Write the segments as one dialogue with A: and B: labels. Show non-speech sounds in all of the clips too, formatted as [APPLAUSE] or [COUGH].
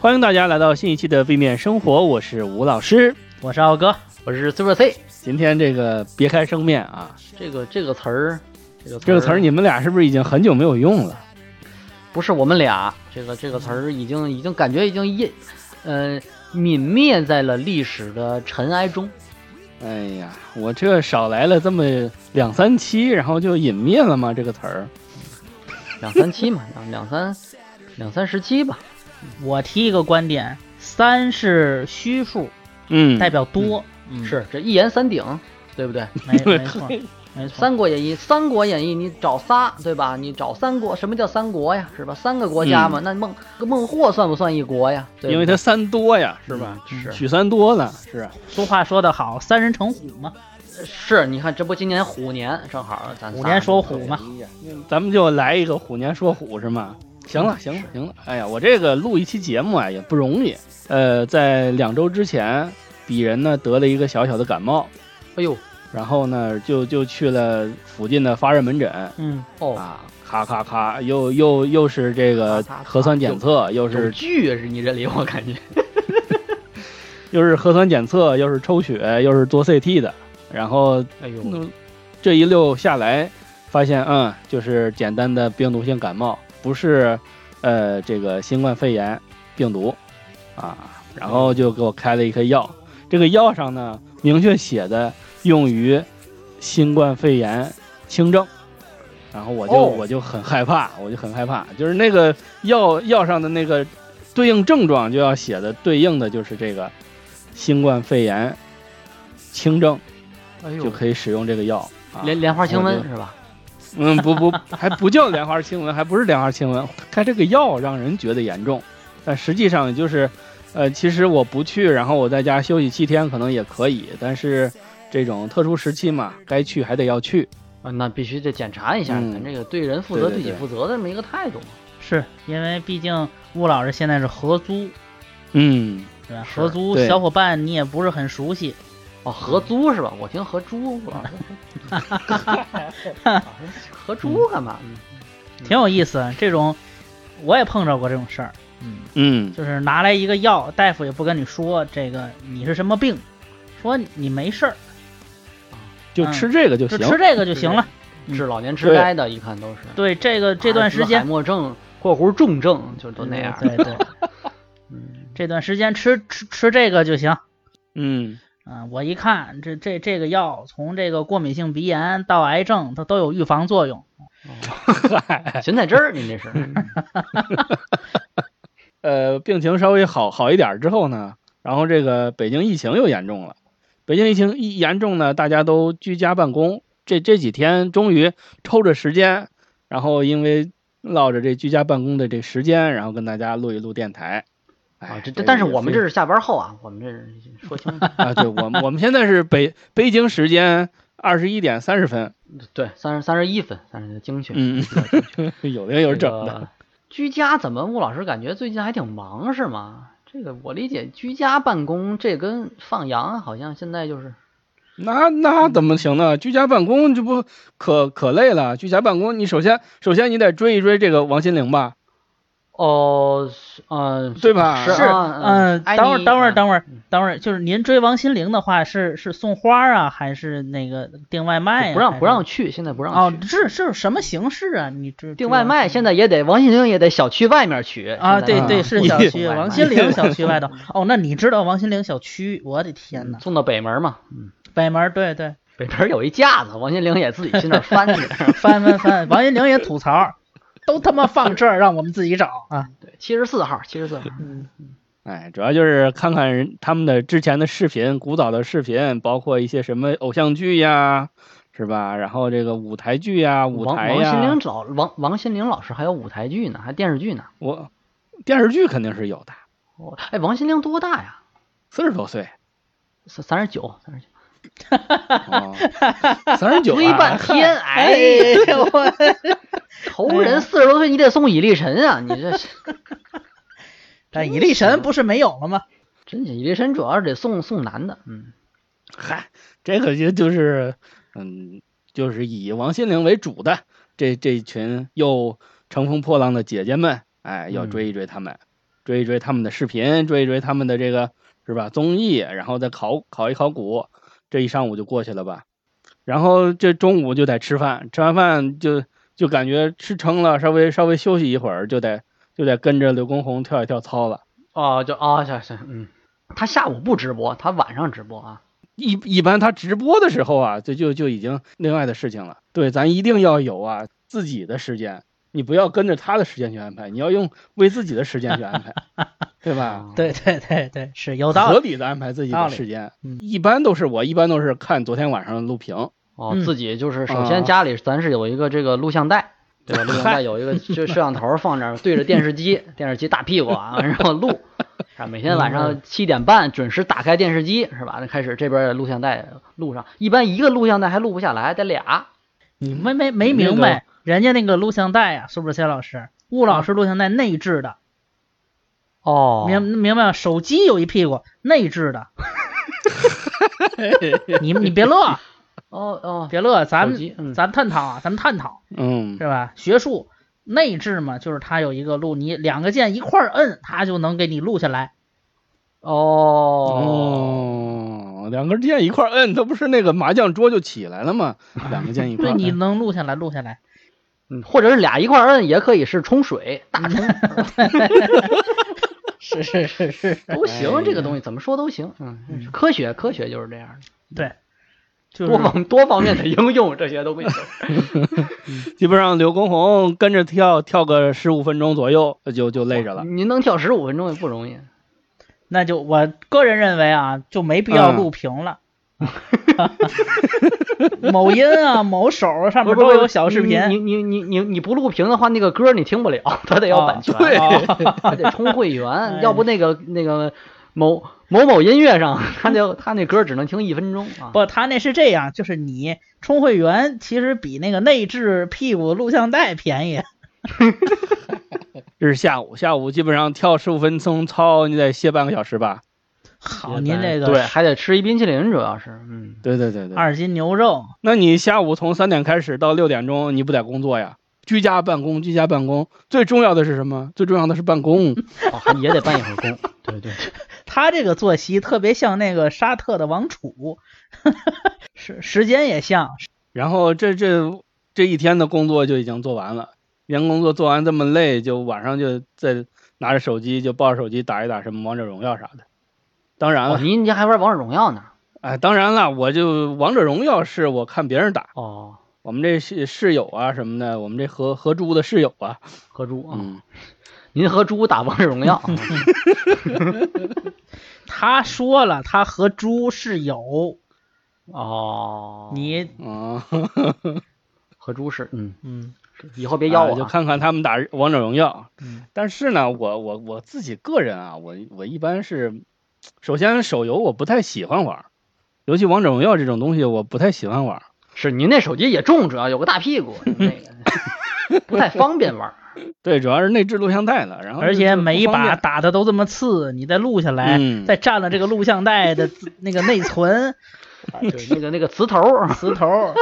A: 欢迎大家来到新一期的 B 面生活，我是吴老师。
B: 我是奥哥，我是 Super C。
A: 今天这个别开生面啊，
B: 这个这个词儿，这个
A: 这个词儿你们俩是不是已经很久没有用了？
B: 不是我们俩，这个这个词儿已经已经感觉已经湮，呃，泯灭在了历史的尘埃中。
A: 哎呀，我这少来了这么两三期，然后就隐灭了吗？这个词儿，
B: 两三期嘛，两两三两三十期吧。
C: 我提一个观点，三是虚数，
A: 嗯，
C: 代表多，
B: 是这一言三鼎，对 [LAUGHS] 不对？
A: 嗯
C: 没没错，没
B: 《
C: 错。
B: 三国演义》《三国演义》，你找仨对吧？你找三国，什么叫三国呀？是吧？三个国家嘛，那孟孟获算不算一国呀？对不对
A: 嗯因为它三多呀，是吧？
B: 嗯是
A: 许三多呢，是
C: 俗话说得好，三人成虎嘛。
A: 嗯
B: 是，你看这不今年虎年正好，咱仨
C: 虎年说虎嘛，
B: 嗯
A: 咱们就来一个虎年说虎是吗？行了，行了，行了。哎呀，我这个录一期节目啊也不容易。呃，在两周之前，鄙人呢得了一个小小的感冒，
B: 哎呦
A: 然后呢就就去了附近的发热门诊
C: 嗯，
B: 哦，
A: 啊，咔咔咔，又又又是这个
B: 咔咔咔
A: 核酸检测，又
B: 有
A: 是
B: 剧啊是你这里我感觉。
A: 又是核酸检测，又是抽血，又是做 CT 的，然后
B: 哎呦
A: 那这一溜下来，发现嗯，就是简单的病毒性感冒，不是呃这个新冠肺炎病毒啊，然后就给我开了一颗药，这个药上呢明确写的用于新冠肺炎轻症。然后我就、
B: 哦
A: 我就很害怕，我就很害怕，就是那个药药上的那个对应症状就要写的对应的就是这个新冠肺炎轻症，
B: 哎呦，
A: 就可以使用这个药。啊
B: 莲莲花清
A: 我
B: 瘟
A: 就是
B: 吧？
A: 嗯，不不， [LAUGHS] 还不叫莲花清瘟，还不是莲花清瘟。开这个药让人觉得严重，但实际上就是，呃，其实我不去，然后我在家休息七天可能也可以，但是这种特殊时期嘛，该去还得要去。
B: 啊，那必须得检查一下，
A: 嗯
B: 咱这个对人负责、
A: 对对
B: 自己
A: 对
B: 负责的这么一个态度嘛。
C: 是因为毕竟吴老师现在是合租，
A: 嗯，
C: 对吧？
B: 是
C: 合租
A: 对
C: 小伙伴你也不是很熟悉，
B: 哦，合租是吧？我听合租，我合租干嘛？
C: 挺有意思。这种我也碰着过这种事儿，
B: 嗯，
A: 嗯，
C: 就是拿来一个药，大夫也不跟你说这个你是什么病，说你没事儿，
A: 就吃这个就
C: 就
A: 行。
C: 吃这个就行了。嗯
B: 治老年痴呆的，一看都是啊
C: 对这个这段时
B: 阿兹海
C: 间
B: 默症（括弧重症）就都那样。[LAUGHS]
C: 对对，对
B: 嗯，
C: 这段时间吃吃吃这个就行。
A: 嗯，
C: 啊，我一看这这这个药，从这个过敏性鼻炎到癌症，它都有预防作用。
B: 芹菜汁儿，哦您这是？
A: 呃，病情稍微好好一点之后呢，然后这个北京疫情又严重了。北京疫情一严重呢，大家都居家办公。这这几天终于抽着时间，然后因为落着这居家办公的这时间，然后跟大家录一录电台。哎，
B: 啊，这这，但是
A: 也
B: 我们
A: 非
B: 这是下班后啊，我们这是说清楚，
A: 啊，对我们我们现在是北北京时间二十一点三十分。
B: 对，三十三十一分，三十精确。
A: 嗯， [LAUGHS] 有的有整的。
B: 这个居家怎么？穆老师感觉最近还挺忙是吗？这个我理解，居家办公这跟放羊好像现在就是
A: 那那怎么行呢？居家办公这不可可累了。居家办公，你首先首先你得追一追这个王心凌吧，
B: 哦，
C: 呃
B: 嗯、
A: 对吧？
B: 是啊
C: 嗯，
B: 艾
C: 等会儿
B: 妮
C: 等会儿
B: 嗯
C: 等会儿
B: 嗯
C: 等会儿，就是您追王心凌的话，是是送花啊，还是那个订外卖呀、
B: 哎不让
C: 还
B: 不
C: 是
B: 让去，现在不让
C: 哦
B: 去。，
C: 这是什么形式啊？你这
B: 订外卖现在也得王心凌也得小区外面取
C: 啊？对
A: 啊
C: 对，是
A: 不
C: 小
A: 行
C: 区
B: 外卖
C: 王心凌小区外
B: [LAUGHS]
C: 头。哦，那你知道王心凌小区？我的天哪！
B: 送到北门嘛，嗯
C: 北门儿对对，
B: 北门有一架子，王心凌也自己去那儿翻
C: [LAUGHS]
B: 去。
C: 翻翻翻，王心凌也吐槽，都他妈放这儿，让我们自己找啊！
B: 对，七十四号，七十四号。
A: 哎，主要就是看看人他们的之前的视频，古早的视频，包括一些什么偶像剧呀，是吧？然后这个舞台剧呀、舞
B: 王
A: 台
B: 王心
A: 呀
B: 凌，老王王心凌老师还有舞台剧呢，还电视剧呢。
A: 我电视剧肯定是有的。
B: 哦，哎，王心凌多大呀？
A: 四十多
B: [LAUGHS]
A: 岁，
B: 三三十九，三十九。
A: 哦三十九啊
B: 追
A: [LAUGHS]
B: 半天，哎呦，仇人四十多岁，你得送蚁力神啊！你这是
C: 但蚁力神不是没有了吗？
B: 真是蚁力神，主要是得送送男的，嗯，
A: 嗨，这个就就是，嗯，就是以王心凌为主的这这群又乘风破浪的姐姐们，哎，要
B: 嗯
A: 追一追她们。追一追他们的视频，追一追他们的这个是吧综艺，然后再考考一考古，这一上午就过去了吧。然后这中午就得吃饭，吃完饭就就感觉吃撑了，稍微稍微休息一会儿就得就得跟着刘畊宏跳一跳操了。
B: 哦，就哦，行行，嗯，他下午不直播，他晚上直播啊。
A: 一一般他直播的时候啊，这就就已经另外的事情了。对，咱一定要有啊自己的时间，你不要跟着他的时间去安排，你要用为自己的时间去安排，
C: [LAUGHS]
A: 对吧？
B: 哦，
C: 对对对对，是哦有道
A: 合
C: 理。
A: 理的安排自己
C: 道
A: 的
C: 理
A: 时间
C: 嗯。
A: 一般都是我一般都是看昨天晚上的录屏，
B: 哦，
C: 嗯
B: 自己就是首
A: 啊
B: 先家里咱是有一个这个录像带，对吧？录像带有一个就摄像头放那儿，对着电视机，电视机大屁股啊，然后录。啊，每天晚上七点半准时打开电视机，是吧？那开始这边的录像带录上，一般一个录像带还录不下来，得俩。
C: 你没没没
A: 那
C: 明
A: 个
C: 白，人家那个录像带啊，是不是，谢老师？吴老师录像带内置的，
B: 哦
C: 明明白吗？手机有一屁股内置的，你你别乐，
B: 哦哦，
C: 别乐，咱
B: 手机嗯
C: 们咱们探讨啊，咱们探讨
A: 嗯，
C: 是吧？学术内置嘛，就是它有一个录，你两个键一块儿摁，它就能给你录下来。
B: 哦
A: 哦，两根键一块儿摁，它不是那个麻将桌就起来了吗？两个键一块儿
C: [LAUGHS]
A: 哎
C: 对，
A: 摁，
C: 你能录下来，录下来。
B: 嗯或者是俩一块儿摁也可以是冲水，大冲
C: 是是是是，
B: 都
A: 哎
B: 行，这个东西怎么说都行，嗯，
C: 嗯
B: 科学科学就是这样的，
C: 对，就
B: 多
C: 是
B: 方多方面的应用这些东西。
A: 基本上刘畊宏跟着跳跳个十五分钟左右，就就累着了。
B: 您能跳十五分钟也不容易。
C: 那就我个人认为啊，就没必要
A: 嗯
C: 录屏了。 [LAUGHS] 某音啊，某手儿上
B: 不
C: 面
B: 不
C: 都
B: 不
C: 有小视
B: 你
C: 频。
B: 你你你你你不录屏的话，那个歌你听不了， [LAUGHS] 他得要版
C: 啊
B: 权，啊
A: 对
B: 他得充会员，
C: 哦 [LAUGHS] 哎
B: 要不那个那个某某某音乐上，他就他那歌只能听一分钟啊。
C: [LAUGHS] 不，他那是这样，就是你充会员其实比那个内置屁股录像带便宜。
A: 这是下午，下午基本上跳十五分钟操，你得歇半个小时吧？
C: 好，您这个
B: 对，还得吃一冰淇淋，主要是嗯。
A: 对对对对。
C: 二斤牛肉，
A: 那你下午从三点开始到六点钟，你不得工作呀？居家办公，居家办公，最重要的是什么？最重要的是办公。
B: 哦，还也得办一会儿工。对
C: [LAUGHS]
B: 对对，
C: 他这个作息特别像那个沙特的王储，时时间也像，
A: [LAUGHS] 然后这这这一天的工作就已经做完了，一天工作做完这么累，就晚上就再拿着手机就抱着手机打一打什么王者荣耀啥的。当然
C: 啊
B: 哦，
A: 了，
B: 您您还玩王者荣耀呢？
A: 哎，当然了，我就王者荣耀是我看别人打，
B: 哦，
A: 我们这室室友啊什么的，我们这合合租的室友啊，
B: 和猪啊，
A: 嗯，
B: 您和猪打王者荣耀，
C: 嗯他说了，他和猪是有 [LAUGHS]
B: 哦，
C: 你，
A: 啊，
B: 和猪是，嗯，
C: 嗯
B: 以后别邀
A: 啊
B: 我
A: 就
B: 啊。
A: 看看他们打王者荣耀，
C: 嗯，
A: 但是呢，我我我自己个人啊，我我一般是，首先手游我不太喜欢玩儿，尤其王者荣耀这种东西我不太喜欢玩儿。
B: 是您那手机也重，主要有个大屁股，那个
C: [LAUGHS]
B: 不太方便玩。
A: 对，主要是内置录像带了，然后
C: 而
A: 就
C: 且
A: 就不
C: 每一
A: 方
C: 把
A: 便
C: 打的都这么次，你再录下来，
A: 嗯
C: 再占了这个录像带
A: [LAUGHS]
C: 的自那个内存
B: 啊对，那个那个磁头儿，
C: 磁头儿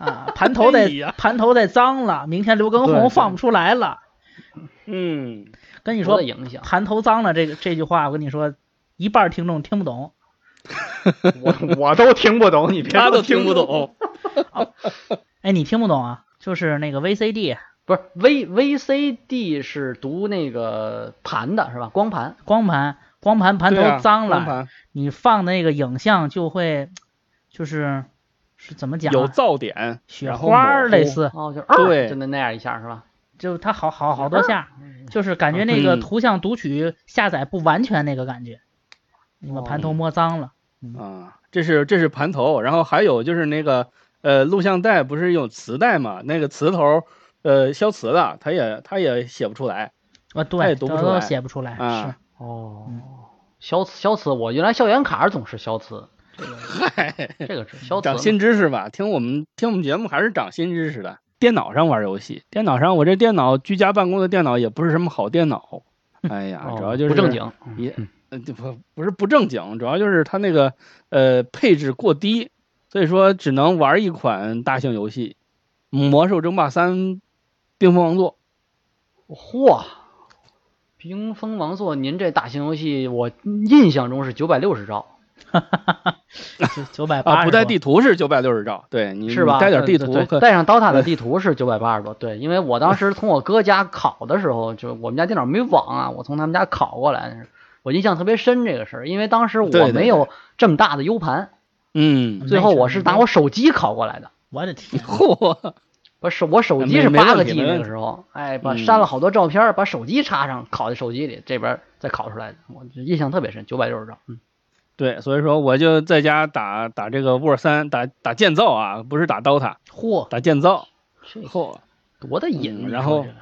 C: 啊，盘头
A: 哎
C: 再
A: 呀
C: 盘头再脏了，明天刘畊
B: 对对
C: 宏放不出来了。
A: [LAUGHS] 嗯，
C: [LAUGHS] 跟你
B: 你
C: 说
B: 的，影
C: [LAUGHS]
B: 响，
C: 盘头脏了这个这句话，我跟你说，一半儿听众听不懂。
B: 我我都听不懂，你别
A: 他
B: 说
A: 都听不懂。
C: 哎，你听不懂啊？就是那个 VCD
B: 不是 V V C D 是读那个盘的是吧？光盘
C: 光盘，光盘盘
A: 对啊
C: 头脏了，
A: 光盘
C: 你放的那个影像就会，就是是怎么讲啊、
A: 有噪点，
C: 雪
A: 然后
C: 花儿
A: 模
C: 类
A: 糊
C: 似，
B: 哦，就二
A: 对
B: 就那那样一下是吧？
C: 就它好好好多下，就是感觉那个
A: 嗯
C: 图像读取下载不完全那个感
A: 哦
C: 觉，你把盘头摸脏了，
A: 啊，这是这是盘头，然后还有就是那个呃录像带不是有磁带嘛，那个磁头呃消磁了，它也它也写不出来 [LAUGHS]
C: 啊
A: 它也
C: 对，
A: 读
C: 都
A: 不出来
C: 都写不出来，
A: 啊。
B: 哦，消磁消磁，我原来校园卡儿总是消磁，这个这个是消磁
A: 长
B: 嘛。
A: 新知识吧，听我们听我们节目还是长新知识的。电脑上玩游戏，电脑上我这电脑居家办公的电脑也不是什么好电脑，哎呀，
B: 哦
A: 主要就是
B: 不正，经，
A: 也呃就不不是不正经，主要就是它那个呃配置过低，所以说只能玩一款大型游戏，《魔兽争霸三》《冰封王座
B: 嚯，》冰封王座，您这大型游戏，我印象中是九百六十兆，
C: [LAUGHS] 九九百八
A: 啊，不带地图是九百六十兆，嗯对你
B: 是吧？
A: 你带点地
B: 对
A: 图
B: 对
A: 可
B: 带上 DOTA 的地图是九百八十多。对，因为我当时从我哥家拷的时候，就我们家电脑没网啊，我从他们家拷过来的，我印象特别深这个事儿，因为当时
A: 对
B: 我
A: 对
B: 没有这么大的 U 盘，
A: [LAUGHS] 嗯，
B: 最后我是
C: 没事
B: 拿我手机拷过来的。
C: 我的天，
A: 嚯，
B: 把手我手机
A: 没
B: 是
A: 没
B: 八
A: 问
B: 个
A: 题
B: G
A: 没
B: 那
A: 问
B: 个
A: 题
B: 时候，哎，把
A: 嗯
B: 删了好多照片儿，把手机插上，拷在手机里，这边儿再拷出来的，我就印象特别深，九百六十兆，嗯，
A: 对，所以说我就在家打打这个 War 三，打打建造啊，不是打 DOTA，
C: 嚯，
A: 打建造，
B: 这
A: 嚯，
B: 多大
A: 嗯
B: 瘾啊！你
A: 然
B: 说
A: 后
B: 这个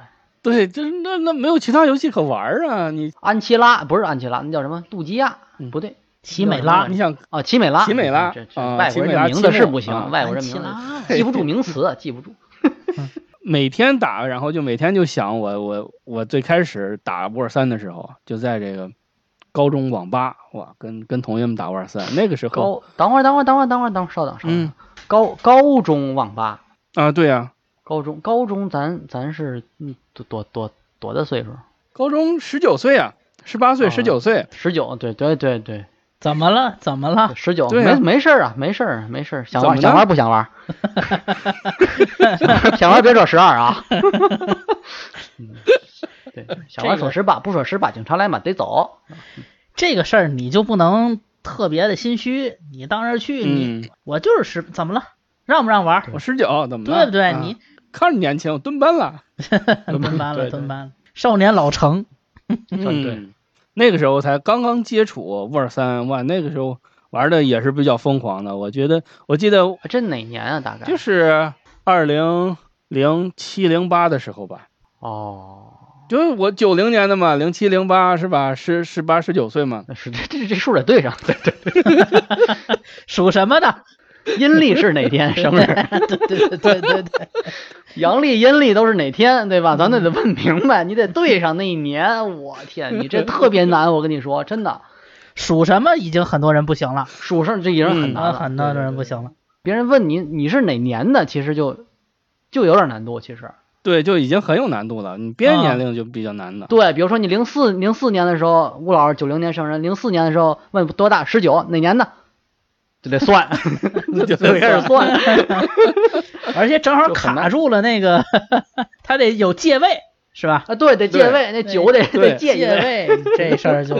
A: 对，就是那那没有其他游戏可玩儿啊，你
B: 安琪拉不是安琪拉，那叫什么？杜基亚
A: 嗯
B: 不对
C: 奇美哎拉
A: 你，想
B: 啊，奇美拉，
A: 奇美拉
B: 这这
A: 啊
B: 外国
A: 奇美
B: 人的
A: 拉
B: 名字
A: 奇
B: 是
A: 美
B: 不行，
A: 啊
B: 外国人
C: 安琪
B: 名字
C: 拉，
B: 记不住名词，记
A: [LAUGHS]
B: 不住。
A: 每天打，然后就每天就想我我我最开始打 War 三的时候，啊就在这个高中网吧，哇，跟跟同学们打 War 三，那个时候
B: 高，等会儿，等会儿，等会儿，等会儿，等会儿，稍等，稍等
A: 嗯。
B: 高高中网吧，
A: 啊，对呀、啊，
B: 高中高中咱咱是嗯多多多多大岁数？
A: 高中十九岁啊，十八
C: 哦
A: 岁
B: 啊
A: 十九岁，
B: 十九，对对对对，
C: 怎么了？怎么了？
B: 十九，
A: 对
B: 没
A: 啊
B: 没事儿啊，没事儿，没事儿，想
A: 怎
B: 玩
A: 么
B: 想
A: 呢
B: 玩不想玩儿？ [LAUGHS] 想玩别说十二啊。 [LAUGHS] 嗯对，想玩
C: 这个
B: 说十八，不说十八，警察来嘛得走。
C: 这个事儿你就不能特别的心虚，你当时去，你
A: 嗯，
C: 我就是十，怎么了？让不让玩儿？
A: 我十九，怎么
C: 对
A: 了？
C: 不对？
A: 啊
C: 你
A: 看着年轻，我蹲班了，
C: [LAUGHS] 蹲
A: [LAUGHS]
C: 班了，
B: 对
C: 蹲班了，少年老成，
B: 对对
A: 嗯，那个时候才刚刚接触 War 三，哇，那个时候玩的也是比较疯狂的，我觉得，我记得
B: 啊这哪年啊？大概
A: 就是二零零七零八的时候吧。
B: 哦，
A: 就是我九零年的嘛，零七零八是吧？十十八十九岁嘛，
B: 那是这这这数得对上，对对，
C: 属什么的？
B: [LAUGHS] 阴历是哪天生日，
C: [LAUGHS] 对对对对对对，
B: [LAUGHS]
C: 嗯
B: 阳历阴历都是哪天，对吧？咱得得问明白，你得对上那一年。我天，你这特别难，我跟你说，真的，
C: 属什么已经很多人不行了，
B: 数上这已经很
A: 嗯
B: 难
C: 啊，
B: 了，
C: 很
B: 对
C: 多
B: 对
C: 人
B: 对
C: 不行了。
B: 别人问你你是哪年的，其实就就有点难度。其实，
A: 对，就已经很有难度了。你编
C: 啊
A: 年龄就比较难的。
B: 对，比如说你零四零四年的时候，吴老师九零年生人，零四年的时候问多大，十九哪年的，就得算，就
A: [LAUGHS] 就
B: 得
A: 得
B: 开始算。
C: [LAUGHS]
B: [LAUGHS]
C: 而且正好
B: 就很
C: 卡
B: 难
C: 住了那个，他得有借位是吧？
B: 啊，对， [LAUGHS] 得借
A: 对
B: 位，那酒得
A: 对
B: 得借一位，
C: 位
B: [LAUGHS]
C: 这事儿就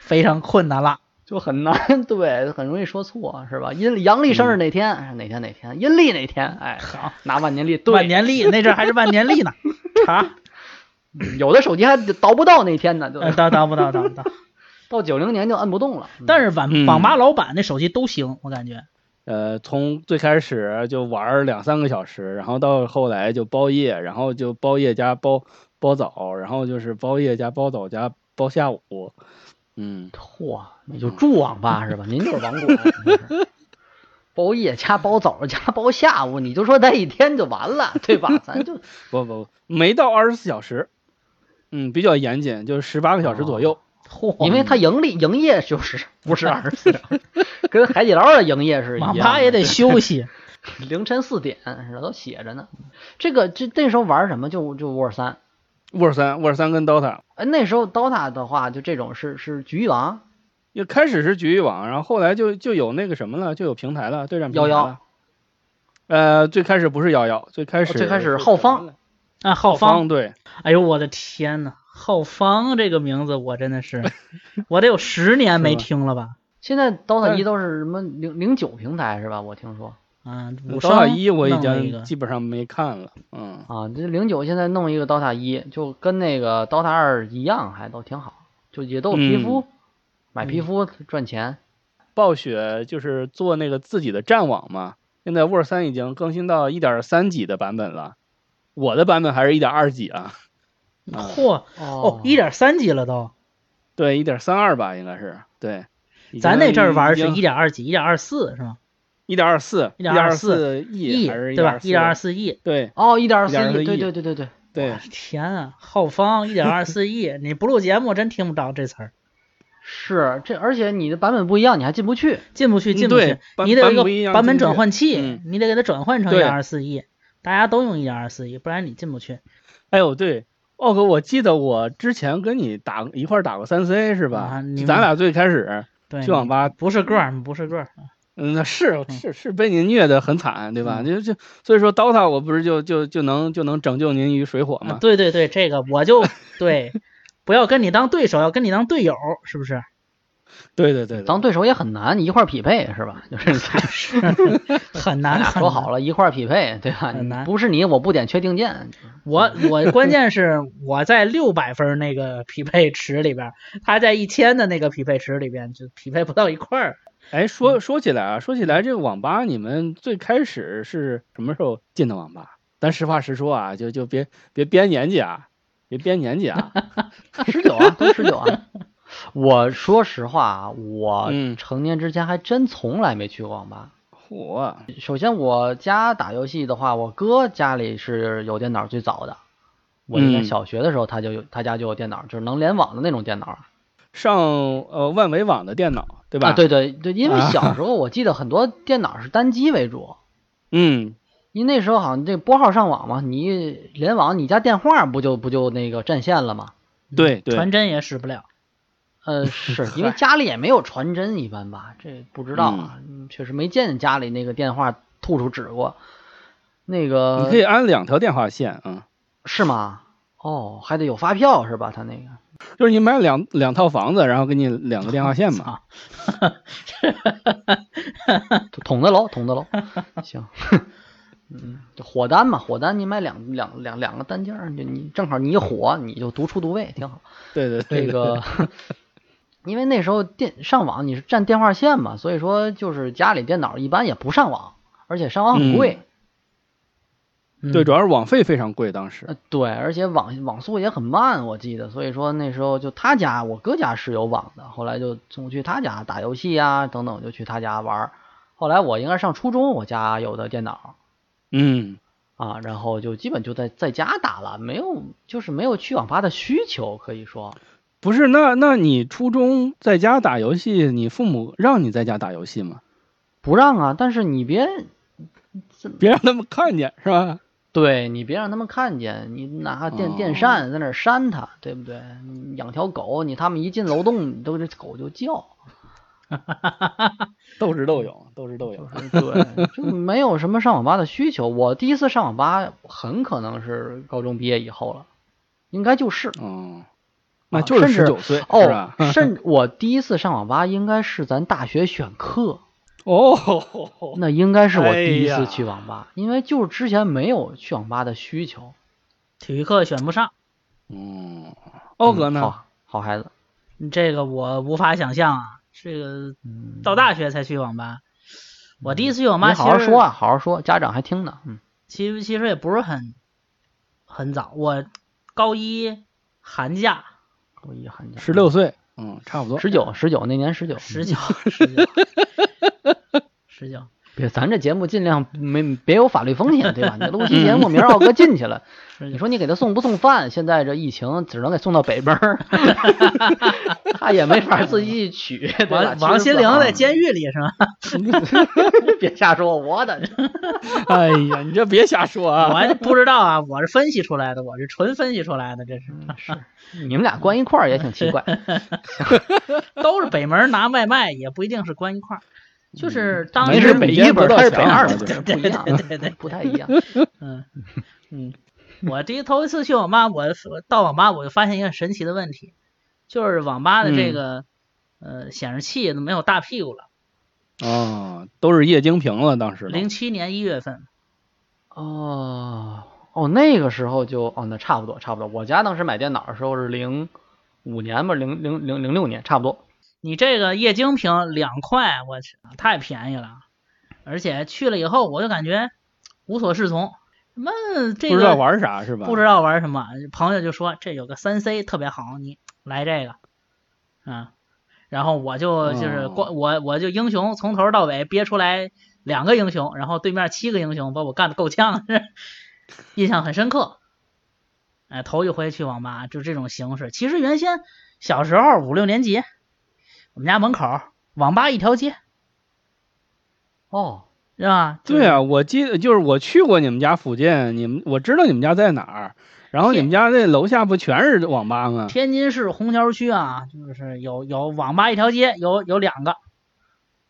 C: 非常困难了。
B: 就很难， [LAUGHS] 对，很容易说错，是吧？阴阳历生日哪
C: 嗯
B: 天？哎哪天哪天？阴历哪天？哎，
C: 好，
B: 拿万年历，
C: 万
B: 对，
C: 年历那阵儿还是万年历
B: [LAUGHS]
C: 呢，查
B: 有的手机还倒不到那天呢，就
C: 呃当当不当当当，
B: 嗯到九零年就摁不动了。
C: 但
B: 是
C: 是网
A: 嗯
C: 网吧老板那手机都行，我感觉
A: 呃，从最开始就玩两三个小时，然后到后来就包夜，然后就包夜加包包早，然后就是包夜加包早加包下午。嗯，
B: 嚯，你就住网吧
C: [LAUGHS]
B: 是吧？您就是网管。真是包夜加包早加包下午，你就说待一天就完
C: [LAUGHS]
B: 了，对吧？咱就
A: 不不，没到二十四小时。嗯，比较严谨，就是十八个小时左
C: 哦
A: 右。
C: 嚯，
B: 因为它盈利营业就是不是二十四
C: [LAUGHS]
B: 小时，跟海底捞的营业是一样
C: 网
B: 的。
C: 吧也得
B: [LAUGHS]
C: 休息。
B: 凌晨四点是吧？都写着呢。这个这那时候玩什么？就就 War 三。
A: War 三，War 三跟 DOTA，
B: 哎，那时候 DOTA 的话，就这种是是局域网
A: 也开始是局域网，然后后来就就有那个什么了，就有平台了，对战平台
B: 11
A: 了。呃，最开始不是幺幺，最开始、
B: 哦最开始是浩方，
C: 啊，
A: 浩
C: 浩方，
A: 对，
C: 哎呦我的天呐，浩方这个名字我真的是， [LAUGHS] 我得有十年没
A: 是吧
C: 听了吧？
B: 现在
A: 但
B: DOTA
A: 是
B: 一都是什么零零九平台是吧？我听说
C: 啊，五
A: 多少
C: 双
A: 一我已
C: 弄了一
A: 经
C: 个
A: 基本上没看了，嗯，
B: 啊，这零九现在弄一个 DOTA 一，就跟那个 DOTA 二一样，还都挺好，就也都有皮肤，买皮肤赚钱。
A: 暴雪就是做那个自己的战网嘛，现在 Word 三已经更新到一点三几的版本了，我的版本还是一点二几啊，啊
C: 嚯哦，一点三级了都，
A: [LAUGHS] 对，一点三二吧，应该是对。已经
C: 咱那阵儿玩是
A: 已
C: 一
A: 经
C: 点二几，一点二四是吗？
A: 一点二四，一点四
C: E
A: E 还是
C: 对
A: 一
C: 吧？一
A: 一
C: 点二，四 E，
A: 对
B: 哦，一点四亿，
A: 1.24亿
B: 对对对对对，
A: 对，
C: 天啊，浩方一点二四 E，你不录节目真听不着这词儿，
B: 是这，而且你的版本不一样，你还进不去。
C: 进不去，
A: 嗯
C: 进不
A: 对
C: 去，
A: 版
C: 你得有
A: 版本不一
C: 一个
A: 样
C: 版
A: 进
C: 本
A: 不
C: 转换器
A: 嗯，
C: 你得给它转换成一
A: 对
C: 点二四 E，大家都用一点二四 E，不然你进不去。
A: 哎呦，对奥哥，我记得我之前跟你打一块儿打过三 C 是吧？
C: 啊你们
A: 咱俩最开始
C: 对，
A: 去网吧
C: 不是个儿，不是个儿，
A: 嗯，那是
C: 嗯
A: 是是被您虐得很惨，对吧？就就所以说，DOTA 我不是就就就能就能拯救您于水火
C: 啊
A: 吗？
C: 对对对，这个我就对，不要跟你当对手，要跟你当队友，是不是？ [LAUGHS]
A: 对对对，对
B: 当对手也很难，你一块儿匹配是吧？就是
C: 很
A: [LAUGHS]
B: 咱
C: 难。
B: 俩
C: 很
B: 说
C: 难
B: 好了，一块儿匹配，对吧？
C: 很
B: 你
C: 难
B: 不是你，我不点确定键。
C: 我我关键是我在六百分那个匹配池里边，他在一千的那个匹配池里边就匹配不到一块儿。
A: 哎，说说起来啊，说起来这个网吧，你们最开始是什么时候进的网吧？咱实话实说啊，就就别别编年纪啊，别编年纪啊。 [LAUGHS]
B: 十九啊，都十九啊。我说实话啊，我
A: 嗯
B: 成年之前还真从来没去过网吧。
A: 嚯，
B: 首先，我家打游戏的话，我哥家里是有电脑最早的。我应该
A: 嗯
B: 小学的时候他就有，他家就有电脑，就是能联网的那种电脑啊。
A: 上呃万维网的电脑对吧？
B: 啊，，对对对，因为
A: 啊
B: 小时候我记得很多电脑是单机为主，
A: 嗯，
B: 因为那时候好像这拨号上网嘛，你联网，你家电话不就不就那个占线了吗？
A: 对对，
C: 传真也使不了。
B: 呃，
A: [LAUGHS]
B: 是因为家里也没有传真，一般吧，这不知道啊，嗯确实没见见家里那个电话吐出纸过。那个
A: 你可以安两条电话线啊，
B: 是吗？哦，还得有发票是吧？他
A: [LAUGHS]
B: 那个
A: 就是你买两两套房子，然后给你两个电话线嘛。
B: 捅的楼，捅的楼，行。 [LAUGHS] 嗯，就火单嘛，火单你买两两两两个单件儿，就你正好你一火，你就独出独位，挺好。
A: 对 [LAUGHS] 对对，
B: 这个，因为那时候电上网你是占电话线嘛，所以说就是家里电脑一般也不上网，而且上网很贵，
C: 嗯、
A: 对，主要是网费非常贵，当时。
B: 呃，对，而且网网速也很慢，我记得，所以说那时候就他家我哥家是有网的，后来就总去他家打游戏啊等等，就去他家玩儿。后来我应该上初中，我家有的电脑
A: 嗯，
B: 啊，然后就基本就在在家打了，没有就是没有去网吧的需求，可以说。
A: 不是，那那你初中在家打游戏，你父母让你在家打游戏吗？
B: 不让啊，但是你别
A: 别让他们看见，是吧？
B: 对你别让他们看见，你拿电
A: 哦
B: 电扇在那儿扇它，对不对？你养条狗，你他们一进楼洞，你都这狗
A: [LAUGHS]
B: 就叫，
A: 斗智斗勇，斗智斗
B: 就。是对，就没有什么上网吧的需求。我第一次上网吧很可能是高中毕业以后了，应该就是
A: 哦，
B: 啊
A: 那就是
B: 甚
A: 十
B: 至
A: 九岁，是
B: 哦
A: 吧？， [LAUGHS]
B: 甚我第一次上网吧应该是咱大学选课，
A: 哦，
B: 那应该是我第一
A: 哎呀
B: 次去网吧，因为就是之前没有去网吧的需求。
C: 体育课选不上，
A: 嗯，欧哥
B: 嗯
A: 呢？
B: 好好孩子，
C: 这个我无法想象啊。这个
B: 嗯，
C: 到大学才去网吧，我第一次去网吧，
B: 你好好说啊，好好说，家长还听呢，嗯。
C: 其实其实也不是很很早，我高一寒假
B: 我一寒假
A: 十六岁，嗯，差不多。
B: 十九 [LAUGHS] 十九那年十九嗯
C: 十九十九十九，
B: 别咱这节目尽量没别有法律风
C: [LAUGHS]
B: 险，对吧？你录期节目，明儿奥哥进去了，
C: 嗯
B: 你说你给他送不送饭？现在这疫情只能给送到北边
C: [LAUGHS]
B: 儿，他也没法自己去取，对吧？
C: 王王心凌在监狱里是吗？
B: 狱，别瞎说，我的
A: [LAUGHS] 哎呀，你这别瞎说
C: 我
A: 啊！
C: 还不知道啊，我是分析出来的，我是纯分析出来的，这是
B: 嗯是你们俩关一块儿也挺奇怪，
C: 都是北门拿外卖，也不一定是关一块儿，就是当
A: 没
B: 您是
A: 事
C: 时
B: 北
A: 你
B: 一
A: 先不
B: 本，
A: 到
B: 他是
A: 墙
B: 北二
A: 上
B: 本，
A: 去
B: 不一样，
C: 对对对对
B: 不太一样。
C: 嗯嗯，我第一头一次去网吧，我我到网吧我就发现一个神奇的问题，就是网吧的
A: 嗯
C: 这个、呃显示器都没有大屁股了，
A: 哦，都是液晶屏了，当时都。
C: 零七年一月份，
B: 哦哦，那个时候就哦，那差不多差不多。我家当时买电脑的时候是零五年吧，零零零零六年，差不多。
C: 你这个液晶屏两块，我去，太便宜了。啊而且去了以后，我就感觉无所适从，什么这个
A: 不知道玩啥是吧？
C: 不知道玩什么，朋友就说这有个三 C 特别好，你来这个，嗯，然后我就就是
A: 哦
C: 光、我我就英雄从头到尾憋出来两个英雄，然后对面七个英雄把我干得够呛， [LAUGHS] 印象很深刻。哎，头一回去网吧就这种形式。其实原先小时候五六年级，我们家门口网吧一条街，
B: 哦，
C: 是吧？
A: 对啊，我记得就是我去过你们家附近，你们我知道你们家在哪儿，然后你们家那楼下不全是网吧吗？
C: 天津市虹桥区啊，就是有有网吧一条街，有有两个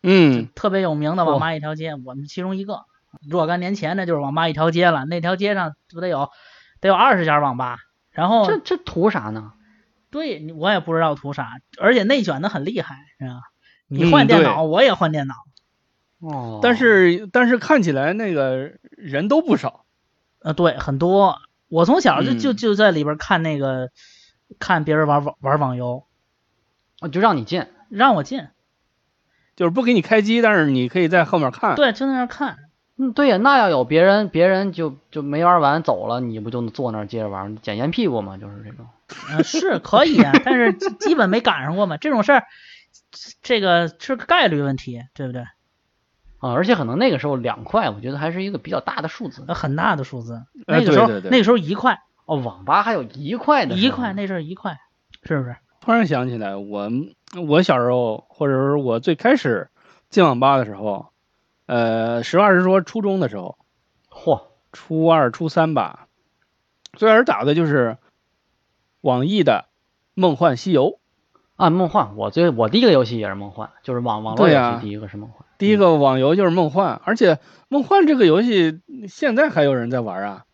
A: 嗯，
C: 特别有名的网吧一条街，我们其中一个。若干年前那就是网吧一条街了，那条街上不得有得有二十家网吧。然后
B: 这这图啥呢？
C: 对你我也不知道图啥，而且内卷的很厉害，是吧？你
A: 嗯
C: 换电
A: 对
C: 脑，我也换电脑。
B: 哦，
A: 但是但是看起来那个人都不少，
C: 呃，对，很多。我从小就就
A: 嗯
C: 就在里边看那个，看别人玩网玩网游，
B: 哦就让你进，
C: 让我进，
A: 就是不给你开机，但是你可以在后面看。
C: 对，就在那儿看。
B: 嗯，对呀，那要有别人，别人就就没玩完走了，你不就坐那儿接着玩，捡烟屁股嘛，就是这种。
C: 呃是可
A: [LAUGHS]
C: 以啊，但是基基本没赶上过嘛。这种事儿，这个是个概率问题，对不对？
B: 啊，而且可能那个时候两块，我觉得还是一个比较大的数字。
A: 嗯
C: 呃很大的数字，
A: 呃
C: 那个时候、
A: 对对对
C: 那个时候一块
B: 哦，网吧还有一块的时
C: 一
B: 候，
C: 块，那阵儿一块，是不是？
A: 突然想起来，我我小时候，或者说我最开始进网吧的时候，呃，实话实说，初中的时候，
B: 嚯，
A: 初二、初三吧，最开始打的就是网易的《梦幻西游》，
B: 啊，梦幻，我最我第一个游戏也是梦幻，就是网网络
A: 对
B: 游
A: 呀
B: 戏第一个是梦幻。
A: 第一个网游就是《梦幻》，而且《梦幻》这个游戏现在还有人在玩啊。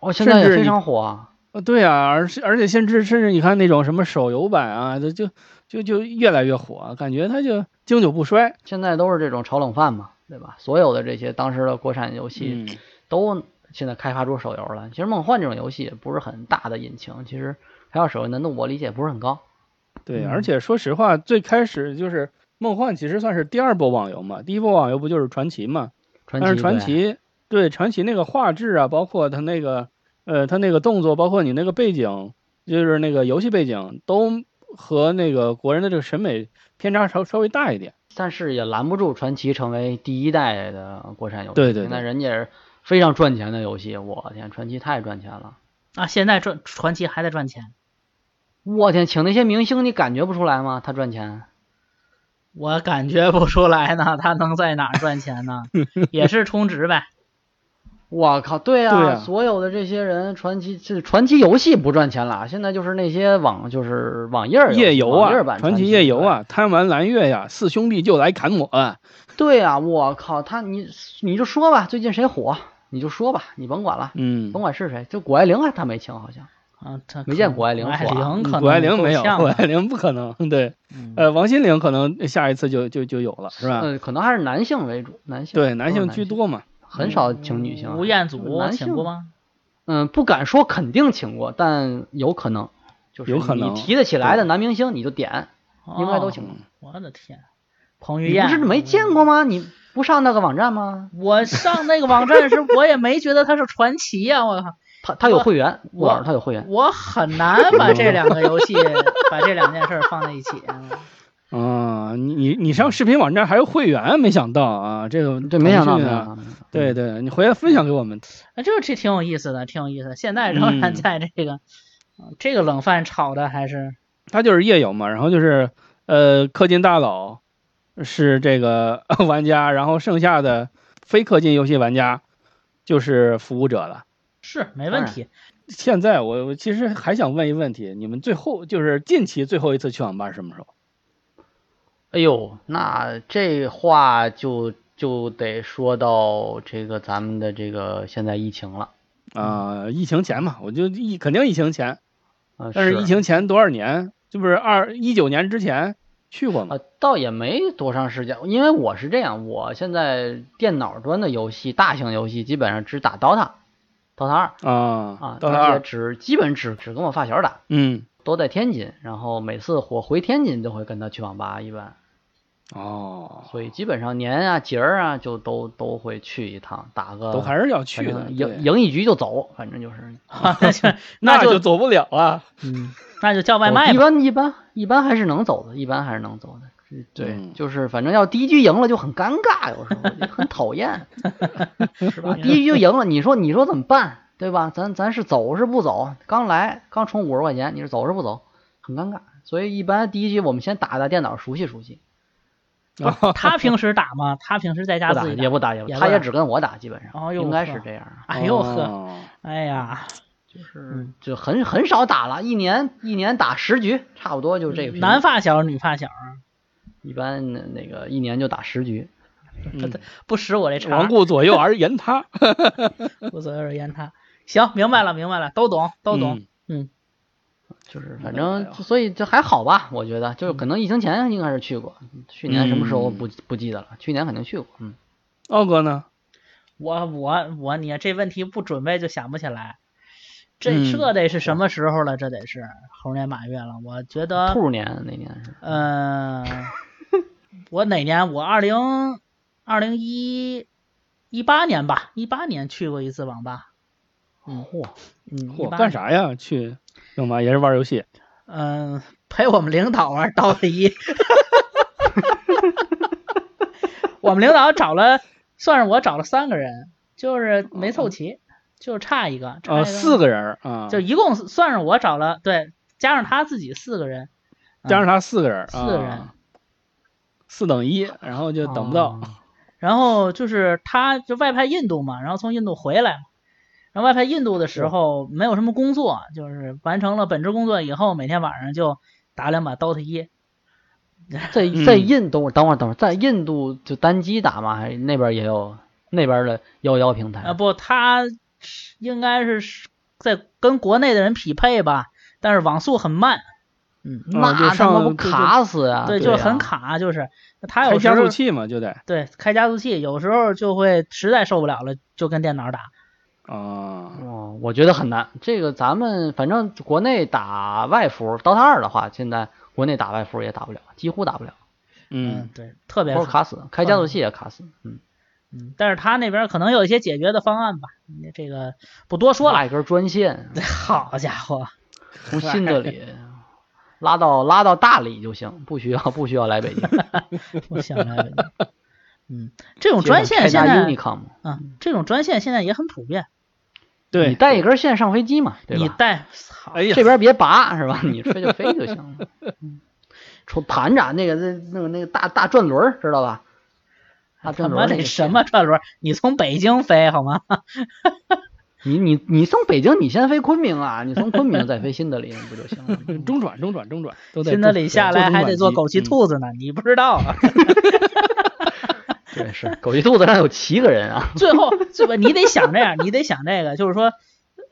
B: 哦，现在也
A: 甚至
B: 非
A: 你
B: 常火啊。
A: 呃，对啊，而是而且甚至甚至你看那种什么手游版啊，就就就就越来越火，感觉它就经久不衰。
B: 现在都是这种炒冷饭嘛，对吧？所有的这些当时的国产游戏，
A: 嗯，
B: 都现在开发出手游了。其实梦幻这种游戏也不是很大的引擎，其实开发手游难度我理解不是很高。
A: 对，
B: 嗯
A: 而且说实话，最开始就是《梦幻》其实算是第二波网游嘛，第一波网游不就是传奇嘛？
B: 传
A: 但
B: 奇，
A: 是传
B: 对，
A: 奇对传奇那个画质啊，包括它那个呃，它那个动作，包括你那个背景，就是那个游戏背景，都和那个国人的这个审美偏差稍稍微大一点。
B: 但是也拦不住传奇成为第一代的国产游戏。
A: 对对对
B: 现在人家是非常赚钱的游戏，我天，传奇太赚钱了。
C: 啊，现在赚传奇还在赚钱，
B: 我天，请那些明星，你感觉不出来吗？他赚钱，
C: 我感觉不出来呢，他能在哪儿赚钱
A: [LAUGHS]
C: 呢？也是充值呗。
B: 我靠，对啊，
A: 对啊
B: 所有的这些人，传奇这传奇游戏不赚钱了，现在就是那些网就是网页儿
A: 夜游
B: 网页儿
A: 啊，
B: 版
A: 传
B: 奇
A: 奇夜游，啊，贪玩蓝月呀，四兄弟就来砍我啊。
B: 对啊，我靠，他你你就说吧，最近谁火你就说吧，你甭管了，
A: 嗯
B: 甭，管是谁，就谷爱凌还他没请好像，
C: 啊，他
B: 没见
C: 可
B: 谷爱凌
C: 谷
B: 火
C: 爱
B: 啊
C: 凌可能
A: 嗯谷爱凌没有，
C: 够呛
A: 谷 [LAUGHS]
C: 吧
A: 爱凌不可能。对，
C: 嗯
A: 呃，王心凌可能下一次就就就有了，是吧？
B: 呃，可能还是男性为主，男性
A: 啊对，
B: 男
A: 男性居，多嘛。
B: 很少请女性啊。
C: 嗯吴彦
B: 就是
C: 祖
B: 男性
C: 请过？吗？
B: 嗯，不敢说肯定请过，但有可能，就是
A: 有可
B: 你
A: 能
B: 提得起来的男明星你就点，应该都请过
C: 哦。我的天，彭于
B: 你不
C: 晏，
B: 是没见过吗？你不上那个网站吗？
C: 我上那个网站时，我也没觉得他是传奇呀、我
B: [LAUGHS] 他
C: 靠，
B: 他有
A: 哦
B: 会员，
C: 我
B: 我他有会员。
C: 我很难把这两个游戏，把这两件事儿放在一起。
A: 啊，你你你上视频网站还有会员，没想到啊，这个
B: 对，没想到，
A: 腾
B: 没
A: 讯
B: 想
A: 啊，
B: 到。没想到嗯
A: 对，对，你回来分享给我们。
C: 啊，这这挺有意思的，挺有意思的。现在仍然
A: 嗯
C: 在这个、呃这个冷饭炒的还是
A: 他就是夜游嘛，然后就是呃氪金大佬是这个 [LAUGHS] 玩家，然后剩下的非氪金游戏玩家就是服务者了。
C: 是没
B: 当
C: 问
B: 然
C: 题。
A: 现在我我其实还想问一问题，你们最后就是近期最后一次去网吧是什么时候？
B: 哎呦，那这话就就得说到这个咱们的这个现在疫情了。
A: 啊、疫情前嘛，我就疫肯定疫情前，
B: 啊，
A: 但是疫情前多少年？这不是二一九年之前去过吗？
B: 啊，倒也没多长时间，因为我是这样，我现在电脑端的游戏，大型游戏基本上只打 DOTA，DOTA 二
A: 啊
B: 啊，，
A: 到
B: 而且
A: 二，
B: 只基本只只跟我发小打，
A: 嗯，
B: 都在天津，然后每次我回天津都会跟他去网吧一般，
A: 哦，
B: 所以基本上年啊节儿啊就都都会去一趟，打个
A: 都还是要
B: 反
A: 去的，
B: 正
A: 对
B: 赢赢一局就走，反正就是
C: 那
B: [LAUGHS]
C: 就
A: 那
C: 就
A: 就走不了啊。
B: 嗯，
C: 那就叫外卖
B: 一
C: 吧。
B: 般一般一般还是能走的，一般还是能走的。是对，
A: 嗯
B: 就是反正要第一局赢了就很尴尬，有时候就很
A: [LAUGHS]
B: 讨厌，是吧？
C: 嗯
B: 第一局赢了，你说你说怎么办，对吧？咱咱是走是不走？刚来刚充五十块钱，你是走是不走？很尴尬。所以一般第一局我们先打打电脑熟悉熟悉，
C: 不是他平时打吗？他平时在家
B: 不
C: 自
B: 打
C: 己
B: 也不打也
C: 也不
B: 他
C: 打
B: 也只跟我打，基本
C: 哦
B: 上
C: 哟
B: 应该
C: 呵
B: 是这样。啊
C: 哎呦呵，
A: 哦
C: 哎呀，
B: 嗯，就很很少打了，一年一年打十局，差不多就这个频率。
C: 男发小女发小，
B: 一般那那个一年就打十局，
A: 嗯
C: 不识我这茬
A: 王
C: 儿，
A: 顾左右而言
C: [LAUGHS]
A: 他，
C: 不左右而言他。行，明白了，明白了，都懂，都懂。
A: 嗯
B: 就是
A: 那
B: 反
A: 倒还
B: 正
A: 好嗯
B: 所以就还好吧，我觉得就是可能疫情前应该是去过，去年什么时候不不记得了，去年肯定去过，嗯，
A: 奥哥呢？
C: 我我我，你这问题不准备就想不起来。这
A: 嗯
C: 这得是什么时候了？这得是猴年马月了。我觉得，
B: 兔年那年是，
C: 嗯、我哪年？我二零二零一一八年吧，一八年去过一次网吧。
B: 嚯，
C: 嗯，
A: 我
C: 18
A: 干啥呀？去干嘛？也是玩游戏。
C: 嗯，陪我们领导玩《刀子一》， [LAUGHS] 我们领导找了，算是我找了三个人，就是没凑齐，就差一个，差一
A: 呃，
C: 个
A: 四个人儿啊，
C: 就一共算是我找了，对，加上他自己四个人，
A: 加上他四个人儿，
C: 嗯四个人哦
A: 啊四等一，然后就等不到。
B: 哦
C: 然后就是他就外派印度嘛，然后从印度回来嘛，然后外派印度的时候没有什么工作，就是完成了本职工作以后，每天晚上就打两把《刀子一》，
B: 在
A: 嗯
B: 在印等会儿等会儿等会儿，在印度就单机打嘛，还是那边也有那边的幺幺平
C: 啊，
B: 台，
C: 不，他是应该是是在跟国内的人匹配吧，但是网速很慢，
A: 啊就
B: 那他妈
A: 上就
B: 不
A: 就
B: 卡死呀？
C: 对，
B: 嗯对，啊
C: 就很。卡，就是他
A: 啊开
C: 有时
A: 加
C: 候
A: 速器嘛，就得
C: 对开加速器，有时候就会实在受不了了，就跟电脑打。
A: 啊，
B: 哦，我觉得很难。这个咱们反正国内打外服，DOTA 二的话，现在国内打外服也打不了，几乎打不了，
A: 嗯，，
C: 对，特别
B: 或者
C: 卡。
B: 卡死，开加速器也卡死。嗯，
C: 嗯，但是他那边可能有一些解决的方案吧，你这个不多说
B: 拉
C: 了。
B: 一根专线
C: [LAUGHS] 好家伙，
B: 从新德
C: [LAUGHS]
B: 里拉到拉到大理就行，不需要不需要来北京。
C: 我想来
B: [LAUGHS]
C: 了。嗯，这种专线现
B: 开大
C: 在，
B: Unicom，
C: 嗯，这种专线现在也很普遍。
A: 对，
B: 你带一根线上飞机嘛，对吧？
C: 你带，操
A: 哎呀，
B: 这边别拔是吧？你吹就飞就行了。嗯，出盘着那个那那个那个大大转轮儿知道吧？大
C: 他
B: 转
C: 妈
B: 轮儿那
C: 得
B: 个
C: 什么转轮？你从北京飞好吗？
B: 你你你从北京你先飞昆明啊，你从昆明再飞新德里不就行了吗？
C: [LAUGHS]
A: 中转中转中转都得
C: 新
A: 中
C: 德里下来还得做枸
B: 嗯
C: 杞。
A: 对中转机嗯
C: 兔子呢，你不知道啊。
B: 对，是 [LAUGHS] 狗急肚子上有七个人啊。
C: 最后，最后你得想这样，你得想这个，就是说，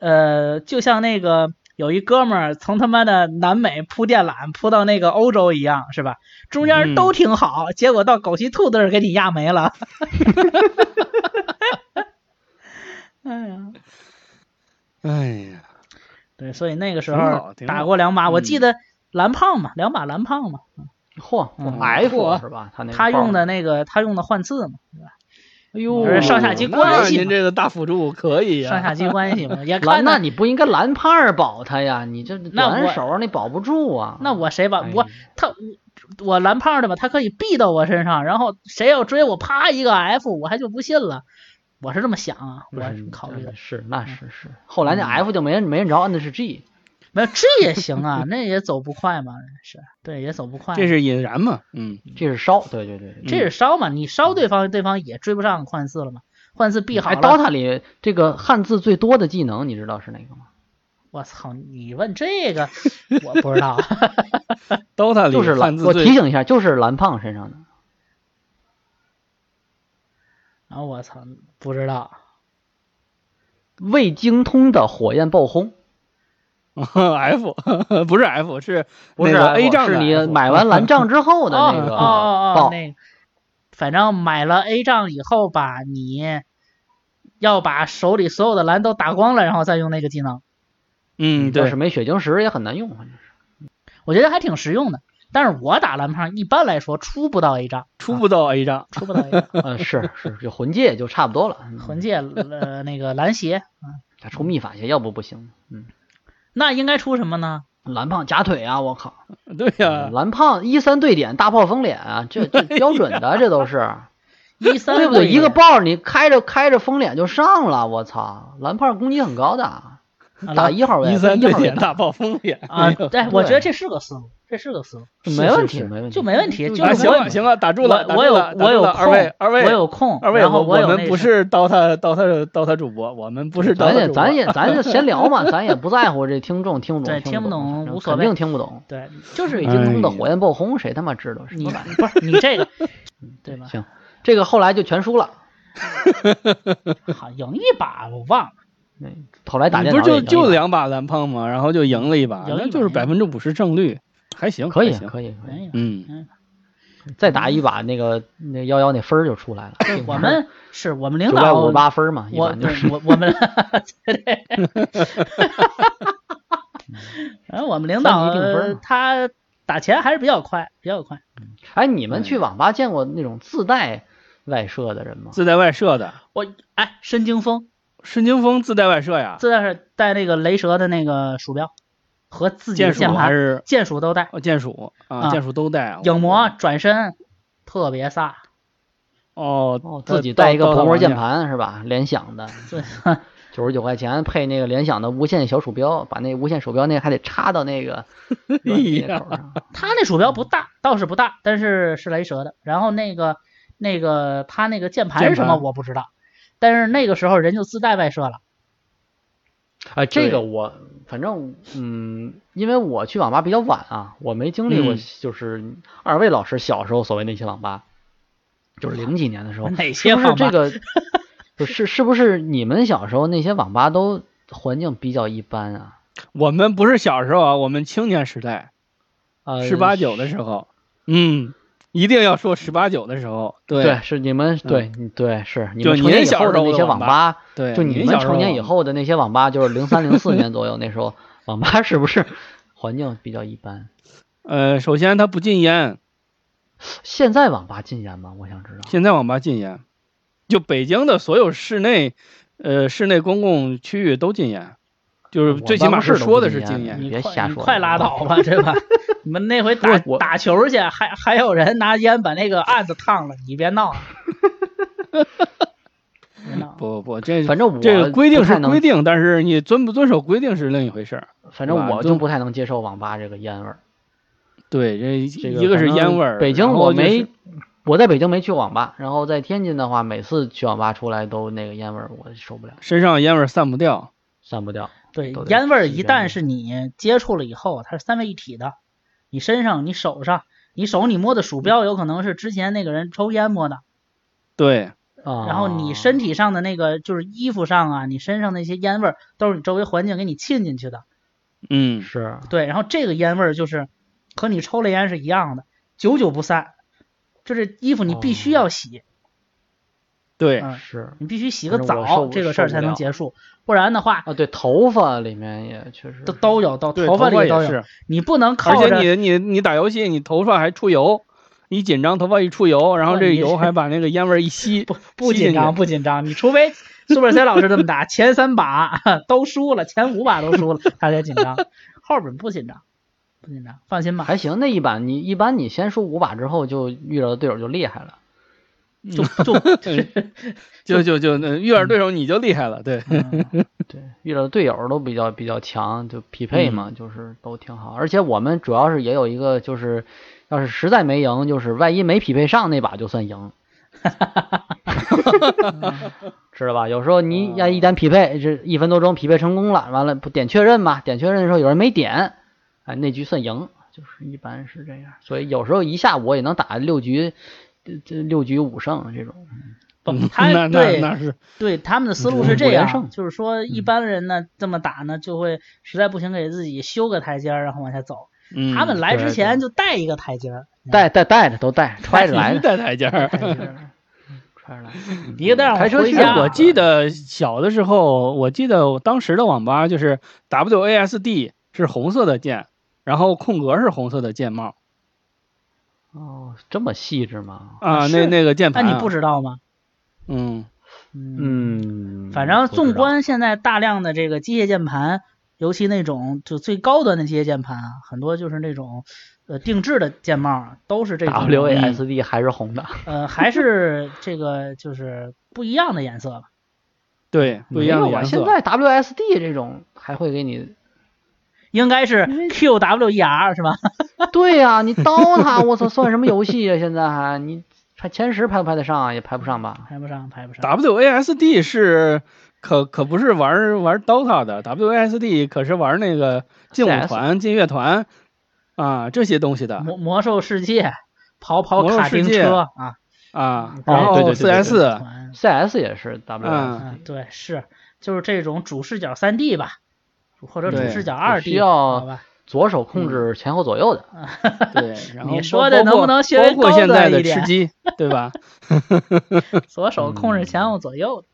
C: 呃，就像那个有一哥们儿从他妈的南美铺电缆铺到那个欧洲一样，是吧？
A: 嗯
C: 中间都挺好，结果到枸杞兔子这儿给你压没了。 [LAUGHS] 哎呀，
A: 嗯哎呀，
C: 对，所以那个时
A: 挺好
C: 候
A: 挺好
C: 打过两把，我记
A: 嗯
C: 得蓝胖嘛，两把蓝胖嘛，
B: [LAUGHS] 嚯
C: 嗯
B: ，F
C: 嚯
B: 是吧？他那个
C: 他
B: 棒
C: 用的那个他用的换刺嘛，
B: 哎
C: 就
B: 呦
C: 是上下级关
A: 那
C: 系嘛
A: 您这个大辅助可以呀，
C: 上下级关系嘛，也
B: 蓝，
C: 看
B: 那
C: 到
B: 你不应该蓝胖儿保他呀？你这
C: 那我
B: 短手你保不住啊。
C: 那我谁吧
B: 哎，
C: 我他我蓝胖的吧，他可以避到我身上，然后谁要追我，啪一个 F，我还就不信了。我是这么想啊，我是这么考虑的嗯
B: 嗯。是那是是，后来那 F 就没人没人着，摁的是 G。
C: 没有，这也行啊，那也走不快嘛，是对，也走不快。
A: 这是引燃嘛？嗯，
B: 这是烧，对对对。对
C: 这是烧嘛，你烧对方，对方也追不上幻四了嘛，幻四避好
B: 哎
C: 了。
B: ，DOTA 里这个汉字最多的技能，你知道是哪个吗？
C: 我操，你问这个我不知道， [LAUGHS]
A: DOTA 里
B: 就是
A: 汉
B: 蓝，
A: 字
B: 我
A: 最
B: 提醒一下，就是蓝胖身上的。
C: 然后啊我操不知道，
B: 未精通的火焰暴轰，
A: F [LAUGHS] 不是 F 是啊
B: 不
A: 那
B: 是
A: 个
B: F，
A: A 账
B: 是
A: 的
B: 你
A: F
B: 买完蓝杖之后的那个
C: 哦哦哦
B: 爆
C: 哦，，那个，反正买了 A 账以后吧，你要把手里所有的蓝都打光了，然后再用那个技能，
A: 嗯，
B: 要
A: 对
B: 是，没血晶石也很难用，反正是
C: 我觉得还挺实用的。但是我打蓝胖一般来说出不到 A 账，
A: 出不到 A 账，
C: 出不到 A 账。
B: 呃，是是，就魂戒就差不多了。嗯
C: 魂戒呃那个蓝鞋，
B: 它出秘法去，要不不行。嗯，
C: 那应该出什么呢？
B: 蓝胖假腿啊，我靠！嗯
A: 对
C: 嗯
A: 呀，
B: 蓝胖一三对点，大炮封脸啊，这这标准的，这都是
C: 一三啊
B: 对不对？一个
C: 包，
B: 爆你开着开着封脸就上了，我操！蓝胖攻击很高的，
C: 啊
B: 打
C: 老
B: 一号位，
A: 一三
B: 一
A: 对
B: 号位
A: 点
B: 打
A: 大暴风眼
C: 啊，
B: 哎
C: 对，我
B: 对
C: 觉得这是个思路，这是个思路，
B: 没问
A: 是
B: 题，
A: 是
B: 没问题，
C: 就没问题。
B: 就
C: 就是
A: 啊，
C: 是
A: 行
C: 我
A: 了行了，打住了，
C: 我我有
A: 打住了
C: 我有
A: 打住了二位
C: 空
A: 二位
C: 我有空，
A: 二位，
C: 然后
A: 我
C: 有
A: 们
C: 那
A: 不
C: 什么
A: 是刀他刀他刀他主播，我们不是刀
B: 咱
A: 他
B: 也
A: 主播，
B: 咱也咱就闲聊
A: [LAUGHS]
B: 嘛，咱也不在乎这听众听不懂，
C: 对
B: 听
C: 听不懂
B: 反正
C: 无所
B: 肯
C: 谓
B: 定听不懂。
C: 对，就是
B: 北
C: 已
A: 哎
B: 京
C: 经
B: 东的火焰爆轰，谁他妈知道是
C: 你
B: 吧？
C: 不是你
A: [LAUGHS]
C: 这个对吧？
B: 行，这个后来就全输了。 [LAUGHS]
C: 好，赢一把我忘了，
B: 嗯后来打
A: 你
B: 电
A: 不
B: 脑
A: 是就
B: 也赢
A: 就
B: 了
A: 两把蓝胖吗？然后就赢了一把，
C: 啊赢了
A: 那
C: 一把
A: 就是百分之五十胜率，还行，
B: 可以
A: 还行，
B: 可以，可以
C: 哎呀，
A: 嗯，
B: 再打一把那个那幺幺那分儿就出来了。
C: 对我们是我们领
B: 九百
C: 导
B: 嗯五十八分儿嘛，一
C: 我
B: 般就
C: 对
B: 是。
C: 我我
B: [LAUGHS]
C: 们，然呃后我们领导
B: 三级定分嘛
C: 他打钱还是比较快，比较快。
B: 哎，你们去网吧见过那种自带外设的人吗？
A: 自带外设的，
C: 我哎，申京风
A: 申京风自带外设呀，
C: 自带是带那个雷蛇的那个鼠标和自己的
A: 键鼠
C: 键
A: 还
C: 盘、
A: 是
C: 键鼠都带，
A: 哦键鼠啊，
C: 啊
A: 键鼠都带，
C: 影魔转身特别飒，
A: 哦
B: 哦，
A: 他
B: 自己带一个薄膜键，
A: 刀刀他
B: 盘是吧？联想的，
C: 对，
B: 九十九块钱配那个联想的无线小鼠标，把那无线手标那还得插到那 [LAUGHS] 个软体那口上。
C: 他那鼠标不大，倒是不大，但是是雷蛇的。然后那个那个他那个键盘是什
A: 键
C: 么
A: 盘
C: 我不知道，但是那个时候人就自带外设了。
B: 啊，这
A: 对
B: 个我反正嗯，因为我去网吧比较晚啊，我没经历过
A: 嗯
B: 就是二位老师小时候所谓那些网吧，就是零几年的时候，
C: 哪
B: 是
C: 些
B: 不
C: 网
B: 是
C: 吧
B: 这个 [LAUGHS] 不是是不是你们小时候那些网吧都环境比较一般啊？
A: 我们不是小时候啊，我们青年时代，
B: 呃，
A: 十八九的时候，嗯，一定要说十八九的时候，
B: 对，是你们对你对是你们
A: 嗯就
B: 成年
A: 您
B: 以
A: 小
B: 后
A: 时
B: 的
A: 候
B: 那
A: 的
B: 些
A: 网
B: 网吧，
A: 对，
B: 就你
A: 您
B: 们
A: 小时候
B: 成年以后的那些网吧，就是零三零四年左右 [LAUGHS] 那时候，网吧是不是环境比较一般？
A: 呃，首先它不禁烟，
B: 现在网吧禁烟吗？我想知道。
A: 现在网吧禁烟，就北京的所有室内，呃，室内公共区域都禁烟，就是最起码是说的是禁
B: 我办公室都禁烟
A: 烟。
C: 你
B: 哎别
C: 快
B: 瞎
C: 你
B: 说
C: 快
B: 了
C: 拉
B: 我
C: 倒
B: [LAUGHS]
C: 吧，对吧？你们那回打
B: 我
C: 打球去，还还有人拿烟把那个案子烫了，你
B: [LAUGHS]
C: 别闹了，别闹了。
A: 不不不，这
B: 反正我
A: 这个规定
B: 不太
A: 是
B: 能
A: 规，定，但是你遵不遵守规定是另一回事儿。
B: 反正
A: 是吧
B: 我
A: 就
B: 就不太能接受网吧这个烟味儿。
A: 对，这
B: 这
A: 一个是
B: 反正
A: 烟味儿，
B: 北京
A: 然后
B: 我
A: 就是
B: 没，我在北京没去网吧，然后在天津的话，每次去网吧出来都那个烟味儿，我受不了，
A: 身上烟味儿散不掉。
B: 散不掉。
C: 对
B: 都，得
C: 烟味儿
B: 吸
C: 一
B: 烟
C: 旦
B: 味
C: 是你接触了以后，它是三位一体的，你身上、你手上、你手你摸的鼠标，有可能是之前那个人抽烟摸的，
A: 对，
B: 啊，
C: 然后你身体上的那个就是衣服上啊，你身上那些烟味儿都是你周围环境给你沁进去的。
A: 嗯，
B: 是
C: 对，然后这个烟味儿就是和你抽了烟是一样的，久久不散。就是衣服你必须要洗，
A: 对，
C: 嗯，
B: 是
C: 你必须洗个
B: 反正我受
C: 澡，
B: 不
C: 这个事儿
B: 受不
C: 才能
B: 了
C: 结束，不然的话
B: 啊，对，头发里面也确实
C: 都都有，都
A: 对，
C: 头发里
A: 也
C: 都有，
A: 是，
C: 你不能靠
A: 而
C: 着
A: 且你你你打游戏，你头发还出油，你紧张头发一出油，然后
C: 对
A: 这
C: 你
A: 油
C: 是
A: 还把那个烟味儿一吸，
C: [LAUGHS] 不不
A: 吸进
C: 紧张
A: 去
C: 不紧张，你除非 Super C 老师这么打，前三把都输了，前五把都输了，他才紧张，后边不紧张，不紧张，放心吧，
B: 还行。那一把你一般你先输五把之后，就遇到的队友就厉害了。
C: 就就
A: 就就就那遇到对手你就厉害了，对，
C: 嗯
B: 对，遇到的队友都比较比较强，就匹配嘛，就是都挺好。而且我们主要是也有一个，就是要是实在没赢，就是万一没匹配上那把就算赢，知道吧？有时候你要一旦匹配，这一分多钟匹配成功了，完了不点确认嘛？点确认的时候有人没点，哎，那局算赢，就是一般是这样。所以有时候一下午也能打六局，这这六局五胜这种。
C: [LAUGHS]
A: [LAUGHS]
C: 不，
A: 嗯那
C: 他
A: 那
C: 对
A: 那是
C: 对他们的思路
B: 嗯
C: 是这
B: 五连
C: 样，
B: 胜
C: 就是说一般人呢这么打呢，就会实在不行给自己修个台阶儿，然后往下走。
A: 嗯
C: 他们来之
A: 对
C: 前就带一个台阶儿，
B: 带带带着都 [LAUGHS] 带，揣着
A: 对必
B: 来
A: 须带
B: 的，
A: 台阶儿。
B: 揣
C: [LAUGHS]
B: 着来的，揣着来的。
C: 一个带让
B: 开车
C: 我回
B: 去
C: 家
B: 啊
A: 哎我记得小的时候，我记得我当时的网吧就是 WASD 是红色的键，然后空格是红色的键帽
B: 哦，这么细致吗？
A: 啊，
C: 是
A: 那那个键
C: 那
A: 盘啊，
C: 你不知道吗？
A: 嗯，
C: 嗯，
B: 嗯，
C: 反正
B: 不知
C: 纵
B: 道
C: 观现在大量的这个机械键盘，尤其那种就最高端的机械键盘啊，很多就是那种呃定制的键帽啊，都是这种
B: WASD 还是红的，
C: 呃还是这个就是不一样的颜色吧。
A: 对，不
B: 没
A: 一样的
B: 有啊，
A: 颜
B: 现
A: 色。
B: 在 WSD 这种还会给 [LAUGHS] 你，
C: 应该是 QWER 是吧？
B: 对呀、你刀它，我操，算什么游戏啊？现在还你排前十排不排得上啊？也排不上吧？
C: 排不上，排不上。
A: WASD 是可可不是玩玩 DOTA 的，WASD 可是玩那个劲舞
B: CS
A: 团、劲乐团啊这些东西的
C: 魔魔兽世界，跑跑
A: 魔兽
C: 卡
A: 世
C: 丁
A: 界
C: 车啊，
A: 啊。
C: 哦
A: 然
D: 对
A: 后
D: 对对对
A: CS
C: 团
B: CS 也是 WSD，、
A: 嗯
C: 嗯，对，是就是这种主视角三 D 吧，或者主
A: 对
C: 视角二 D，
B: 需要
C: 好
B: [LAUGHS]
C: 吧？
B: 左手控制前后左右的，
A: 对，然后
C: 你
A: 包
C: 说的能不能稍微
A: 包括包括
C: 高
A: 现在
C: 端
A: 的
C: 一点
A: 吃鸡，对吧？
C: 左手控制前后左右，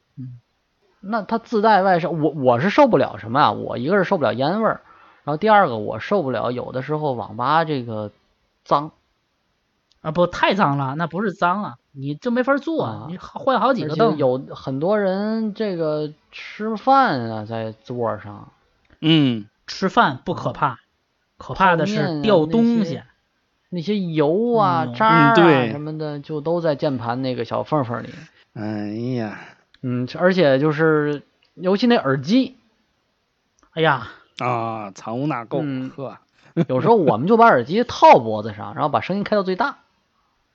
B: 那它自带外伤，我我是受不了什么啊？我一个是受不了烟味儿，然后第二个我受不了有的时候网吧这个脏，
C: 啊，不太脏了，那不是脏啊，你就没法坐，
B: 啊
C: 你好换好几
B: 而
C: 个
B: 且
C: 凳，
B: 有很多人这个吃饭啊在座儿上，
A: 嗯，
C: 吃饭不可怕，可怕的
B: 泡面
C: 是
B: 啊
C: 掉
B: 那
C: 东
B: 些
C: 西。
B: 那些油啊、
C: 嗯
B: 渣儿
A: 嗯对
B: 啊什么的就都在键盘那个小缝缝里。
A: 哎呀
B: 嗯，而且就是尤其那耳机，
C: 哎呀，
A: 啊，藏污纳垢，
B: 嗯
A: 呵
B: 有时候我们就把耳机套脖子上，然后把声音开到最大。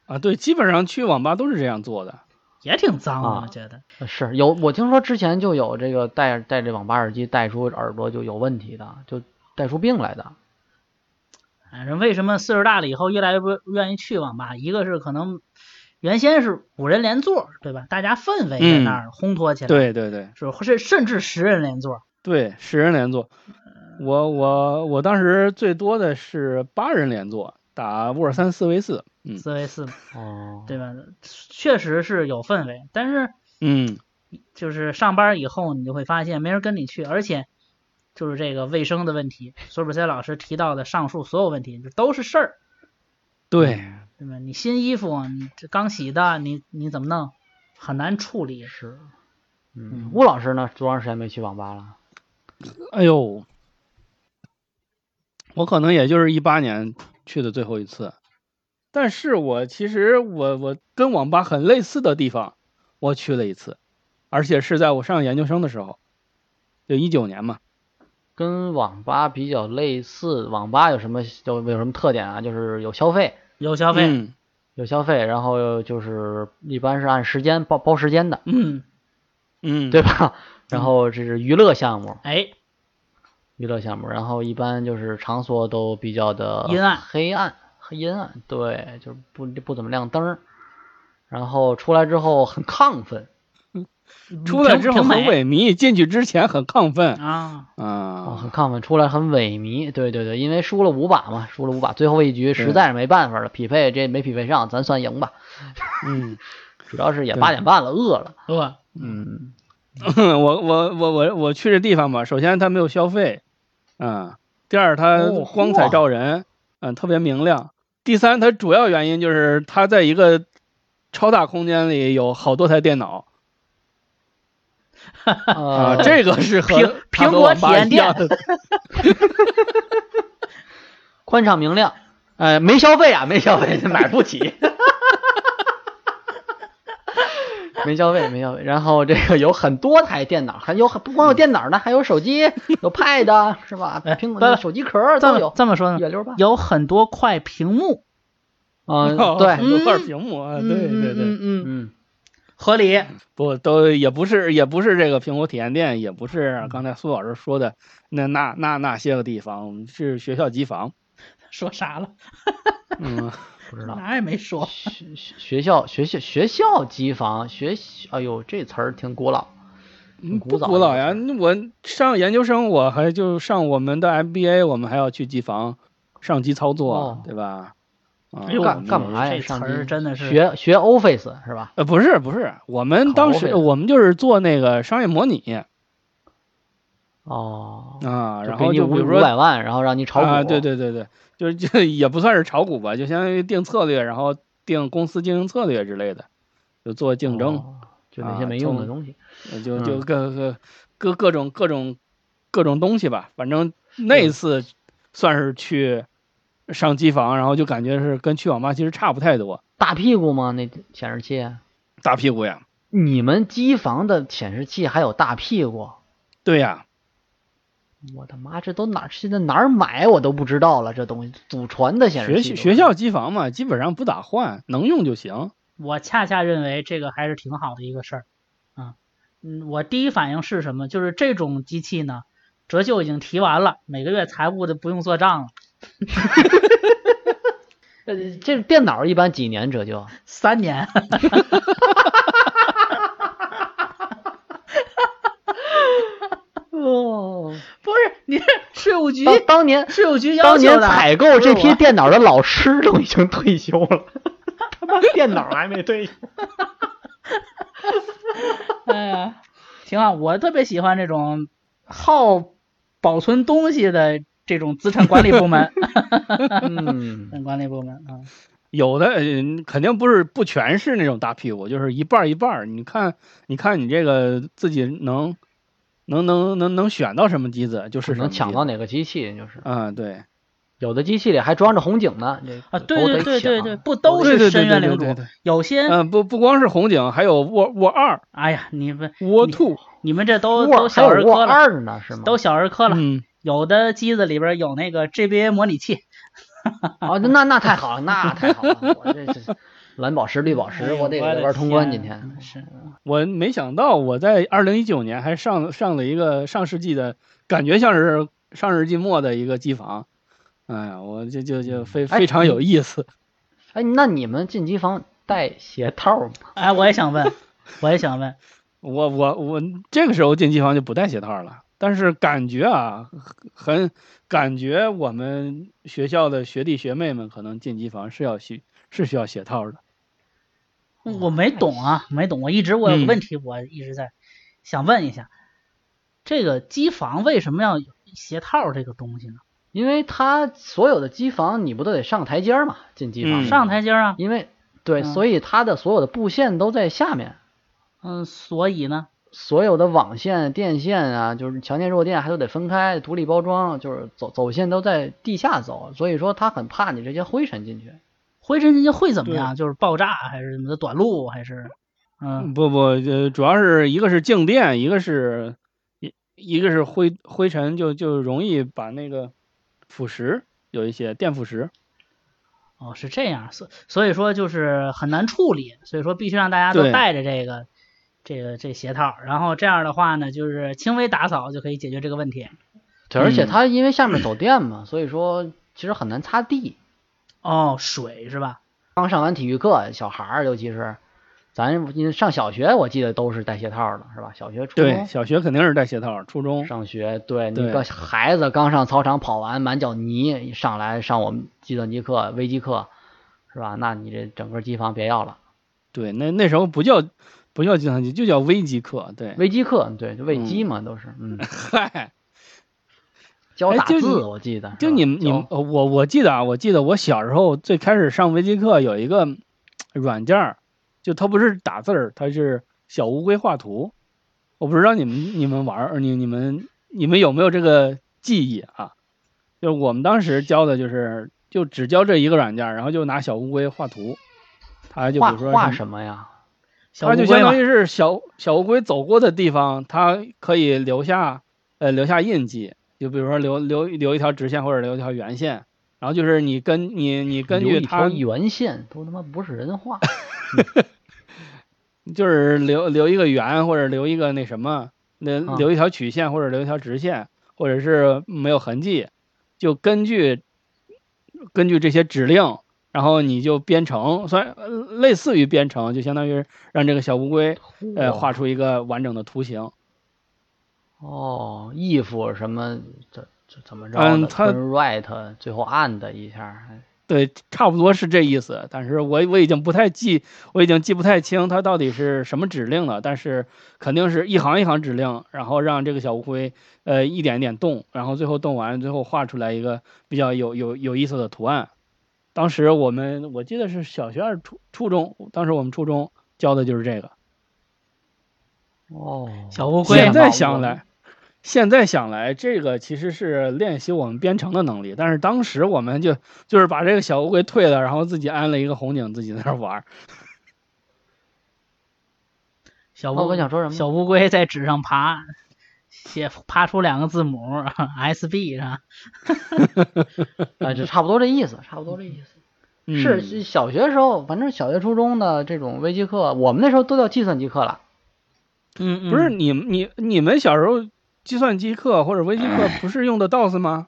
A: 啊，对，基本上去网吧都是这样做的。
C: 也挺脏的，
B: 啊
C: 我觉得。
B: 呃是有，我听说之前就有这个戴戴这网吧耳机戴出耳朵就有问题的，就戴出病来的。
C: 反正为什么岁数大了以后越来越不愿意去网吧？一个是可能原先是五人连座，对吧？大家氛围在那儿烘托起来，
A: 对对对
C: 是甚甚至十人连座，
A: 对，十人连坐。
C: 嗯
A: 我我我当时最多的是八人连坐，打沃尔三四 v 四。嗯
C: 四 v 四，
B: 哦，
C: 对吧？确实是有氛围，但是
A: 嗯，
C: 就是上班以后你就会发现没人跟你去，而且就是这个卫生的问题，索普塞老师提到的上述所有问题，这都是事儿，
A: 对，
C: 对吧？你新衣服你这刚洗的，你你怎么弄？很难处理，
B: 是。嗯，吴老师呢？多长时间没去网吧了？
A: 哎呦，我可能也就是一八年去的最后一次，但是我其实我我跟网吧很类似的地方，我去了一次，而且是在我上研究生的时候，就一九年嘛。
B: 跟网吧比较类似，网吧有什么有有什么特点啊？就是有消费，
C: 有消费，
A: 嗯
B: 有消费，然后就是一般是按时间包包时间的，
C: 嗯，
A: 嗯，
B: 对
C: [LAUGHS]
B: 吧？然后这是娱乐项目，
C: 哎，
B: 娱乐项目，然后一般就是场所都比较的
C: 阴暗
B: 黑暗、黑阴暗，对，就是不不怎么亮灯儿。然后出来之后很亢奋
A: 嗯出来之后
C: 挺
A: 很
C: 挺
A: 萎
C: 美
A: 靡，进去之前很亢奋
C: 啊，
B: 啊，
A: 啊
B: 很。亢奋，出来很萎靡，对对对，因为输了五把嘛，输了五把，最后一局实在是没办法了，匹配这没匹配上，咱算赢吧。
A: 嗯，
B: 主要是也
A: 对
B: 八点半了，饿了，
C: 饿，
B: 嗯，
A: [LAUGHS] 我我我我我去这地方吧，首先它没有消费，嗯，第二它
B: 哦
A: 光彩
B: 嚯
A: 照人，嗯，特别明亮。第三，它主要原因就是它在一个超大空间里有好多台电脑啊，
B: 啊
A: 这个是和
C: 苹
A: 它和
C: 苹果
A: 网吧
C: 体验
A: 一
B: [LAUGHS]
A: 样的，
B: 宽敞明亮，呃，没消费啊，没 [LAUGHS] 消费，买不 [LAUGHS] 起。没消费，没消费。然后这个有很多台电脑，还有很不光有电脑呢，还有手机，有 Pad 啊是吧？
C: 哎
B: 苹果
C: 不
B: 的手机壳儿
C: 这
B: 都
C: 么
B: 有，
C: 这么说呢，
B: 也溜吧。
C: 有很多块屏幕，
B: 嗯，
A: 很 [LAUGHS]
B: 对，
A: 多块屏幕啊，
C: 嗯
A: 对对
C: 嗯
A: 对，
C: 嗯，嗯
B: 嗯，[LAUGHS]
C: 合理，
A: 不都也不是也不是这个苹果体验店，也不是刚才苏老师说的那那那那些个地方，是学校机房，
C: 说啥了？
A: 嗯。
B: 不知道。
C: 哪儿也没说，
B: 学学学校学校学校机房学，哎呦，这词儿挺古老。
A: 嗯，
B: 古
A: 不
B: 早
A: 古
B: 的
A: 老
B: 一个
A: 呀！
B: 事
A: 那我上研究生，我还就上我们的 MBA，我们还要去机房上机操作，
B: 哦
A: 对吧？啊、
C: 哎呦
A: 我
B: 干
A: 们
B: 干嘛呀？
C: 这词
B: 上
C: 儿
B: 机
C: 真的是
B: 学学 Office 是吧？
A: 呃，不是不是，我们
B: 拷
A: 当
B: 贝
A: 时
B: 的
A: 我们就是做那个商业模拟
B: 哦，
A: 啊，然
B: 给
A: 后
B: 你
A: 就比
B: 五
A: 如
B: 五
A: 说
B: 百万，然后让你炒股。
A: 啊，对对对对，就是 [LAUGHS] 就也不算是炒股吧，就相当于定策略，然后定公司经营策略之类的，就做竞争，
B: 哦就那些
A: 啊
B: 没用的
A: 从
B: 东西。
A: 呃就
B: 嗯
A: 就各各各各种各种各种东西吧，反正那次算是去上机房，然后就感觉是跟去网吧其实差不太多，
B: 大屁股吗？那显示器？
A: 大屁股呀，
B: 你们机房的显示器还有大屁股，
A: 对呀、
B: 我的妈，这都哪儿现在哪儿买我都不知道了，这东西祖传的显
A: 学
B: 示器
A: 学
B: 都是，
A: 学校机房嘛，基本上不咋换，能用就行。
C: 我恰恰认为这个还是挺好的一个事儿，啊，嗯，我第一反应是什么？就是这种机器呢，折旧已经提完了，每个月财务的不用做账了，
B: 呃这电脑一般几年折旧？啊
C: 三年。 [LAUGHS]
B: 哦，
C: 不是，你是税务局，
B: 当当年
C: 税务局要
B: 当
C: 求
B: 年
C: 的。啊
B: 采购这
C: 不是
B: 批
C: 我
B: 电脑的老师都已经退休了， [LAUGHS] 他妈电脑还没退休。
C: [LAUGHS] 哎呀，挺好，我特别喜欢这种好保存东西的这种资产管理部门，
B: 嗯
C: 资，产管理部门啊，
A: 有的、嗯肯定不是不全是那种大屁股，就是一半儿一半儿。你看，你看你这个自己能能能能能选到什么机子， [LAUGHS] 就是什么
B: 能抢
A: 机
B: 到
A: 子
B: 哪个机器就是，
A: 啊？对
B: 有的机器里还装着红警呢。这
C: 啊，
B: 都
C: 对对对对对，，不
A: 对
C: 都
A: 对对
C: 是深渊
A: 对
C: 领
A: 对对
C: 主
A: 对，
C: 有些，
A: 嗯、不不光是红警，还有沃沃二、
C: 哎呀，你们
A: 沃
C: 你
A: two，
C: 你们这都
B: 沃
C: 都
B: 还
C: 小儿
B: 有沃
C: 科了，
B: 二呢是吗？
C: 都小儿科了，
A: 嗯，
C: 有的机子里边有那个 GBA 模拟器，
B: 哦，那那太好了，那太
C: [LAUGHS]
B: 好了，我这这蓝宝石、绿宝
C: 哎
B: 石，
C: 呦
B: 我得给他
C: 的
B: 玩通关。今
C: 天
B: 天
C: 哎是
A: 我没想到我在二零一九年还上上了一个上世纪的感觉，像是上世纪末的一个机房。哎呀，我就就就非
B: 哎
A: 非常有意思。
B: 哎，那你们进机房带鞋套吗？
C: 哎，我也想问，我也想问，
A: 我我我这个时候进机房就不带鞋套了，但是感觉啊，很感觉我们学校的学弟学妹们可能进机房是要需是需要鞋套的。
C: 我没懂啊，没懂。我一直我有个
A: 嗯
C: 问题，我一直在想问一下，这个机房为什么要有鞋套这个东西呢？
B: 因为他所有的机房你不都得上台阶儿嘛？进机房、
A: 嗯
C: 上，台阶儿啊，
B: 因为对，
C: 嗯
B: 所以它的所有的布线都在下面，
C: 嗯，所以呢，
B: 所有的网线、电线啊，就是强电、弱电还都得分开，独立包装，就是走走线都在地下走，所以说他很怕你这些灰尘进去。
C: 回神进去会怎么样？就是爆炸还是怎么的短路还是？嗯，
A: 不不，呃，主要是一个是静电，一个是一一个是灰灰尘就，就容易把那个腐蚀有一些电腐蚀。
C: 哦，是这样，所所以说就是很难处理，所以说必须让大家都
A: 对
C: 带着这个这个这鞋套，然后这样的话呢，就是轻微打扫就可以解决这个问题。
B: 对，而且
A: 嗯
B: 它因为下面走电嘛，所以说其实很难擦地。
C: 哦，水是吧？
B: 刚上完体育课，小孩儿尤其是，咱因为上小学我记得都是带鞋套的，是吧？小学、初
A: 对，
B: 中
A: 小学肯定是带鞋套，初中
B: 哦上学，对你
A: 对
B: 个孩子刚上操场跑完满脚泥，一上来上我们计算机课、微机课，是吧？那你这整个机房别要了。
A: 对，那那时候不叫不叫计算机，就叫微机课。对，
B: 微机课，对，就喂鸡嘛，都是，嗯，
A: 嗨，
B: 教
A: 哎
B: 打
A: 就
B: 字，
A: 你
B: 我记得，
A: 就是
B: 吧
A: 你们你们
B: 教
A: 呃我我记得啊，我记得我小时候最开始上微机课有一个软件儿，就它不是打字儿，它是小乌龟画图。我不知道你们你们玩儿，呃你你们你们有没有这个记忆啊？就是我们当时教的就是就只教这一个软件儿，然后就拿小乌龟画图，它就比
B: 画
A: 如说
B: 画
A: 么
B: 什么呀？
C: 小
A: 它
C: 乌
A: 就
C: 龟
A: 相
C: 嘛
A: 当于是小小乌龟走过的地方，它可以留下呃留下印记，就比如说留留留一条直线或者留一条圆线，然后就是你根你你根
B: 留
A: 据
B: 一条
A: 它
B: 圆线都他妈不是人
A: [LAUGHS]
B: 画，
A: 就是留留一个圆或者留一个那什么，留
B: 啊
A: 留一条曲线或者留一条直线，或者是没有痕迹，就根据根据这些指令，然后你就编程，算呃类似于编程，就相当于让这个小乌龟呃画出一个完整的图形。
B: 哦，if 什么这这怎么着的？
A: 嗯它
B: turn right 最后 and 一下，哎
A: 对，差不多是这意思。但是我我已经不太记，我已经记不太清它到底是什么指令了。但是肯定是一行一行指令，然后让这个小乌龟呃一点一点动，然后最后动完，最后画出来一个比较有有有意思的图案。当时我们我记得是小学还是初初中，当时我们初中教的就是这个。
B: 哦，
C: 小乌龟
A: 现
B: 见
A: 在
B: 到
A: 想
B: 过
A: 来，现在想来，这个其实是练习我们编程的能力。但是当时我们就就是把这个小乌龟退了，然后自己安了一个红警，自己在那儿玩儿。
C: 小
B: 哦，
C: 乌
B: 我想说什么？
C: 小乌龟在纸上爬，写爬出两个字母 S B 是吧？
B: 啊，就差不多这意思，差不多这意思。
A: 嗯
B: 是小学时候，反正小学、初中的这种微积课，我们那时候都叫计算机课了。
C: 嗯，
A: 不是你们你你们小时候计算机课或者微机课不是用的 DOS 吗？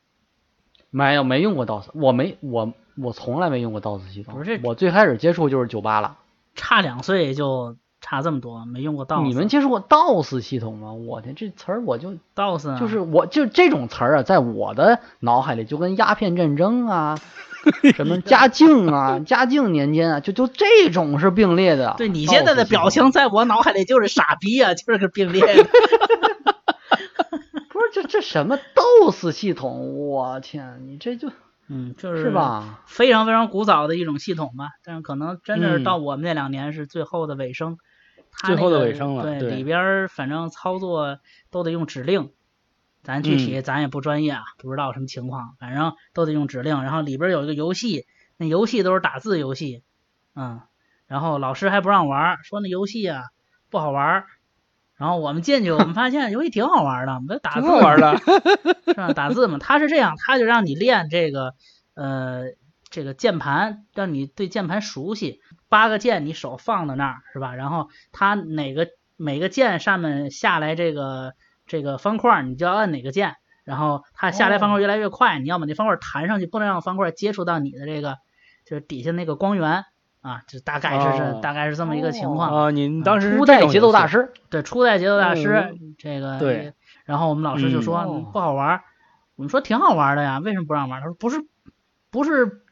B: 没有，没用过 DOS，我没我我从来没用过 DOS 系统。
C: 不是
B: 我最开始接触就是九八了。
C: 差两岁就差这么多，没用过 DOS。
B: 你们接触过 DOS 系统吗？我天，这词儿我就
C: DOS 啊
B: 就是我就这种词儿啊，在我的脑海里就跟鸦片战争
C: [LAUGHS]
B: 啊，什么嘉靖啊，嘉靖年间啊，就就这种是并列的。
C: 对你现在
B: DOS
C: 的
B: 系统
C: 表情，在我脑海里就是傻逼啊，就是个并列
B: [LAUGHS]
C: 的。
B: 不是这这什么 DOS 系统？我天，你这就
C: 嗯，就是
B: 吧？
C: 非常非常古早的一种系统吧，但是可能真的
B: 嗯
C: 是到我们那两年是最后的尾声，它
A: 最
C: 那
A: 后的
C: 个
A: 尾声了
C: 对，
A: 对
C: 里边儿反正操作都得用指令，咱具体
A: 嗯
C: 咱也不专业啊，不知道什么情况，反正都得用指令。然后里边有一个游戏，那游戏都是打字游戏，嗯，然后老师还不让玩儿，说那游戏啊不好玩儿。然后我们进去，我们发现游戏挺好玩儿的，我们就打
A: 挺
C: 字
A: 好玩的。
C: 是吧？打字嘛，他是这样，他就让你练这个呃这个键盘，让你对键盘熟悉。八个键你手放到那儿是吧？然后它哪个每个键上面下来这个这个方块，你就要按哪个键。然后它下来方块越来越快，你要把那方块弹上去，不能让方块接触到你的这个就是底下那个光源啊，就大概是这、
A: 哦
C: 大概是这么一个情况。
A: 啊，你当时是
B: 初
A: 这
B: 代
A: 种
B: 节奏
A: 游戏
B: 大师，
C: 对，初代节奏大师、
A: 嗯
C: 这个
A: 对，
C: 然后我们老师就说、
B: 嗯
C: 嗯不好玩儿，我们说挺好玩儿的呀，为什么不让玩儿？他说不是不是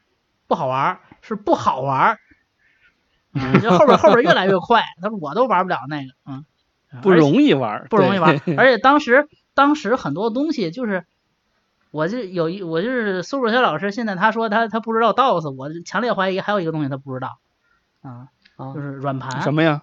C: 不好玩儿，是不好玩儿。嗯，就后边后边越来越快，他说我都玩不了那个，嗯，
A: [LAUGHS] 不
C: 而且
A: 容易玩，
C: 不容易
A: 对
C: 玩。而且当时当时很多东西就是，我就有一我就是苏若雪老师，现在他说他他不知道 DOS，我强烈怀疑还有一个东西他不知道，啊、
B: 啊
C: 就是软盘。
A: 什么呀？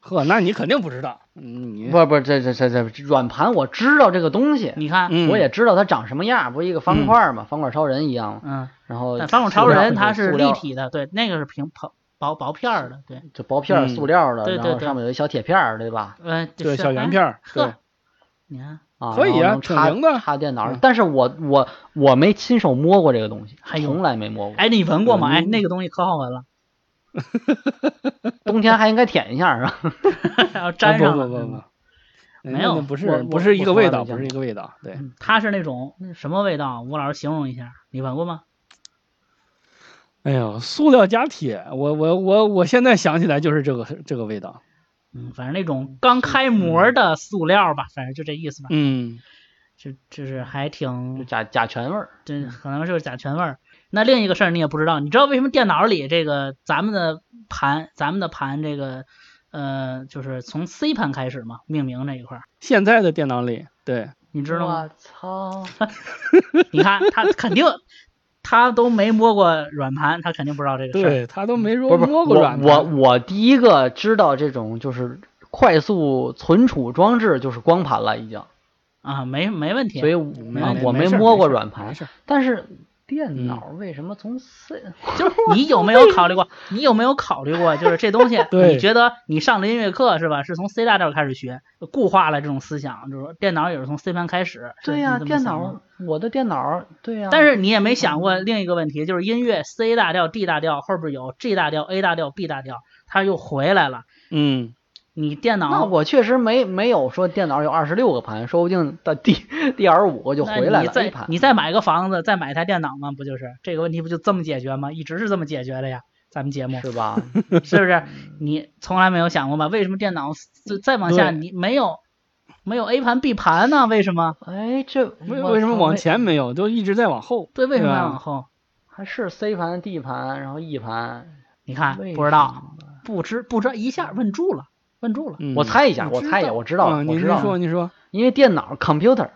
A: 呵，那你肯定不知道，嗯你
B: 不是不是，这这这这软盘我知道这个东西，
C: 你看，
A: 嗯
B: 我也知道它长什么样，不是一个方块嘛，方块超人一样嘛。
C: 嗯，
B: 然后
C: 但反恐
B: 塑
C: 超
B: 料
C: 人它是
B: 塑料
C: 立体的，对，那个是平薄薄薄片儿的，对，
B: 就薄片儿
A: 嗯
B: 塑料的，
C: 对
B: 然
C: 对
B: 后
C: 对
B: 上面有一小铁片儿，对吧？
C: 呃，
A: 对
C: 是
A: 小圆，片儿，
C: 哎
A: 对
C: 呵，你看，
B: 啊，
A: 可以啊
B: 然后能
A: 挺
B: 插
A: 灵的
B: 插电脑上
A: 嗯。
B: 但是我我我没亲手摸过这个东西，
C: 哎呦
B: 从来没摸过。
C: 哎，你闻过吗？哎，
B: 嗯
C: 那个东西可好闻了， [LAUGHS]
B: 冬天还应该舔一下是吧？
C: 然后粘上
A: 啊不不
C: 了，
A: 不不，嗯
C: 没有
A: 那不
B: 我
A: 是不
B: 我
A: 是一个
B: 我从
A: 味
B: 来没
A: 道，
B: 见
A: 不是一个味道，对，
C: 嗯它是那种那什么味道？啊吴老师形容一下，你闻过吗？
A: 哎呦，塑料加铁，我我我我现在想起来就是这个这个味道，
C: 嗯，反正那种刚开模的塑料吧，反正就这意思吧，
A: 嗯，
C: 就就是还
B: 就
C: 挺，
B: 甲甲醛味儿。
C: 这可能就是甲醛味儿。那另一个事儿你也不知道，你知道为什么电脑里这个咱们的盘，咱们的盘这个，呃，就是从 C 盘开始嘛，命名这一块儿，
A: 现在的电脑里，对，
C: 你知道
B: 我
C: 吗？
B: 操！
C: 你看他肯定，他都没摸过软盘，他肯定不知道这个事儿。
A: 对他都没说
B: 不是不
A: 摸
B: 是，
A: 过
B: 我
A: 软
B: 我
A: 盘，
B: 我第一个知道这种就是快速存储装置就是光盘了已经，
C: 啊，没没问题。
B: 所以我
A: 没
B: 啊
A: 没
B: 我
A: 没事儿
B: 摸过
A: 没事儿
B: 软
A: 没
B: 盘，
A: 事儿，
B: 但是电脑为什么从 C
C: 就是你有没有考虑过？ [LAUGHS] 你有没有考虑过？就是这东西
A: 对
C: 你觉得你上的音乐课是吧？是从 C 大调开始学，固化了这种思想，就是说电脑也是从 C 盘开始。是
B: 对呀、
C: 你这么
B: 电
C: 想
B: 脑
C: 的，
B: 我的电脑，对呀、
C: 但是你也没想过另一个问题，就是音乐 C 大调、D 大调后边有 G 大调、A 大调、B 大调，它又回来了。
A: 嗯，
C: 你电
B: 那
C: 脑，
B: 我确实没没有说电脑有二十六个盘，说不定到第第二五就
C: 那
B: 回来
C: 你
B: 了
C: 再
B: A 盘。
C: 你再买个房子，再买一台电脑嘛，不就是这个问题不就这么解决吗？一直是这么解决的呀，咱们节
B: [LAUGHS]
C: 目。
B: 是
C: [LAUGHS]
B: 吧？
C: 是不是？你从来没有想过吧？为什么电脑就再往下
A: 对
C: 你没有没有 A 盘 B 盘呢？为什么？
B: 哎，这
A: 为
B: 我
A: 为什么
B: 操
A: 往前没有，都一直在往后，
C: 对，为什么
B: 啊
A: 对
C: 要
A: 吧
C: 往后？
B: 还是 C 盘、D 盘，然后 E 盘？
C: 你看
B: 为
C: 啊不知
B: 什
C: 道，
B: 么
C: 不知不知一下问住了，问住了。
A: 嗯
B: 我猜一下，
A: 你
B: 我
A: 知
B: 猜一下，
A: 道
B: 我知道
A: 啊
B: 了，我
A: 您
B: 知
A: 您
B: 道
A: 说
B: 了，
A: 您说，
B: 因为电脑 computer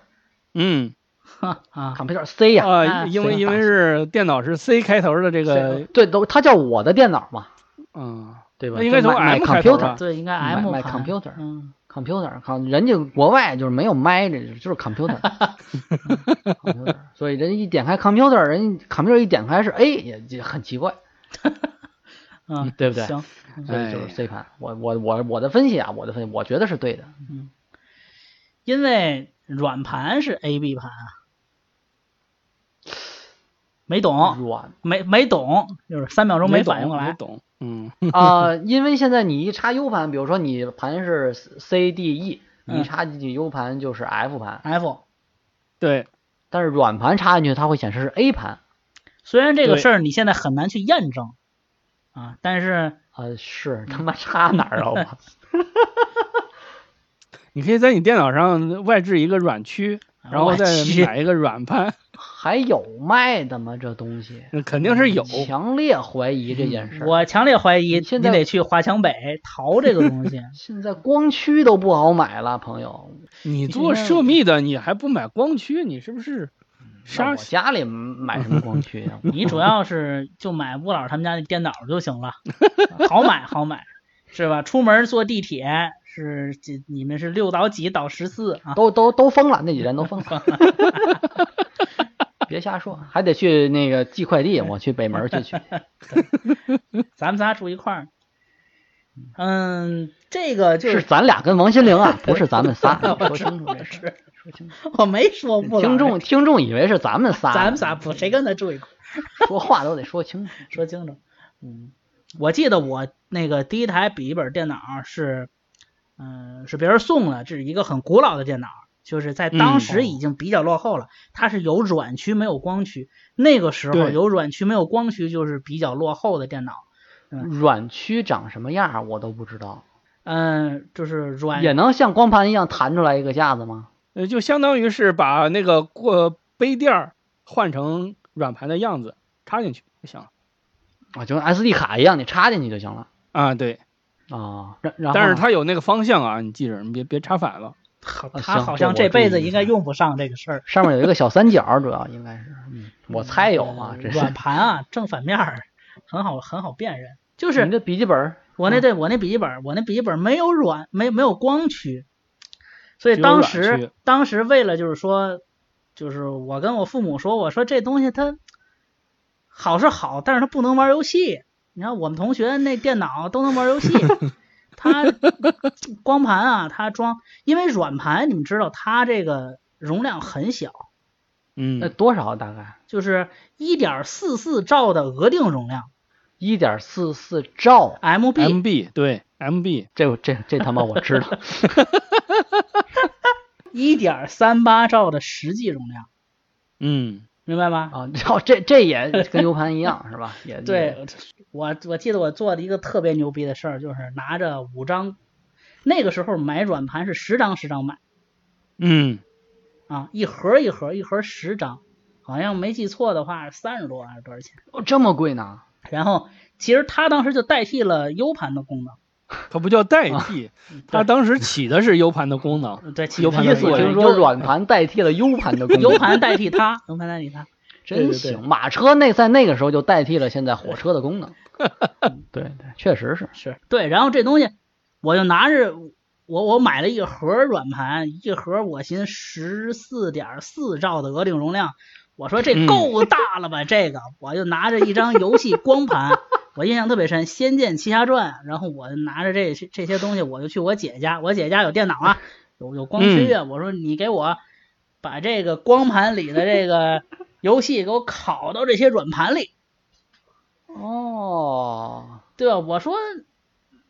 A: 嗯。
C: 哈啊，
B: computer C 呀、
A: 啊，
C: 哎
A: 因为
B: 行
A: 因
B: 吧
A: 为是电脑是 C 开头的这个，
B: 对，都它叫我的电脑嘛，
A: 嗯，
B: 对吧？
A: 那应该
B: 就
A: 从
B: 买买
A: M 开头
B: computer
A: 吧？
C: 啊对，应该
B: 买
C: M
B: 买
C: 盘
B: computer
C: 嗯，
B: computer，看人家国外就是没有 Mac，这就是
A: [LAUGHS]
B: computer，, 嗯 computer 所哎以人家一点开 computer，人家 computer 一点开是 A，也也很奇怪。
C: 嗯，
B: 对不对
C: 行，
B: 所以就
A: 哎
B: 是 C 盘。我我我我的分析啊，我的分析，我觉得是对的。
C: 因为软盘是 A B 盘啊，没
A: 哦
C: 懂，
B: 软
C: 没没懂，就是三秒钟
A: 没
C: 反应过
A: 懂没
C: 来，
A: 懂，嗯，
B: 啊、因为现在你一插 U 盘，比如说你盘是 C D E，你一
C: 嗯
B: 插进去 U 盘就是 F 盘，
C: F。
A: 对，
B: 但是软盘插进去它会显示是 A 盘。
C: 虽然这个
A: 对
C: 事儿你现在很难去验证啊，但是
B: 啊、是他妈插哪儿啊？我 [LAUGHS]
A: 你可以在你电脑上外置一个软驱，
B: 啊
A: 然后
C: 我
A: 再
C: 去
A: 买一个软盘，
B: 还有卖的吗？这东西？
A: 那肯定是有。
B: 强烈怀疑这件事儿。
C: 我强烈怀疑
B: 你
C: 你
B: 现在。
C: 得去华强北淘这个东西
B: 现在光驱都不好买了，朋友。
A: 你做涉密的，你还不买光驱，你是不是
B: 嗯那
A: 杀
B: 我家里买什么光驱啊呀、
C: 你主要是就买吴老师他们家那电脑就行了，好买好买，是吧？出门坐地铁是几？你们是六倒几倒十四啊？
B: [LAUGHS] 都都都封了，那几站都封了。 [LAUGHS] 别瞎说，还得去那个寄快递，我去北门去去。
C: 咱们仨住一块儿。嗯，这个 [LAUGHS] 就是
B: 咱俩跟王心凌啊，不是咱们
C: [LAUGHS]
B: 仨，说清楚这事儿。说清楚，
C: 我没说不
B: 听众听众以为是咱们仨，
C: [LAUGHS] 咱们仨不谁跟他住一块儿
B: 说话都得说清楚。
C: 说清楚。嗯，我记得我那个第一台笔记本电脑是，嗯、是别人送的，这是一个很古老的电脑，就是
B: 嗯
C: 在当
B: 哦
C: 时已经比较落后了。它是有软驱没有光驱，那个时候
A: 对
C: 有软驱没有光驱就是比较落后的电脑。
B: 软驱长什么样儿我都不知道，
C: 嗯，就是软
B: 也能像光盘一样弹出来一个架子吗？
A: 呃，就相当于是把那个过杯垫儿换成软盘的样子插进去就行了
B: 啊，就跟 SD 卡一样，你插进去就行了
A: 啊。对，
B: 啊。然然后呢，
A: 但是它有那个方向啊，你记着，你别别插反了。
C: 好，
B: 啊
C: 他
B: 行
C: 好
B: 这
C: 像
B: 我
C: 这
B: 注
C: 辈
B: 意
C: 子
B: 一
C: 应
B: 下
C: 该用不上这个事儿。
B: 上面有一个小三角儿，主要应该是，嗯，我猜有啊
C: 呃，
B: 这是
C: 软盘啊，正反面儿很好很好辨认。就
B: 你
C: 是
B: 的笔记本儿
C: 我那
B: 嗯
C: 对我那笔记本儿，我那笔记本儿没有软没没有光驱，所以
A: 只有
C: 当
A: 软驱
C: 时当时为了就是说，就是我跟我父母说，我说这东西它好是好，但是它不能玩游戏。你看我们同学那电脑都能
A: [LAUGHS]
C: 玩游戏，它光盘啊，它装，因为软盘你们知道它这个容量很小，
B: 那
A: 嗯，
B: 呃多少大概？
C: 就是一点四四兆的额定容量
B: 一点四四兆，
C: MB，
A: MB 对 MB
B: 这这这他妈我知道， [LAUGHS]
C: 一点三八兆的实际容量，
A: 嗯，
C: 明白吗？
B: 啊，这这这也跟 U 盘一样是吧？也
C: 对，我我记得我做了一个特别牛逼的事儿，就是拿着五张，那个时候买软盘是十张十张买
A: 嗯
C: 啊，一盒一盒一盒十张，好像没记错的话三十多还是多少钱？
B: 哦这么贵呢？
C: 然后其实它当时就代替了 U 盘的功能，
B: 啊
A: 它不叫代替，它当时起的是 U 盘的功能。
C: 呃对，其
A: U 盘
B: 意
A: 的
B: 思
A: 功能
B: 就是
A: 有
B: 说软盘代替了 U 盘的功能
C: U 盘代替它，U 盘代替它。
A: 对
B: 真
A: 对对
B: 行，马车那在那个时候就代替了现在火车的功能。嗯对对，确实是。
C: 是对，然后这东西我就拿着我我买了一盒软盘，一盒我寻十四点四兆的额定容量，我说这
A: 嗯
C: 够大了吧？这个我就拿着一张游戏光盘，我印象特别深，《仙剑奇侠传》，然后我就拿着这这些东西，我就去我姐家，我姐家有电脑啊，有有光驱啊，我说你给我把这个光盘里的这个游戏给我拷到这些软盘里。
B: 哦，
C: 对吧？我说，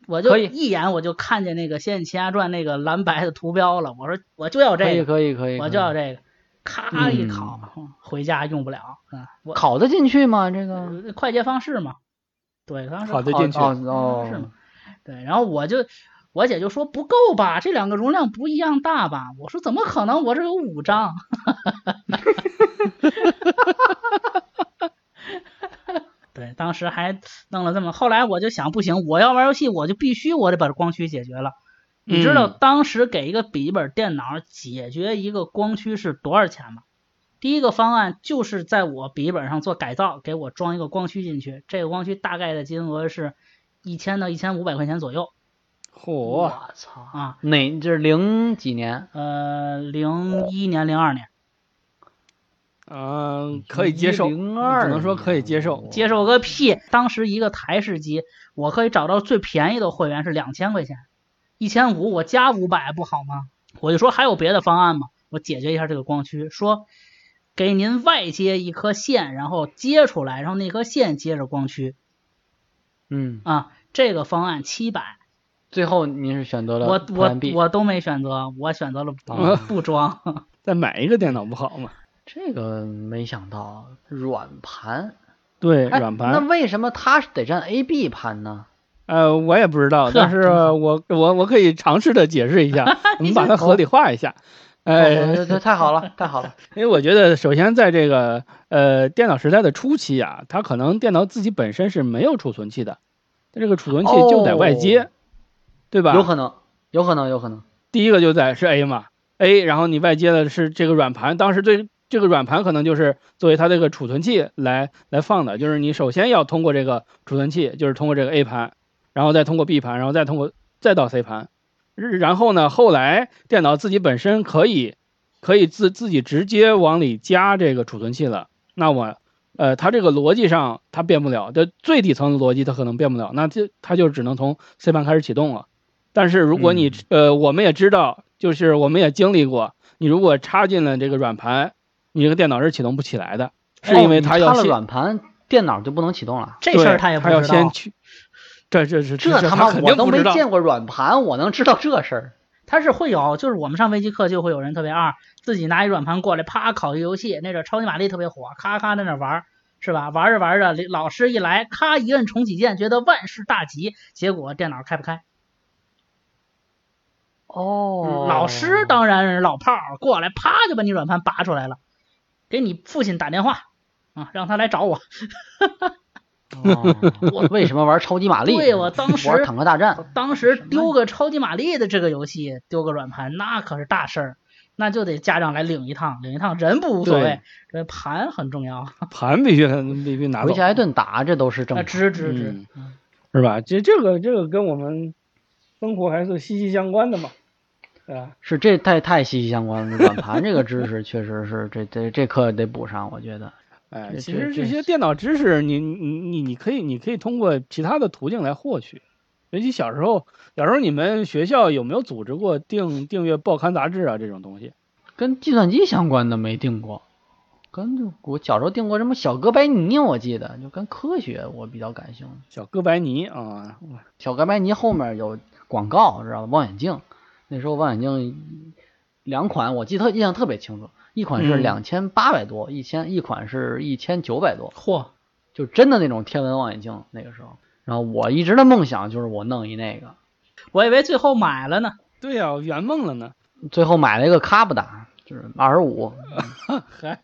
C: 我就
B: 可以
C: 一眼我就看见那个《仙剑奇侠传》那个蓝白的图标了。我说我就要
B: 可
C: 这
B: 以
C: 个，
B: 可以可以，
C: 我
B: 可
C: 就
B: 以
C: 要这个，咔一
B: 嗯
C: 拷，嗯回家用不了啊。我
B: 考得进去吗？这个
C: 呃快捷方式嘛，对，当时
A: 拷得
C: 拷
A: 进去
B: 哦
C: 嗯是
B: 哦
C: 吗，对，然后我就我姐就说不够吧，这两个容量不一样大吧？我说怎么可能？我这有五张。 [LAUGHS] 对，当时还弄了这么，后来我就想，不行，我要玩游戏，我就必须我得把光驱解决了。你知道
A: 嗯
C: 当时给一个笔记本电脑解决一个光驱是多少钱吗？第一个方案就是在我笔记本上做改造，给我装一个光驱进去。这个光驱大概的金额是一千到一千五百块钱左右
A: 嚯，
B: 我操，
C: 啊。
B: 哪这是零几年？
C: 呃，零一年、零二年，
A: 嗯，可以接受，
B: 零
A: 只
B: 二
A: 能说可以接受。
C: 接受个屁！当时一个台式机，我可以找到最便宜的会员是两千块钱，一千五我加五百不好吗？我就说还有别的方案吗？我解决一下这个光驱，说给您外接一颗线，然后接出来，然后那颗线接着光驱
B: 嗯，
C: 啊。这个方案七百，
B: 最后您是选择了
C: 我我
B: Plan B
C: 我都没选择，我选择了
A: 啊
C: 不不装。
A: [LAUGHS] 再买一个电脑不好吗？
B: 这个没想到软盘，
A: 对，
B: 哎
A: 软
B: 那
A: 盘，
B: 为什么它是得占 A B 盘呢？
A: 呃，我也不知道，
C: 呵
A: 但是
C: 真好
A: 我我我可以尝试的解释一
B: [LAUGHS]
A: 下，我们把它合理化一下。
B: 哦
A: 哎，
B: 这这太好了，太好
A: [LAUGHS]
B: 了，
A: 因为我觉得，首先在这个呃电脑时代的初期啊，它可能电脑自己本身是没有储存器的，它这个储存器就在外接，
B: 哦
A: 对吧？
B: 有可能，有可能，有可能。
A: 第一个就在是 A 嘛，A，然后你外接的是这个软盘，当时对这个软盘可能就是作为它这个储存器来来放的，就是你首先要通过这个储存器，就是通过这个 A 盘，然后再通过 B 盘，然后再通过再到 C 盘，日然后呢，后来电脑自己本身可以可以自自己直接往里加这个储存器了，那我。呃，它这个逻辑上它变不了，这最底层的逻辑它可能变不了，那就它就只能从 C 盘开始启动了。但是如果你、呃，我们也知道，就是我们也经历过，你如果插进了这个软盘，你这个电脑是启动不起来的，是因为
B: 哦它
A: 要
B: 了
A: 先、
B: 软盘，电脑就不能启动了。
C: 这事儿
A: 对他
C: 也不
A: 要
C: 知道
A: 先，去，这这是
B: 这
A: 他
B: 妈
A: 肯
B: 我
A: 定
B: 都
A: 不
B: 没
A: 知道。
B: 见过软盘，我能知道这事
C: [LAUGHS]
B: 儿？
C: 他是会有，就是我们上微机课就会有人特别二，自己拿一软盘过来，啪拷一游戏，那阵儿超级玛丽特别火，咔咔在那玩儿，是吧？玩着玩着，老师一来，咔一摁重启键，觉得万事大吉，结果电脑开不开。
B: 哦
C: 老师当然是老炮儿，过来啪就把你软盘拔出来了，给你父亲打电话啊，让他来找我。
B: 哦我为什么玩超级玛丽？
C: 对我当时
B: 玩坦克大
A: 哦
B: 战，
C: 当时丢个超级玛丽的这个游戏，丢个软盘那可是大事儿，那就得家长来领一趟，领一趟人不无所谓
A: 对，
C: 这盘很重要。
A: 盘必须必须拿
B: 回
A: 走，
B: 家挨顿打，这都是正
C: 啊，
B: 常。
C: 值值值。
A: 嗯，是吧？这这个这个跟我们生活还是息息相关的嘛，对吧？
B: 是这太太息息相关了，软盘这个知识确实是这这这课得补上，我觉得。
A: 哎，
B: 这
A: 其
B: 这
A: 实
B: 这
A: 这些电脑知识你，你你你可以你可以通过其他的途径来获取。尤其小时候，小时候你们学校有没有组织过订订阅报刊杂志啊这种东西？
B: 跟计算机相关的没定过，跟就我小时候定过什么小哥白尼，我记得就跟科学我比较感兴趣。
A: 小哥白尼啊，
B: 小哥白尼后面有广告，知道吧？望远镜，那时候望远镜两款，我记得特印象特别清楚，一款是
A: 嗯
B: 两千八百多，一千一款是一千九百多，
C: 嚯，
B: 就真的那种天文望远镜那个时候。然后我一直的梦想就是我弄一那个，
C: 我以为最后买了呢。
A: 对呀、圆梦了呢，
B: 最后买了一个卡布达，就是二十五， [LAUGHS]
A: 还
B: 能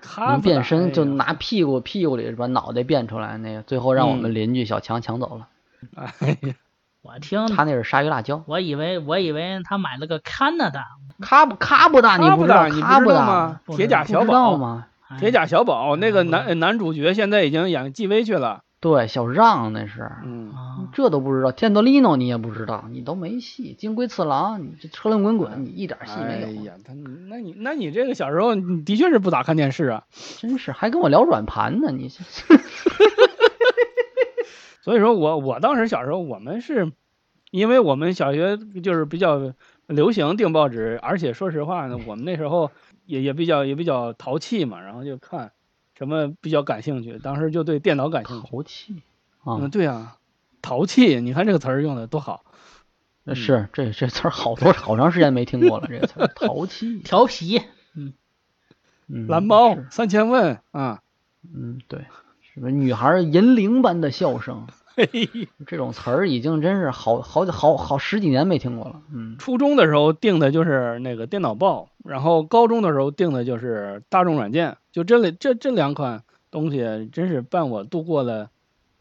A: 他哎
B: 变身就拿屁股屁股里把脑袋变出来那个，最后让我们
A: 嗯
B: 邻居小强抢走了。
C: 我听，
A: 嗯
B: 他那是鲨鱼辣椒，
C: 我以为我以为他买了个 Canada，
B: 卡布卡布达
A: 卡
B: 不
A: 布
B: 知道
A: 达你
B: 卡
A: 不
B: 布
A: 知道
B: 达
A: 吗？
C: 不知道
A: 铁甲
B: 不
A: 小
B: 知道
A: 宝，
B: 吗？嗯
C: 哎
A: 铁甲小宝那个
C: 不知道
A: 男男主角现在已经演继威去了，
B: 对，小让那是，
A: 嗯，
C: 啊，
B: 这都不知道，天德利诺你也不知道，你都没戏。金龟次郎，你这车轮滚滚，你一点啊戏
A: 哎
B: 没有，
A: 呀，他那你那你这个小时候你的确是不咋看电视啊，
B: 真是还跟我聊软盘呢，你这
A: 所以说我我当时小时候，我们是，因为我们小学就是比较流行订报纸，而且说实话呢，我们那时候也也比较也比较淘气嘛，然后就看什么比较感兴趣，当时就对电脑感兴趣。
B: 淘气啊
A: 嗯嗯，，对啊，淘气，你看这个词儿用的多好。嗯
B: 啊是这这词儿好多好长时间没听过了，这个词儿淘气，
C: 调皮，
B: 嗯
A: 蓝猫
B: 是
A: 三千问
B: [LAUGHS]
A: 啊，
B: 嗯，对，什么女孩银铃般的笑声，
A: 嘿嘿
B: 这种词儿已经真是好好好好十几年没听过了。嗯，
A: 初中的时候订的就是那个电脑报，然后高中的时候订的就是大众软件，就这里这这两款东西，真是伴我度过了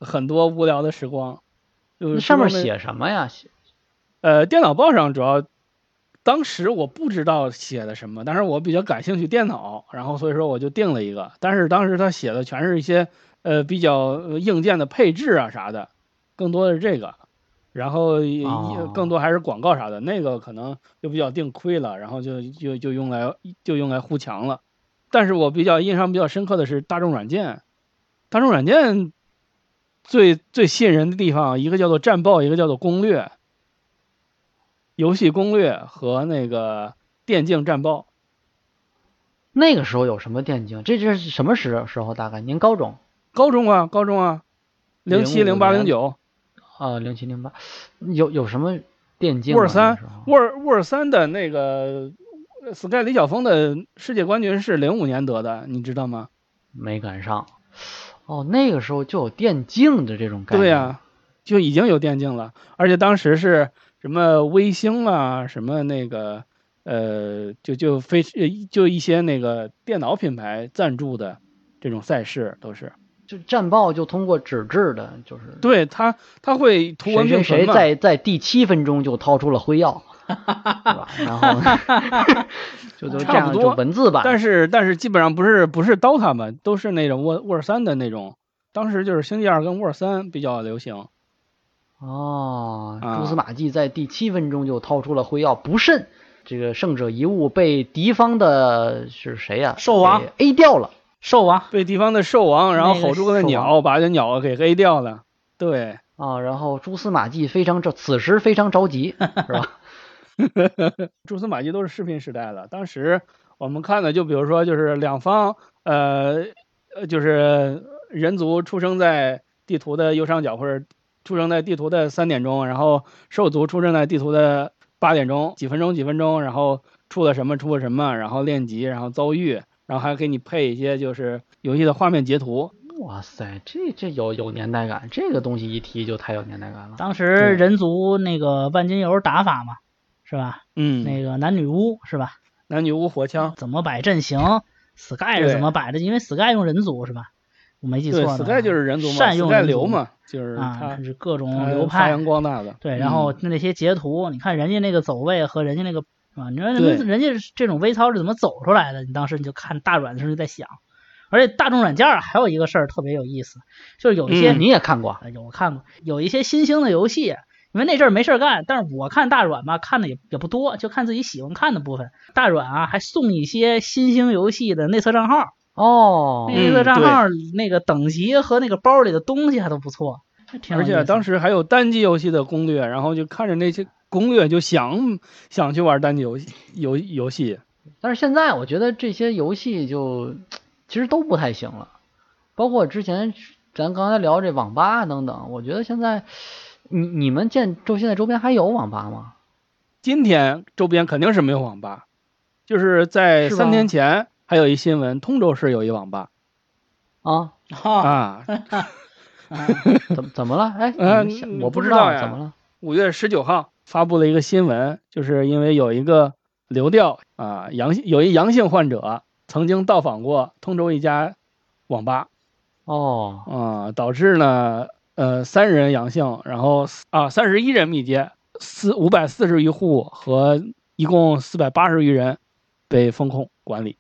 A: 很多无聊的时光。就是
B: 那上面
A: 初中的
B: 写什么呀？写
A: 呃，电脑报上主要，当时我不知道写的什么，但是我比较感兴趣电脑，然后所以说我就定了一个，但是当时他写的全是一些呃比较呃硬件的配置啊啥的，更多的是这个，然后也
B: 哦
A: 更多还是广告啥的，那个可能就比较定亏了，然后就就就用来就用来糊墙了，但是我比较印象比较深刻的是大众软件，大众软件最最吸引人的地方，啊一个叫做战报，一个叫做攻略，游戏攻略和那个电竞战报。
B: 那个时候有什么电竞？这这是什么时时候？大概您高中
A: 高中啊，高中啊，零七、零八、零九，
B: 啊，零七零八，有有什么电竞啊？
A: 沃尔三
B: 那时候，
A: 沃尔沃尔三的那个 Sky 李晓峰的世界冠军是零五年得的，你知道吗？
B: 没赶上。哦，那个时候就有电竞的这种概念。
A: 对呀、就已经有电竞了，而且当时是什么微星啊，什么那个呃，就就非呃就一些那个电脑品牌赞助的这种赛事都是。
B: 就战报就通过纸质的，就是
A: 对他，他会图文
B: 谁
A: 并
B: 谁
A: 存
B: 谁
A: 嘛？
B: 在在第七分钟就掏出了
A: [LAUGHS]
B: 辉耀，对吧？然后呢就都这
A: 差不
B: 样
A: 多
B: 就文字版，
A: 但是但是基本上不是不是 DOTA 嘛，都是那种沃沃尔三的那种。当时就是星际二跟沃尔三比较流行。
B: 哦，
A: 啊
B: 蛛丝马迹在第七分钟就掏出了辉耀，不慎这个胜者遗物被敌方的是谁呀、
C: 兽王
B: 给 A 掉了。
C: 兽王
A: 被敌方的兽王，然后
B: 那个
A: 吼出个
B: 兽
A: 鸟，把这鸟给 A 掉了。对，
B: 啊，然后蛛丝马迹非常着，此时非常
A: [LAUGHS]
B: 着急，是吧？
A: 蛛丝马迹都是视频时代了。当时我们看的，就比如说，就是两方，呃，呃，就是人族出生在地图的右上角，或者出生在地图的三点钟，然后兽族出生在地图的八点钟，几分钟几分钟，然后出了什么出了什么，然后练级，然后遭遇，然后还给你配一些就是游戏的画面截图。
B: 哇塞，这这有有年代感，这个东西一提就太有年代感了。
C: 当
A: 对
C: 时人族那个万金油打法嘛，是吧？
A: 嗯，
C: 那个男女巫是吧？
A: 男女无火枪。
C: 怎么摆阵型？Sky
A: 对
C: 是怎么摆的？因为 Sky 用人族是吧？我没记错
A: 对
C: 的话
A: ，Sky 就是人族嘛
C: 善用
A: ，Sky
C: 人
A: 流
C: 族
A: 嘛，就是
C: 啊，
A: 他
C: 是各种
A: 他
C: 流
A: 发
C: 派
A: 扬光大的。
C: 对，然后
A: 嗯
C: 那些截图，你看人家那个走位和人家那个啊，你说人
A: 对
C: 家人家这种微操是怎么走出来的？你当时你就看大软的时候就在想，而且大众软件啊还有一个事儿特别有意思，就是有一些、
A: 嗯
B: 你也看过，啊
C: 哎有我看过有一些新兴的游戏，因为那阵儿没事儿干，但是我看大软吧看的也也不多，就看自己喜欢看的部分。大软啊还送一些新兴游戏的内测账号，
A: 嗯
B: 哦，
C: 内测账号那个等级和那个包里的东西还都不错，还挺有
A: 而
C: 意
A: 且
C: 思
A: 当时还有单机游戏的攻略，然后就看着那些攻略就想想去玩单机游戏游游戏。
B: 但是现在我觉得这些游戏就其实都不太行了，包括之前咱刚才聊这网吧等等，我觉得现在你你们见就现在周边还有网吧吗？
A: 今天周边肯定是没有网吧，就是在
B: 是
A: 三
B: 吗
A: 天前还有一新闻，通州市有一网吧
B: 啊，
C: 啊
A: 啊，
C: 嗯
B: 怎怎么了？哎，你
A: 呃
B: 们想我
A: 不
B: 知
A: 知道
B: 道
A: 呀
B: 怎么了。
A: 五月十九号发布了一个新闻，就是因为有一个流调啊阳性有一阳性患者曾经到访过通州一家网吧，
B: 哦，
A: 啊、导致呢，呃，三人阳性，然后四啊，三十一人密接，四五百四十余户和一共四百八十余人被封控管理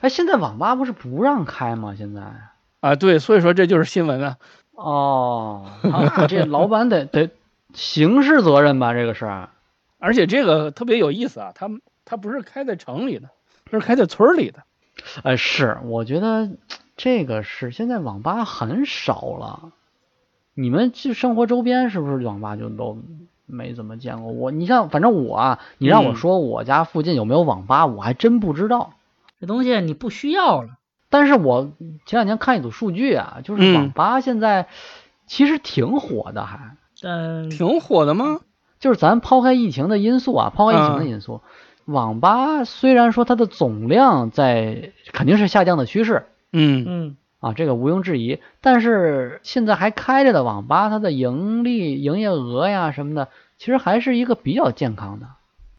B: 哎，现在网吧不是不让开吗？现在
A: 啊。对，所以说这就是新闻啊。
B: 哦，那这老板得得刑事责任吧？这个是
A: 而且这个特别有意思啊，他们他不是开在城里的，是开在村儿里的。
B: 哎，是，我觉得这个是现在网吧很少了。你们去生活周边是不是网吧就都没怎么见过？我，你像，反正我啊，你让我
A: 嗯
B: 说我家附近有没有网吧，我还真不知道。
C: 这东西你不需要了。
B: 但是我前两天看一组数据啊，就是
A: 嗯
B: 网吧现在其实挺火的还，
C: 嗯，
A: 挺火的吗？
B: 就是咱抛开疫情的因素啊，抛开疫
A: 嗯
B: 情的因素，网吧虽然说它的总量在肯定是下降的趋势，
A: 嗯
C: 嗯，
B: 啊，这个毋庸置疑。但是现在还开着的网吧，它的盈利、营业额呀什么的，其实还是一个比较健康的。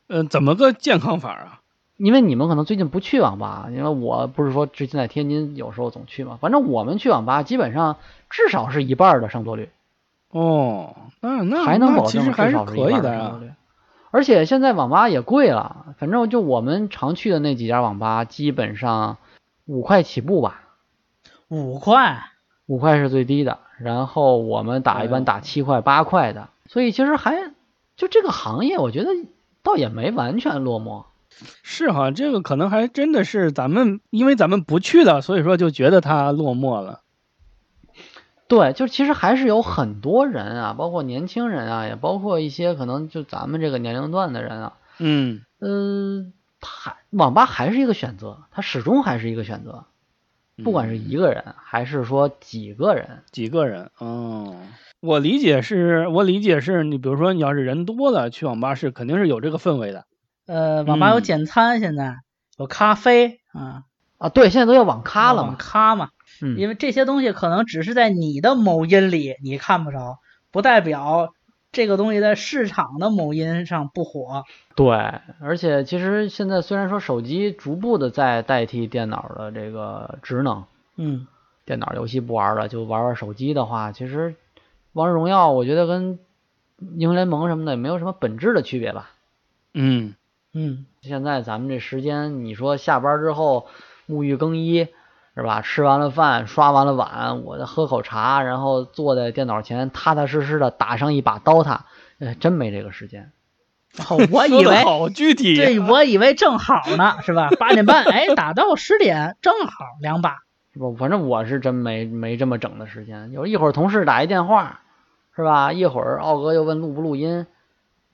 A: 嗯、呃怎么个健康法啊？
B: 因为你们可能最近不去网吧，因为我不是说最近在天津有时候总去嘛，反正我们去网吧基本上至少是一半儿的上座率，
A: 哦，那那
B: 还能
A: 那
B: 保
A: 其
B: 证
A: 实还
B: 至
A: 是
B: 少是一
A: 可以
B: 半儿
A: 的啊
B: 的上
A: 呀。
B: 座率。而且现在网吧也贵了，反正就我们常去的那几家网吧，基本上五块起步吧，
C: 五块，
B: 五块是最低的，然后我们打一
A: 哎呦
B: 般打七块八块的，所以其实还就这个行业，我觉得倒也没完全落寞。
A: 是哈，这个可能还真的是咱们，因为咱们不去了，所以说就觉得它落寞了。
B: 对，就其实还是有很多人啊，包括年轻人啊，也包括一些可能就咱们这个年龄段的人啊，
A: 嗯，
B: 嗯，还网吧还是一个选择，它始终还是一个选择，
C: 嗯
B: 不管是一个人还是说几个人，
A: 嗯几个人，哦，我理解是，我理解是你，比如说你要是人多了，去网吧是肯定是有这个氛围的。
C: 呃，网吧有
A: 嗯
C: 简餐，现在有咖啡啊，
B: 啊，对，现在都叫网咖了
C: 网
B: 嘛，
C: 咖嘛，
B: 嗯，
C: 因为这些东西可能只是在你的某音里你看不着，不代表这个东西在市场的某音上不火。
B: 对，而且其实现在虽然说手机逐步的在代替电脑的这个职能，
C: 嗯，
B: 电脑游戏不玩了，就玩玩手机的话，其实《王者荣耀》我觉得跟英雄联盟什么的也没有什么本质的区别吧。
A: 嗯，
C: 嗯，
B: 现在咱们这时间，你说下班之后沐浴更衣是吧？吃完了饭，刷完了碗，我再喝口茶，然后坐在电脑前踏踏实实的打上一把 DOTA，呃，真没这个时间。
C: 哦我
A: 说
C: 以
A: 得
C: 为
A: 好具体呀，
C: 对，我以为正好呢，是吧？八点半，哎，打到十点，正好两把。
B: 我反正我是真没没这么整的时间，有一会儿同事打一电话，是吧？一会儿奥哥又问录不录音，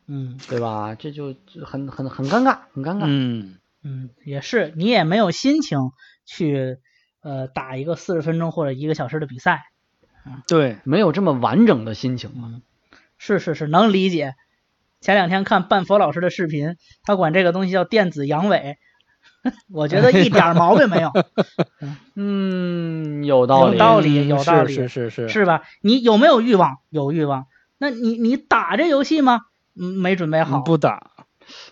C: 嗯
B: 对吧？这就就很很很尴尬，很尴尬。
A: 嗯，
C: 嗯，也是，你也没有心情去呃打一个四十分钟或者一个小时的比赛。
A: 对，
B: 没有这么完整的心情了。
C: 是是是，能理解。前两天看半佛老师的视频，他管这个东西叫电子阳痿， [LAUGHS] 我觉得一点儿毛病没有，
B: 嗯，有道理。
C: 有道理有道理
A: 嗯是是是是，
C: 是吧？你有没有欲望？有欲望。那你你打这游戏吗？嗯，没准备好。
A: 不打，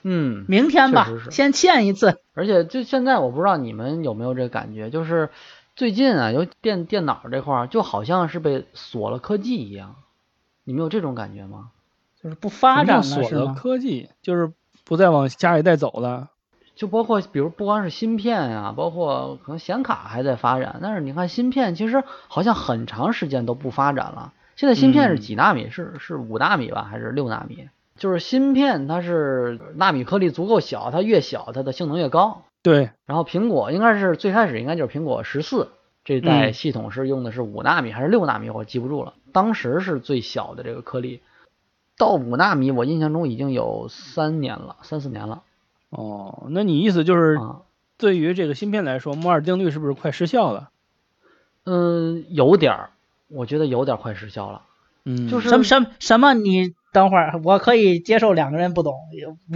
B: 嗯，
C: 明天吧
B: 确实，是
C: 先欠一次。
B: 而且就现在，我不知道你们有没有这感觉，就是最近啊，有电电脑这块儿，就好像是被锁了科技一样。你们有这种感觉吗？
C: 就是不发展了，
A: 什么叫
C: 是
A: 锁了
C: 吗？
A: 科技，就是不再往下一代走了。
B: 就包括比如不光是芯片啊，包括可能显卡还在发展，但是你看芯片其实好像很长时间都不发展了。现在芯片是几纳米？是是五纳米吧，还是六纳米？就是芯片它是纳米颗粒足够小，它越小它的性能越高。
A: 对，
B: 然后苹果应该是最开始应该就是苹果十四这代
A: 嗯
B: 系统是用的是五纳米还是六纳米，我记不住了。当时是最小的这个颗粒，到五纳米我印象中已经有三年了，三四年了
A: 哦，那你意思就是
B: 啊。
A: 对于这个芯片来说，摩尔定律是不是快失效了？
B: 嗯，有点儿，我觉得有点儿快失效了。
A: 嗯，
B: 就是
C: 什么什么什么？你等会儿，我可以接受两个人不懂，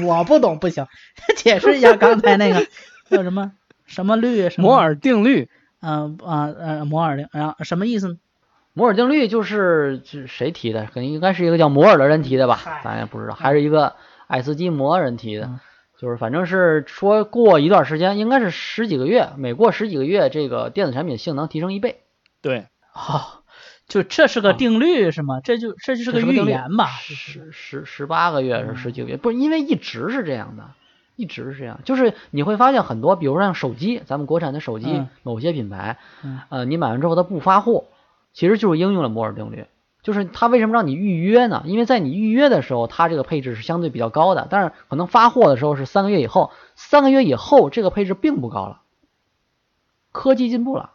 C: 我不懂不行。 [LAUGHS] 解释一下刚才那个叫什么什么律什么
A: 摩，尔定律。
C: 嗯啊呃摩尔的，然后什么意思呢？
B: 摩尔定律就是是谁提的？可能应该是一个叫摩尔的人提的吧
C: 嗨，
B: 咱也不知道，还是一个爱斯基摩人提的
C: 嗯。
B: 就是反正是说过一段时间，应该是十几个月，每过十几个月，这个电子产品性能提升一倍，
A: 对，
C: 哦，就这是个定律是吗？这就这就是
B: 啊这
C: 个
B: 是个
C: 预
B: 定律
C: 言吧？嗯
B: 十十十八个月是十几个月，不是因为一直是这样的，一直是这样。就是你会发现很多，比如说像手机，咱们国产的手机
C: 嗯，
B: 某些品牌，
C: 嗯
B: 呃，你买完之后它不发货，其实就是应用了摩尔定律。就是它为什么让你预约呢？因为在你预约的时候，它这个配置是相对比较高的，但是可能发货的时候是三个月以后，三个月以后这个配置并不高了，科技进步了，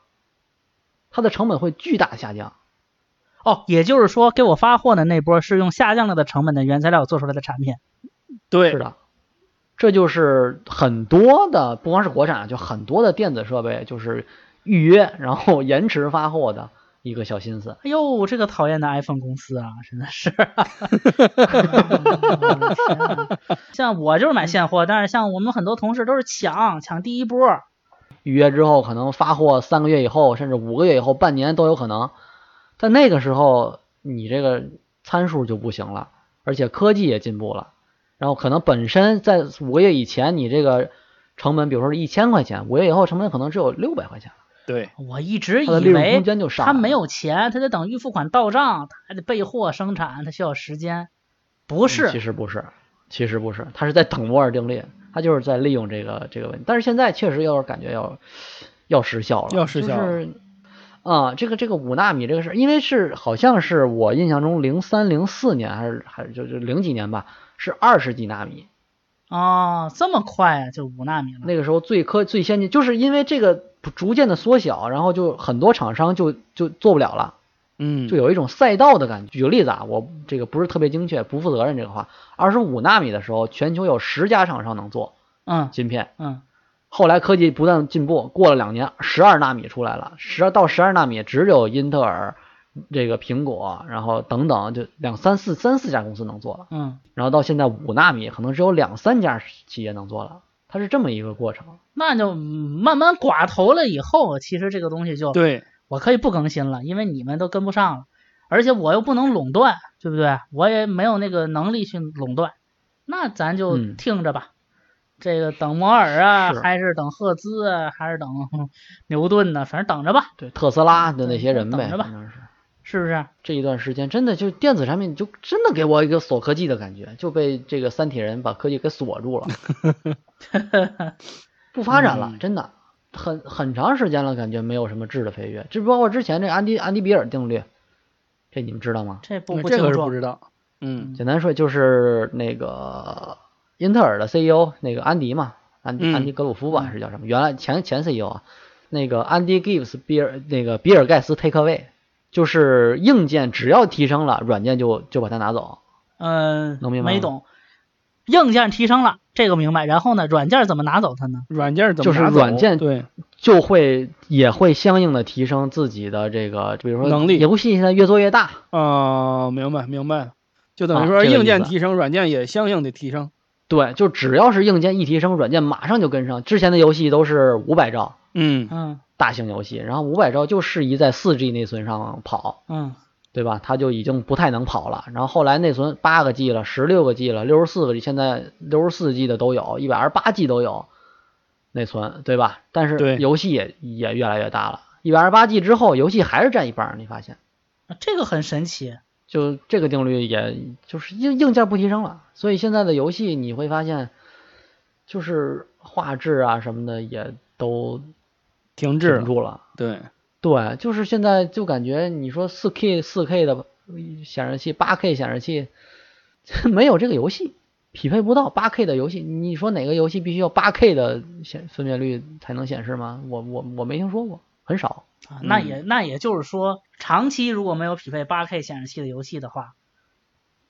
B: 它的成本会巨大下降。
C: 哦，也就是说，给我发货的那波是用下降了的成本的原材料做出来的产品。
A: 对，
B: 是的，这就是很多的，不光是国产，就很多的电子设备就是预约然后延迟发货的一个小心思。
C: 哎呦，这个讨厌的 iPhone 公司啊，真的
B: [LAUGHS]
C: 是。像我就是买现货，但是像我们很多同事都是抢抢第一波，
B: 预约之后，可能发货三个月以后，甚至五个月以后，半年都有可能。但那个时候，你这个参数就不行了，而且科技也进步了。然后可能本身在五个月以前，你这个成本，比如说是一千块钱，五个月以后成本可能只有六百块钱了，
A: 对，
C: 我一直以
B: 它的利润
C: 为
B: 空间就上来
C: 他
B: 了。
C: 没有钱，他得等预付款到账，他还得备货生产，他需要时间。不
B: 嗯其
C: 是，
B: 实不是，其实不是，他是在等摩尔定律，他就是在利用这个这个问题。但是现在确实有点感觉要要失效了，
A: 要失效
B: 就
A: 了
B: 是啊、这个这个五纳米这个事儿，因为是好像是我印象中零三零四年还是还是就就零几年吧，是二十几纳米，
C: 哦，这么快啊，就五纳米了。
B: 那个时候最科最先进，就是因为这个逐渐的缩小，然后就很多厂商就就做不了了，
A: 嗯，
B: 就有一种赛道的感觉。举个例子啊，我这个不是特别精确，不负责任这个话。二十五纳米的时候，全球有十家厂商能做
C: 嗯
B: 芯片，
C: 嗯，
B: 后来科技不断进步，过了两年，十二纳米出来了，十到十二纳米只有英特尔、这个苹果，然后等等，就两三四三四家公司能做了。
C: 嗯，
B: 然后到现在五纳米，可能只有两三家企业能做了，它是这么一个过程。
C: 那就慢慢寡头了以后，其实这个东西就
A: 对，
C: 我可以不更新了，因为你们都跟不上了，而且我又不能垄断，对不对？我也没有那个能力去垄断，那咱就
B: 嗯
C: 听着吧。这个等摩尔啊，
B: 是
C: 还是等赫兹啊，还是等牛顿呢、反正等着吧，
B: 对，特斯拉的那些人呗，
C: 等着吧
B: 反正是
C: 是不是？ [LAUGHS]
B: 这一段时间真的就电子产品就真的给我一个锁科技的感觉，就被这个三体人把科技给锁
A: [LAUGHS]
B: 住了，不发
A: 嗯
B: 展了，真的很很长时间了，感觉没有什么质的飞跃。这包括之前这安迪安迪比尔定律，这你们知道吗？
C: 这不不
A: 这
C: 清
A: 个是
C: 楚
A: 不知道，嗯
B: 简单说就是那个英特尔的 CEO 那个安迪嘛，安
A: 嗯
B: 安迪格鲁夫吧是叫什么？原来前前 CEO 啊，那个安迪 Gives 比尔那个比尔盖茨 take away，就是硬件只要提升了，软件就就把它拿走。
C: 嗯，
B: 能明白吗
C: 没懂。硬件提升了，这个明白。然后呢，软件怎么拿走它呢？
A: 软件怎么
B: 就是
A: 拿走
B: 软件
A: 对，
B: 就会也会相应的提升自己的这个，比如说
A: 能力
B: 游戏现在越做越大，
A: 啊，明白明白了，就等于
B: 啊
A: 说
B: 这个
A: 硬
B: 意
A: 件
B: 思
A: 提升，软件也相应的提升，
B: 对，就只要是硬件一提升，软件马上就跟上。之前的游戏都是五百兆
A: 嗯
C: 嗯
B: 大型游戏，然后五百兆就适宜在四 G 内存上跑，
C: 嗯
B: 对吧？它就已经不太能跑了。然后后来内存八个 G 了，十六个 G 了，六十四个 G，现在六十四 G 的都有，一百二十八 G 都有内存，对吧？但
A: 对
B: 是游戏也也越来越大了，一百二十八 G 之后，游戏还是占一半儿，你发现？
C: 啊这个很神奇。
B: 就这个定律，也就是硬硬件不提升了，所以现在的游戏你会发现，就是画质啊什么的也都
A: 停滞
B: 停
A: 了，
B: 住了。
A: 对，
B: 对，就是现在就感觉你说四 K 四 K 的显示器，八 K 显示器没有这个游戏匹配不到八 K 的游戏。你说哪个游戏必须要八 K 的显分辨率才能显示吗？我我我没听说过，很少。
C: 啊，那也
B: 嗯
C: 那也就是说，长期如果没有匹配 8K 显示器的游戏的话，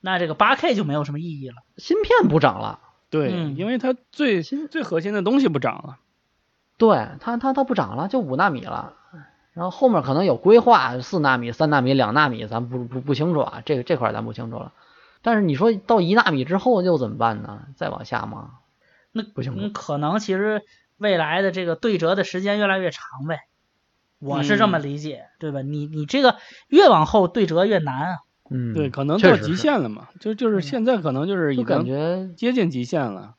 C: 那这个 8K 就没有什么意义了。
B: 芯片不涨了。
A: 对，
C: 嗯
A: 因为它最最核心的东西不涨了，
B: 对它，它它不涨了，就五纳米了。然后后面可能有规划，四纳米、三纳米、两纳米，咱不不不清楚啊，这个这块儿咱不清楚了。但是你说到一纳米之后又怎么办呢？再往下吗？
C: 那
B: 不清楚
C: 嗯可能其实未来的这个对折的时间越来越长呗，我是这么
B: 嗯
C: 理解，对吧？你你这个越往后对折越难啊。
B: 嗯，
A: 对，可能
B: 确
A: 到
B: 实
A: 极
B: 是，
A: 限了嘛，就就是
C: 嗯
A: 现在可能就是已
B: 就感
A: 经
B: 觉
A: 接近极限了，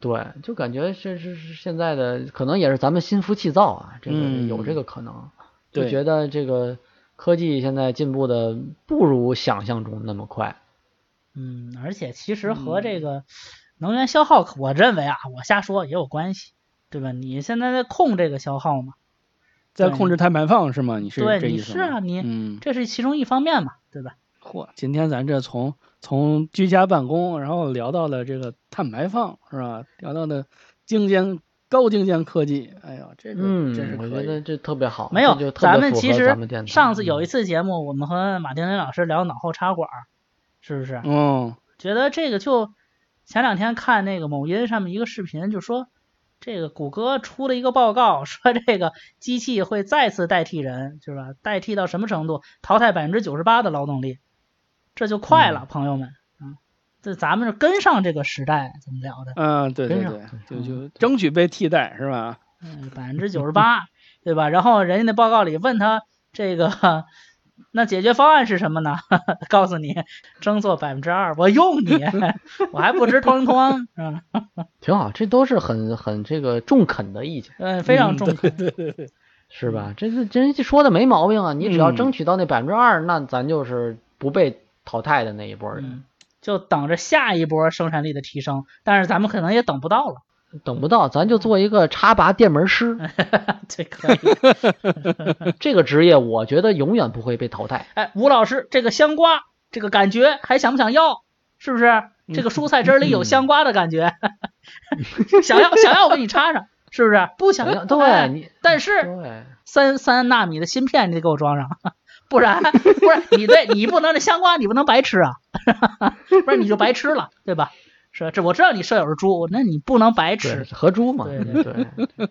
B: 对，就感觉是是是现在的，可能也是咱们心浮气躁啊，这个
A: 嗯
B: 有这个可能，就
A: 对
B: 觉得这个科技现在进步的不如想象中那么快。
C: 嗯，而且其实
B: 嗯
C: 和这个能源消耗，我认为啊，我瞎说也有关系，对吧？你现在在控这个消耗嘛，
A: 在
C: 对
A: 控制碳排放是吗？你是
C: 对
A: 这
C: 你
A: 意思
C: 是
A: 吗？
C: 啊你
A: 嗯，
C: 这是其中一方面嘛，对吧？
A: 嚯，今天咱这从从居家办公，然后聊到了这个碳排放，是吧？聊到了精尖高精尖科技，哎呀，这个
B: 嗯
A: 真是，
B: 我
A: 可
B: 觉
A: 以。
B: 得这特别好，
C: 没有
B: 这就，特别
C: 咱们
B: 符合
C: 其实
B: 咱们电台
C: 上次有一
B: 嗯
C: 次节目，我们和马丁林老师聊脑后插管儿，是不是？
A: 嗯，
C: 觉得这个就前两天看那个某音上面一个视频，就说这个谷歌出了一个报告， [LAUGHS] 说这个机器会再次代替人，就是吧？代替到什么程度？淘汰百分之九十八的劳动力，这就快
B: 嗯
C: 了，朋友们啊！这咱们是跟上这个时代，怎么聊的？
A: 啊，对对
B: 跟上
A: 对，就就争取被替代是吧？
C: 百分之九十八，对吧？然后人家那报告里问他这个，那解决方案是什么呢？ [LAUGHS] 告诉你，争做百分之二，我用你， [LAUGHS] 我还不值通通，嗯
B: 挺好，这都是很很这个中肯的意见，
C: 嗯，非常中肯，
B: 是吧？这是人家说的没毛病啊，你只要
A: 嗯
B: 争取到那百分之二，那咱就是不被淘汰的那一波人，
C: 嗯，就等着下一波生产力的提升，但是咱们可能也等不到了， [LAUGHS]
B: 等不到咱就做一个插拔电门师，
C: 嗯这可以。
B: 这个职业我觉得永远不会被淘汰。
C: 哎，吴老师，这个香瓜这个感觉还想不想要？是不是？这个蔬菜汁儿里有香瓜的感觉， [LAUGHS] 想要想要我给你插上，是不是？不 [LAUGHS] 想
B: [LAUGHS]
C: 要，
B: 对
C: 哎
B: 你，
C: 但是
B: 对，
C: 三三纳米的芯片你得给我装上， [LAUGHS] 不然不是你对你不能那香瓜你不能白吃啊， [LAUGHS] 不然你就白吃了，对吧？是吧这我知道你舍友是猪，那你不能白
B: 对
C: 吃，
B: 合租嘛，
C: 对
B: 对对。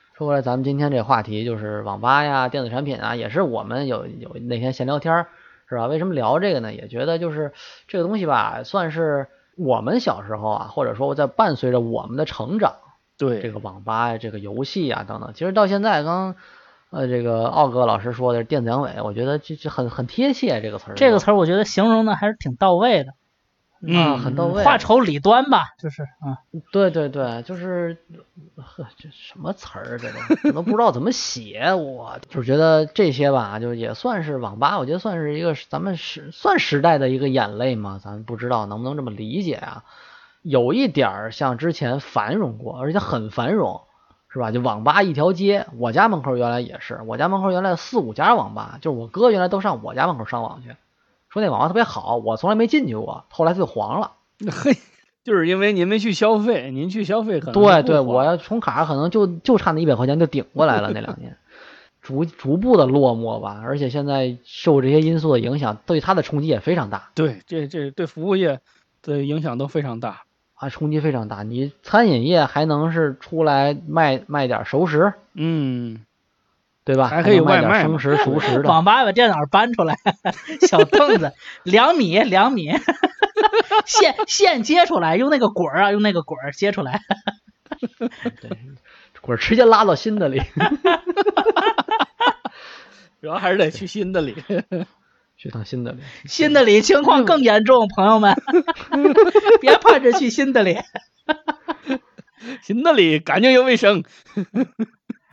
B: [LAUGHS] 说回来，咱们今天这话题就是网吧呀、电子产品啊，也是我们有有那天闲聊天儿是吧？为什么聊这个呢？也觉得就是这个东西吧，算是我们小时候啊，或者说在伴随着我们的成长，
A: 对，
B: 这个网吧呀、这个游戏啊等等，其实到现在刚。呃，这个奥哥老师说的是电子阳痿，我觉得这这很很贴切这个词儿，
C: 这个词儿我觉得形容的还是挺到位的，
B: 啊
A: 嗯
B: 很到位，
C: 化丑理端吧，就是啊，
B: 对对对，就是，呃呵，这什么词儿？啊这都这都不知道怎么写。我就是觉得这些吧，就也算是网吧，我觉得算是一个咱们时算时代的一个眼泪嘛。咱不知道能不能这么理解啊？有一点儿像之前繁荣过，而且很繁荣，是吧？就网吧一条街，我家门口原来也是，我家门口原来四五家网吧，就是我哥原来都上我家门口上网去，说那网吧特别好，我从来没进去过，后来它就黄了。
A: 嘿，就是因为您没去消费，您去消费可能
B: 对
A: 就不
B: 对，
A: 黄
B: 我要充卡可能就就差那一百块钱就顶过来了。那两年逐逐步的落寞吧，而且现在受这些因素的影响，对它的冲击也非常大
A: 对这这对服务业的影响都非常大。
B: 啊，冲击非常大。你餐饮业还能是出来卖卖点熟食，
A: 嗯，
B: 对吧？
A: 还可以
B: 能卖
A: 外卖
B: 点生食、熟
A: [LAUGHS]
B: 食的。
C: 网吧把电脑搬出来，小凳子两米两米，线线接出来，用那个滚儿啊，用那个滚儿接出来，
B: 对，我直接拉到新的里 [LAUGHS]
A: 主要还是得去新的里。
B: 去趟新的里。
C: 新的里情况更严重，朋友们，别盼着去新的里。
A: 新的里干净又卫生。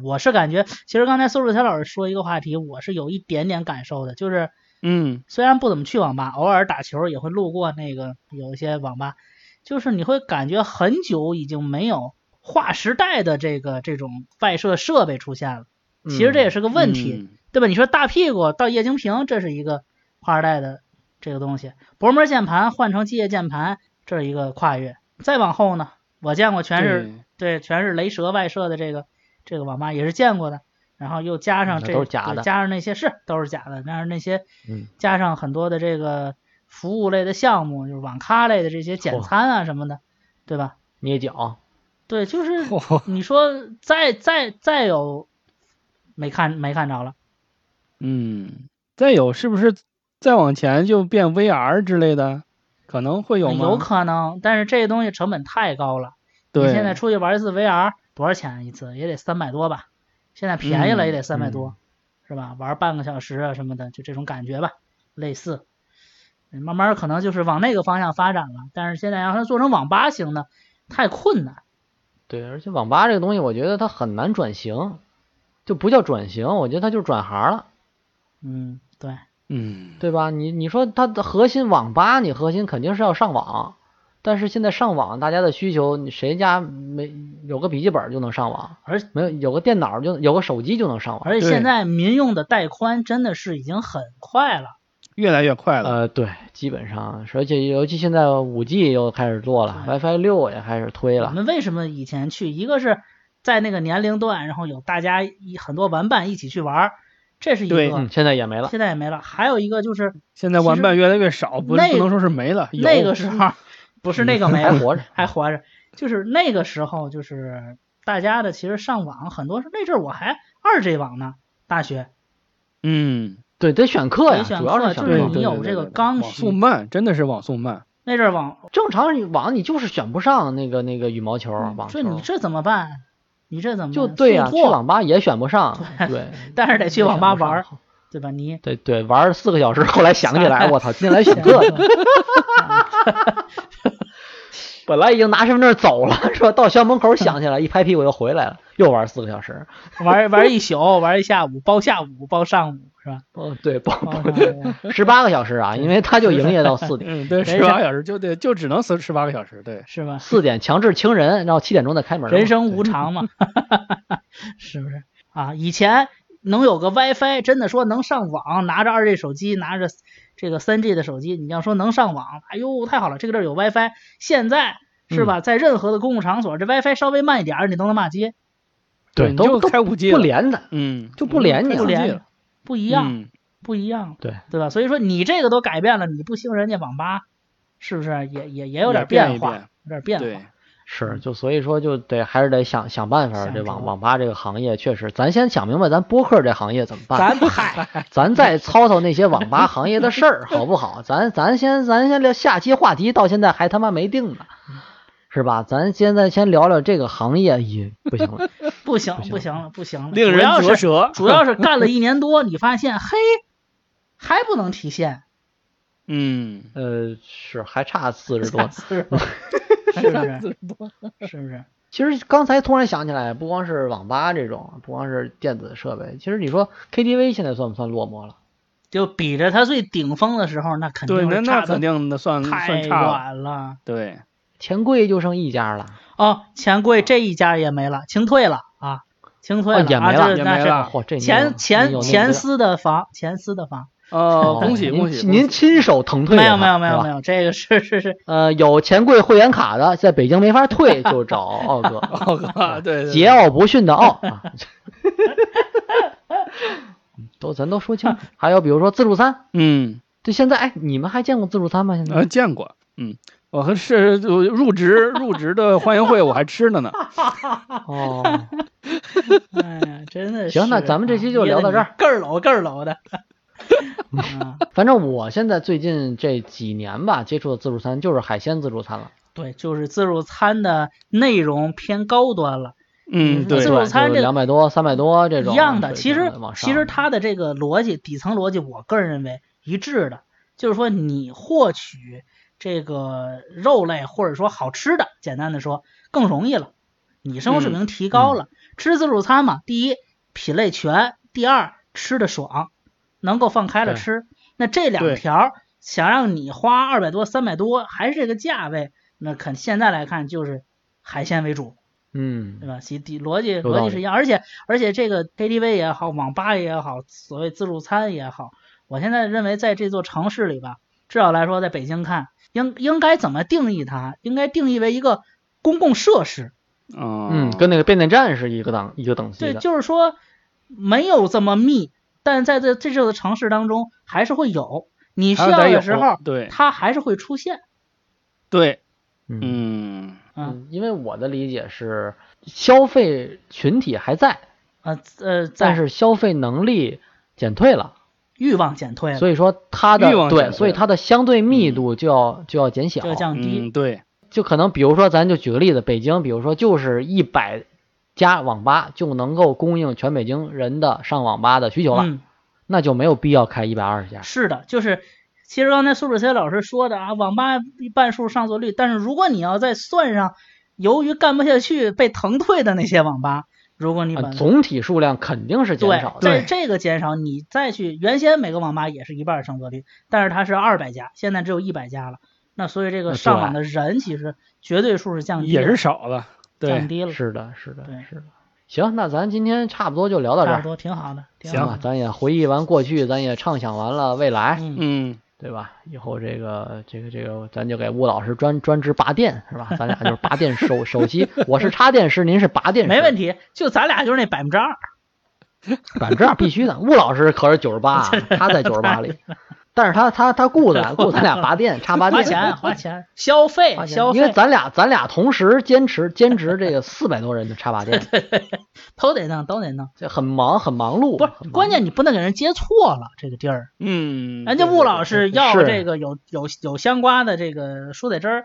C: 我是感觉，其实刚才苏志才老师说一个话题，我是有一点点感受的，就是
A: 嗯，
C: 虽然不怎么去网吧，偶尔打球也会路过那个有一些网吧，就是你会感觉很久已经没有划时代的这个这种外设设备出现了。其实这也
B: 是
C: 是个问题，
A: 嗯
C: 对吧？你说大屁股到液晶屏，这是一个跨时代的这个东西；薄膜键盘换成机械键盘，这是一个跨越。再往后呢，我见过全是对全是雷蛇外设的这个这个网吧也是见过的，然后又加上
B: 嗯
C: 这
B: 都是假的
C: 对加上那些是都是假的，但是那些
B: 嗯
C: 加上很多的这个服务类的项目，就是网咖类的这些简餐啊什么的，对吧？
B: 捏脚，
C: 对， [LAUGHS] 就是
A: 嚯
C: 你说再再再有没看没看着了。
A: 嗯，再有是不是再往前就变 VR 之类的，可能会有吗？
C: 哎有可能，但是这个东西成本太高了。
A: 对，
C: 你现在出去玩一次 VR 多少钱一次？也得三百多吧。现在便宜了也得三百多，
B: 嗯
C: 是吧？玩半个小时啊什么的，就这种感觉吧，类似。嗯慢慢可能就是往那个方向发展了，但是现在要是做成网吧型的，太困难。
B: 对，而且网吧这个东西，我觉得它很难转型，就不叫转型，我觉得它就是转行了。
C: 嗯，对，
B: 哦
A: 嗯，
B: 对吧？你你说它的核心网吧，你核心肯定是要上网，但是现在上网大家的需求，你谁家没有个笔记本就能上网，
C: 而
B: 没有有个电脑就有个手机就能上网。
C: 而且
A: 对
C: 现在民用的带宽真的是已经很快了。
A: 越来越快了。
B: 呃，对，基本上，而且尤其现在五 G 又开始做了
C: 对
B: ，WiFi 六也开始推
C: 我
B: 了，
C: 们为什么以前去？一个是在那个年龄段，然后有大家一很多玩伴一起去玩儿，这是一
A: 对
C: 个
B: 嗯，。现在也没了。
C: 现在也没了。还有一个就是
A: 现在玩伴越来越少，不
C: 那
A: 不能说是没了，有
C: 那个时
B: 嗯
C: 候，不是那个没
B: 还
C: 了，
B: 活着，
C: 还活着，就是那个时候，就是大家的其实上网很多是那阵儿我还二 G 网呢，大学
A: 嗯，
B: 对，得选课呀，
C: 得选
B: 主要
C: 课
B: 是选
C: 就是
B: 课
C: 你
A: 对
C: 有
A: 对对
C: 这个
A: 对对
C: 刚
A: 网
C: 需
A: 速慢，真的是网速慢。
C: 那阵儿网
B: 正常你网你就是选不上那个那个羽毛球、网球
C: 这，嗯你这怎么办？你这怎么
B: 就
C: 办
B: 对呀、
C: 速
B: 去
C: 破，
B: 网吧也选不上，
C: [LAUGHS]
B: 对，
C: 但是得去网吧玩
B: 也选
C: 儿
B: 不上，
C: 对吧？你
B: 对对，玩了四个小时，后来想
A: [LAUGHS]
B: 起来，我操，今天来选课，本来已经拿身份证走了，是吧？到学校门口想起来，一拍屁股又回来了，又玩四个小时。
C: 玩玩一宿，玩一下午，包下午，包上午，是吧？
B: 哦，对，包
C: 包上午。
B: 十八个小时啊，因为他就营业到四
A: [LAUGHS]
B: 点，
A: 嗯，对，
C: 人
A: 十八小时就得就只能十十八个小时，对。
C: 是吧？
B: 四点强制
A: [LAUGHS]
B: 清人，然后七点钟再开门嘛。
C: 人生无常嘛，是不是啊？以前能有个 WiFi，真的说能上网，拿着二 G 手机，拿着这个三 G 的手机，你要说能上网，哎呦，太好了，这个地儿有 WiFi。现在是
A: 嗯
C: 吧，在任何的公共场所，这 WiFi 稍微慢一点儿，你都能骂街，
A: 对
B: 都
A: 就
B: 都
A: 开五 G
B: 不
A: 了
B: 连的，
A: 嗯，
B: 就不连你
C: 不
A: 了
B: 了。
A: 解
C: 连，不一样，
A: 嗯
C: 不一样，
B: 对
C: 对吧？所以说你这个都改变了，你不兴人家网吧，是不是也也也有点
A: 也变
C: 变
A: 一
C: 化，
A: 变
C: 有点变化？
A: 对，
B: 是，就所以说就得还是得想想办法儿。
C: 想
B: 这
C: 辙
B: 网网吧这个行业确实，咱先想明白咱播客这行业怎么办，
A: [LAUGHS]
C: 咱不嗨，
B: 咱再操操那些网吧行业的事儿，好不好？咱咱先咱先聊下期话题，到现在还他妈没定呢，是吧？咱现在先聊聊这个行业，也不行了，
C: 不行
B: 行
C: 不行了，不行了，
A: 令
C: 主
A: 人
C: 要
A: 啧
C: 是
A: 舌。
C: 主要是干了一年多，你发现嘿，还不能提现，。
A: 嗯，
B: 呃，是还差四十多
C: 是不是？
A: 多
C: 是不是？
B: [LAUGHS] 其实刚才突然想起来，不光是网吧这种，不光是电子设备，其实你说 KTV 现在算不算落寞了？
C: 就比着他最顶峰的时候，那肯定
A: 对，那
C: 嗯是
A: 那
C: 差
A: 肯
C: 的
A: 定那算
C: 太
A: 算差了。
C: 远了。
A: 对，
B: 钱柜就剩一家了，
C: 哦，钱柜这一家也没了，清退了啊，清退
B: 哦
C: 了，
B: 也没
C: 啊
B: 了
C: 这
A: 也
C: 那
A: 没
C: 是
A: 了
B: 嚯、这你有
C: 前
B: 你
C: 前
B: 有那
C: 前
B: 个
C: 司的房，前司的房，
A: 哦，恭喜
B: 您
A: 恭喜！
B: 您亲手腾退
C: 没有
B: 了
C: 没有没
B: 是
C: 有
B: 吧
C: 没有，这个是是是，
B: 呃，有钱柜会员卡的，在北京没
A: [LAUGHS]
B: 法退，就找奥哥，
A: 奥哥， [LAUGHS] 对对，
B: 桀骜不驯的奥 [LAUGHS] 啊。都咱都说清
A: [LAUGHS]
B: 楚。还有比如说自助餐，
A: 嗯，
B: 对，现在哎，你们还见过自助餐吗？现在、
A: 呃，见过，嗯，我还是我入职 [LAUGHS] 入职的欢迎会，我还吃了呢。
B: 哦，
C: [LAUGHS] 哎呀，真的是。
B: 行那咱们这期就
C: 啊
B: 聊到这儿，
C: 个儿搂个儿搂的。嗯，
B: 反正我现在最近这几年吧，接触的自助餐就是海鲜自助餐了。
C: 对，就是自助餐的内容偏高端了。
A: [LAUGHS] 嗯，
C: 自
A: 对，
C: 助餐这个
B: 两百多、三百多这种
C: 一样的。
B: 对
C: 其实
B: 往上
C: 其实它的这个逻辑底层逻辑，我个人认为一致的，就是说你获取这个肉类或者说好吃的，简单的说更容易了，你生活
B: 嗯
C: 水平提高了。吃自助餐嘛，第一品类全，第二吃的爽，能够放开了
B: 对
C: 吃。那这两
A: 对
C: 条儿想让你花二百多、三百多，还是这个价位，那肯现在来看就是海鲜为主。
B: 嗯
C: 对吧？其底逻辑
B: 道
C: 逻辑
B: 理
C: 是一样，而且而且这个 KTV 也好，网吧也好，所谓自助餐也好，我现在认为在这座城市里吧，至少来说，在北京看，应应该怎么定义它？应该定义为一个公共设施。
B: 嗯
A: 嗯，
B: 跟那个变电站是一个档一个等级的。
C: 对，就是说没有这么密，但在这这座城市当中还是会有，你需
A: 还
C: 要
A: 得有
C: 的时候，
A: 对
C: 它还是会出现。
A: 对，
B: 嗯
A: 嗯，
C: 啊
B: 嗯，因为我的理解是，消费群体还在，
C: 呃呃，
B: 但
C: 在
B: 是消费能力减退了，
C: 欲望减退了，
B: 所以说它的
A: 欲望减退
B: 对，
A: 了
B: 所以它的相对密度就要、就要减小
C: 这，个嗯降低。
A: 嗯，对，
B: 就可能比如说咱就举个例子，北京比如说就是一百家网吧就能够供应全北京人的上网吧的需求了，
C: 嗯，
B: 那就没有必要开一百二十家。
C: 是的，就是其实刚才苏志谦老师说的啊，网吧半数上座率，但是如果你要再算上由于干不下去被腾退的那些
B: [LAUGHS]
C: 网吧，如果你把、
B: 啊，总体数量肯定是减
C: 对
B: 少的
C: 在，这个减少，你再去原先每个网吧也是一半上座率，但是它是二百家，现在只有一百家了，那所以这个
B: 对
C: 上网的人其实绝嗯对数是降低了，
A: 也是少了，对，
C: 降低了，
B: 是的，是的
C: 对，
B: 是的。行，那咱今天差不多就聊到这
C: 差
B: 儿
C: 不。多挺好的，挺
A: 行
C: 好
B: 啊
C: 的，
B: 咱也回忆完过去，咱也畅想完了未来，
C: 嗯。
A: 嗯，
B: 对吧？以后这个这个这个，咱就给吴老师专专职拔电，是吧？ [LAUGHS] 咱俩就是拔电手手机， [LAUGHS] 我是插电师，您是拔电师，
C: 没问
B: 题，
C: 题，就咱俩就是那百分之二，
B: 反正这样必须
C: [LAUGHS]
B: 的。吴老师可是九十八，他在九十八里，但是他他他雇
C: [LAUGHS]
B: 咱雇咱俩拔电插拔
C: 花
B: 电，
C: 钱花钱消费
B: 啊花钱
C: 消
B: 因为
C: 费
B: 咱俩咱俩同时兼职兼职这个四百多人的插拔
C: [LAUGHS]
B: 电，
C: 都得弄都得弄。
B: 这很忙很忙碌，
C: 不是
B: 很忙
C: 关键，你不能给人接错了这个地儿。
A: 嗯，
C: 人家
A: 对
C: 吴老师要
B: 是
C: 这个有有有香瓜的这个蔬菜汁儿，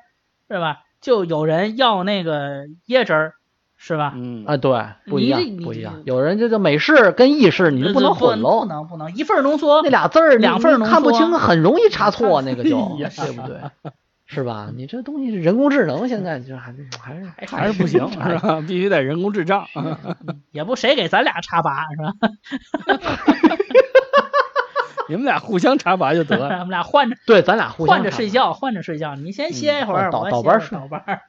C: 是吧？就有人要那个椰汁儿，是吧？
A: 嗯
B: 啊，对，不一样
C: 你这
B: 不一
C: 你
B: 样，有人就叫美式跟意式，你就不能混
C: 不
B: 喽
C: 不。能不能一份儿浓缩
B: 那。俩字儿你
C: 两份儿
B: 你
C: 浓
B: 看不
C: 缩
B: 清，很容易
C: [LAUGHS]
B: 查错，那个就
A: 哎呀
B: 对不对？是吧？你这东西人工智能现在就还是还是
A: 还是不
B: [LAUGHS]
A: 行，是 [LAUGHS] 吧？必须得人工智障。 [LAUGHS]
C: 嗯也不谁给咱俩插拔是
B: 嗯
C: 吧？
A: 你们俩互相查拔就得
C: [LAUGHS]
A: [LAUGHS]
C: 我
A: 了。
C: 们俩换着
B: 对，咱俩互相
C: 换着
B: 查
C: 睡觉，换着睡觉。你先歇一会儿，
B: 嗯倒
C: 我
B: 倒
C: 歇
B: 班
C: 会
B: 儿
C: 儿
B: [LAUGHS] 睡
C: 倒班儿。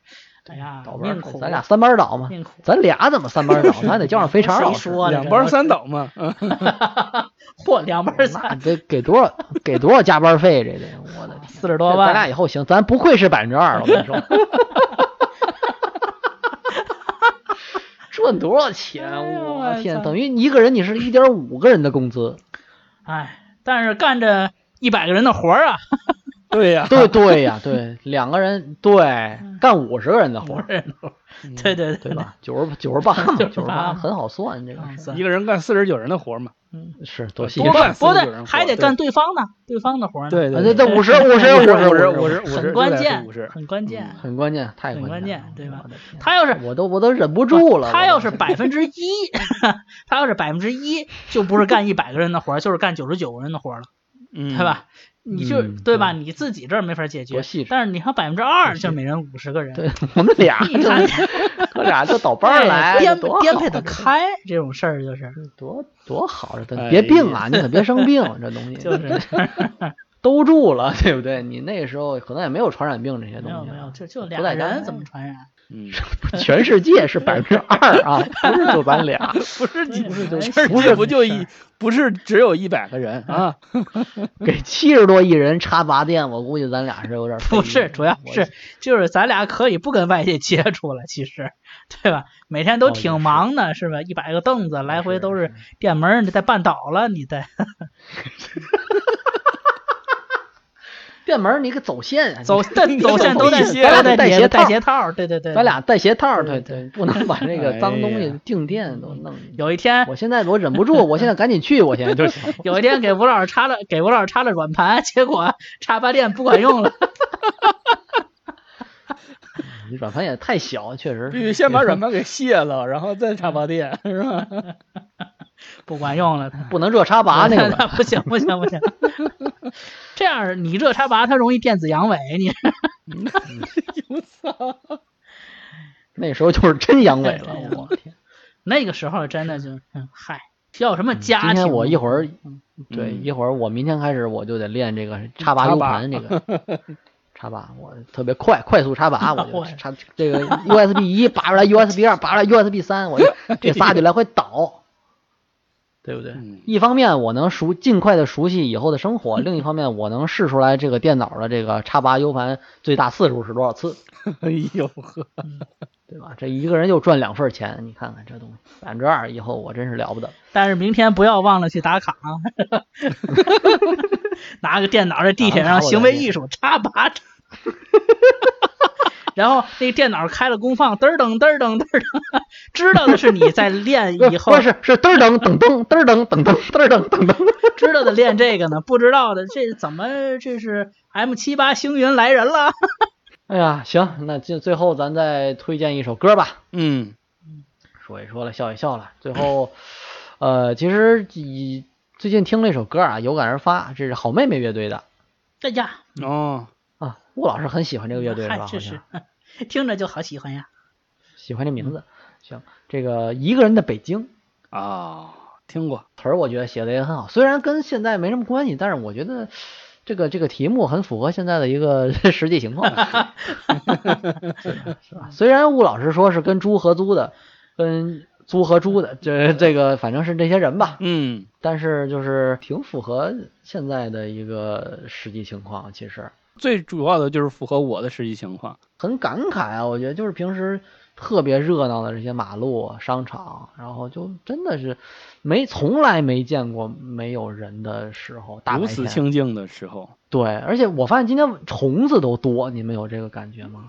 C: 哎呀
B: 倒，班
C: 命
B: 儿
C: 苦，啊
B: 咱俩三班儿倒嘛，
C: 命苦。
B: 咱俩怎么三班儿倒？咱得叫上肥肠老
C: [LAUGHS] 谁
B: 师。
C: 说的？
A: 两班三倒嘛，嗯
C: 嚯，两班
B: 那
C: 三，
B: 得给多少给多少加班费？这得，我的天！
C: 四十多
B: 咱俩
C: 万，
B: 以后行，咱不愧是百分之二，我跟你
C: [LAUGHS]
B: 说，赚多少钱？
C: 哎呦
B: 我
C: 我
B: 天，
C: 操
B: 等于一个人你是一点五个人的工资。
C: [LAUGHS] 哎，但是干着一百个人的活儿啊，
A: 对 [LAUGHS] 呀，
B: [LAUGHS] 对对呀，对，两个人对
C: 嗯
B: 干五十个人的活
C: 活
B: 儿，
C: 人多，
A: 嗯
C: 对对
B: 嗯对吧？九十九十八
C: [LAUGHS]
B: 嘛，九十
C: 98
B: 八很好算，这个
C: 嗯
B: 是
C: 算
A: 一个人干四十九人的活嘛，
B: 是多细
A: 多
B: 致。
A: 干
B: 啊，
A: 四
C: 不
A: 十九人活
C: 对，还
A: 对
C: 得干对方的对方的活儿呢，
A: 对
B: 对
A: 对
C: [LAUGHS]
B: 对，五十五十
A: 五十
B: 五十嗯
A: 五十五十，
C: 很关键
A: 五十，
C: 很关键。
B: 很关键，太
C: 很关
B: 关
C: 键
B: 了
C: 对吧？
B: 我的天
C: 他要是
B: [LAUGHS] 我都我都忍不住了。
C: 他要
B: 我
C: 是百分之一， [LAUGHS] 他要是百分之一，就不是干一百个人的活儿，就是干九十九个人的活儿了，
A: 嗯
C: 对？吧？你就
B: 嗯
C: 对吧？你自己这儿没法解
B: 多
C: 决
B: 细致，
C: 但是你看百分之二，就每人五十个人，
B: 对我们俩
C: 你看
B: 就哥俩就倒班儿
C: 哎
B: 来，
C: 颠
B: 多好
C: 颠配的开这种事儿就是
B: 多多好，这
A: 哎
B: 都别病啊，你可别生病，这东西
C: 就是
B: 兜住了，对不对？你那时候可能也没有传染病这些
C: 没有
B: 东西
C: 没有，
B: 啊，
C: 就就
B: 不
C: 俩
B: 带干
C: 人
B: 的
C: 怎么传染？
A: 嗯，
B: [LAUGHS] 全世界是百分之二啊，不是就咱
C: [LAUGHS]
B: 俩，
A: 不是你
C: 不是就
A: 这不是不就一不是只有一百个人啊？
B: 给七十多亿人插拔电，我估计咱俩是有点儿费
C: [LAUGHS] 不
B: 力
C: 是，主要
B: 我
C: 是就是咱俩可以不跟外界接触了，其实，对吧？每天
B: 哦
C: 都
B: 也是
C: 挺忙的，是吧？一百个凳子来回都是电门儿，你再绊倒了，你再
B: 电门儿你给走线啊，
C: 走
B: 你
C: 但走线都带
B: 一些咱
C: 都
B: 俩
C: 带
B: 啊带鞋
C: 鞋带
B: 套
C: 鞋套儿，对对对。
B: 咱俩带鞋套儿，对
C: 对
B: 对，不
C: [LAUGHS]
B: 能把这
A: 哎
B: 个脏东
A: 呀
B: 西静电都弄进去。
C: 有一天
B: 我现在我忍不住，我现在赶紧去，我现在就行。
C: 有一天给吴老师插了给吴老师插了软盘，结果插拔电不管用了， [LAUGHS]
B: 你软盘也太小，确实
A: 必须先把软盘给卸了，然后再插拔电， [LAUGHS] 是吧？
C: 不管用了。
B: 不能热插 [LAUGHS] 拔那个
C: [LAUGHS] 那
B: 软。
C: 不行不行不行，这样儿你热插拔它容易电子阳痿，你
A: 我操！
B: 那时候就是真阳痿了，我天！
C: 那个时候真的就嗯嗨，需要什么家庭？
B: 嗯今天我一会儿，对，
A: 嗯
B: 一会儿我明天开始我就得练这个插拔 U 盘这
C: [LAUGHS]
B: 个插拔，我特别快，快速插拔，我就
C: 我
B: 插这个 USB 一拔出来，USB 二拔出来，USB 三，我
C: [LAUGHS]
B: 就这仨就来回倒，对不对？
A: 嗯 [LAUGHS]
B: 一方面我能熟尽快的熟悉以后的生活，另一方面我能试出来这个电脑的这个插拔 U 盘最大次数是多少次，
A: 哎呦呵，
B: 对吧？这一个人又赚两份钱，你看看这东西，百分之二以后我真是了不得。
C: 但是明天不要忘了去打卡
B: [LAUGHS]
C: 啊！拿个电脑在地铁上行为艺术插拔插， [LAUGHS] 然后那个电脑开了功放，嘚儿噔嘚儿噔嘚儿噔，知道的是你在练以后
B: 不，是是嘚儿噔噔噔嘚儿噔噔噔嘚儿噔噔噔，
C: 知道的练这个呢，不知道的这怎么这是 M 七八星云来人了？
B: 哎呀，行，那就最后咱再推荐一首歌吧，
A: 嗯，
B: 说一说了，笑一笑了。最后，呃，其实以最近听了一首歌啊，有感而发，这是好妹妹乐队的
C: 哎呀，
A: 哦，
B: 啊，吴老师很喜欢这个乐队是
C: 嗯嗨
B: 吧？好
C: 这
B: 像
C: 是 [LAUGHS] 听着就好喜欢呀！
B: 喜欢这名
C: 嗯
B: 字。行，这个一个人的北京
A: 啊，听过，
B: 词儿，我觉得写的也很好，虽然跟现在没什么关系，但是我觉得这个这个题目很符合现在的一个 [LAUGHS] 实际情况， [LAUGHS] 是吧？虽然吴老师说是跟猪合租的，跟租和猪的，这这个反正是这些人吧，
A: 嗯，
B: 但是就是挺符合现在的一个实际情况，其实
A: 最主要的就是符合我的实际情况，
B: 很感慨啊，我觉得就是平时特别热闹的这些马路啊、商场，然后就真的是没从来没见过没有人的时候，大
A: 如
B: 白
A: 此
B: 天。
A: 清静的时候，
B: 对，而且我发现今天虫子都多，你们有这个感觉吗？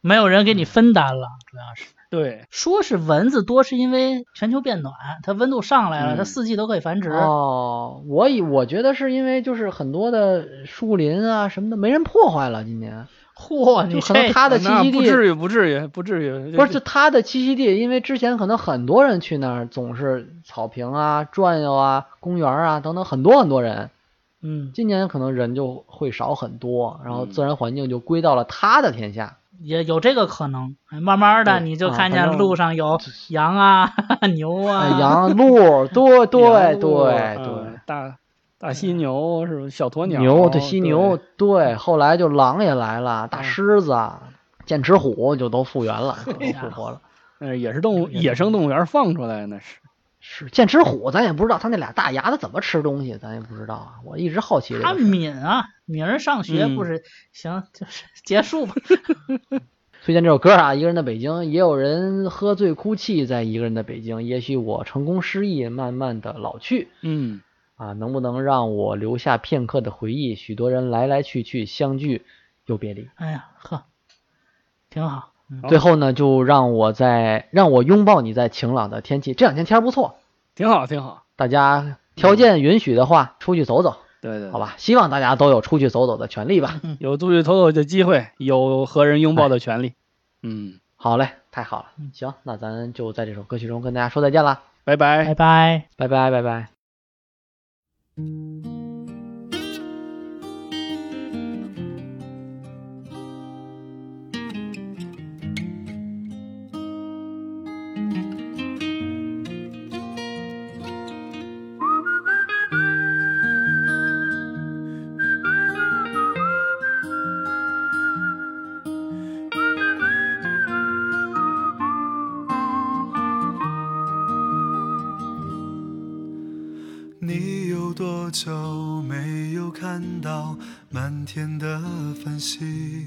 C: 没有人给你分担了，主要是。
A: 对，
C: 说是蚊子多，是因为全球变暖，它温度上来了，
A: 嗯
C: 它四季都可以繁殖。
B: 哦，我以我觉得是因为就是很多的树林啊什么的没人破坏了，今年
A: 啊
C: 嚯，你
B: 就可能
C: 这
B: 它的栖
A: 那
B: 息
A: 不
B: 地
A: 至于，不至于，不至于，
B: 不是就它的栖息地，因为之前可能很多人去那儿总是草坪啊、转悠啊、公园啊等等很多很多人，
C: 嗯，
B: 今年可能人就会少很多，然后
A: 嗯
B: 自然环境就归到了它的天下。
C: 也有这个可能。哎慢慢的，
B: 对
C: 你就
B: 啊
C: 看
B: 反
C: 见
B: 正
C: 路上有羊啊、 [LAUGHS] 牛
B: 哎
C: 啊、
B: 羊、鹿，对对对
A: 羊鹿
B: 对
A: 嗯，大大犀牛
C: 嗯
A: 是不是？小鸵鸟，
C: 嗯
B: 牛对犀牛，对，后来就狼也来了，大狮子啊，剑齿虎就都复原了，都
C: [LAUGHS] 哎呀
B: 复活了。
A: 那呃也是动物野生动物园放出来的，那是
B: 是剑齿虎，咱也不知道它那俩大牙子怎么吃东西，咱也不知道啊。我一直好奇这
C: 他
B: 个事，
C: 敏啊，敏儿上学不
A: 嗯
C: 是、行，就是结束吧。 [LAUGHS]
B: 推荐这首歌啊，《一个人的北京》，也有人喝醉哭泣，在《一个人的北京》。也许我成功失忆，慢慢的老去
A: 嗯，
B: 啊，能不能让我留下片刻的回忆？许多人来来去去，相聚又别离。
C: 哎呀，呵，挺好。嗯
A: 好
B: 最后呢，就让我在让我拥抱你在晴朗的天气。这两天天儿不错，
A: 挺好，挺好。
B: 大家条件允许的话，出去走走，
A: 对对，对
B: 好，吧？希望大家都有出去走走的权利吧。
A: 有出去走走的机会，有和人拥抱的权利。嗯，
B: 好嘞，太好了
C: 嗯，
B: 行，那咱就在这首歌曲中跟大家说再见啦，
A: 拜拜
B: 哎
C: 拜。拜。
B: 拜拜拜拜。
D: 你有多久没有看到满天的繁星？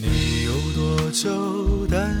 D: 你有多久单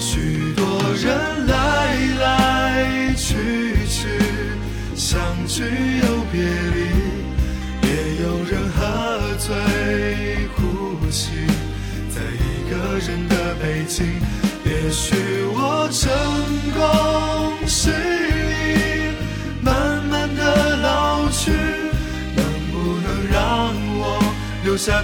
D: 许多人来来去去，相聚又别离，也有人喝醉哭泣，在一个人的北京，也许我成功失忆，慢慢的老去，能不能让我留下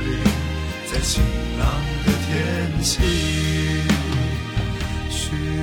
D: 里，在晴朗的天气。许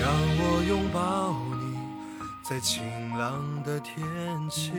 D: 让我拥抱你，在晴朗的天气。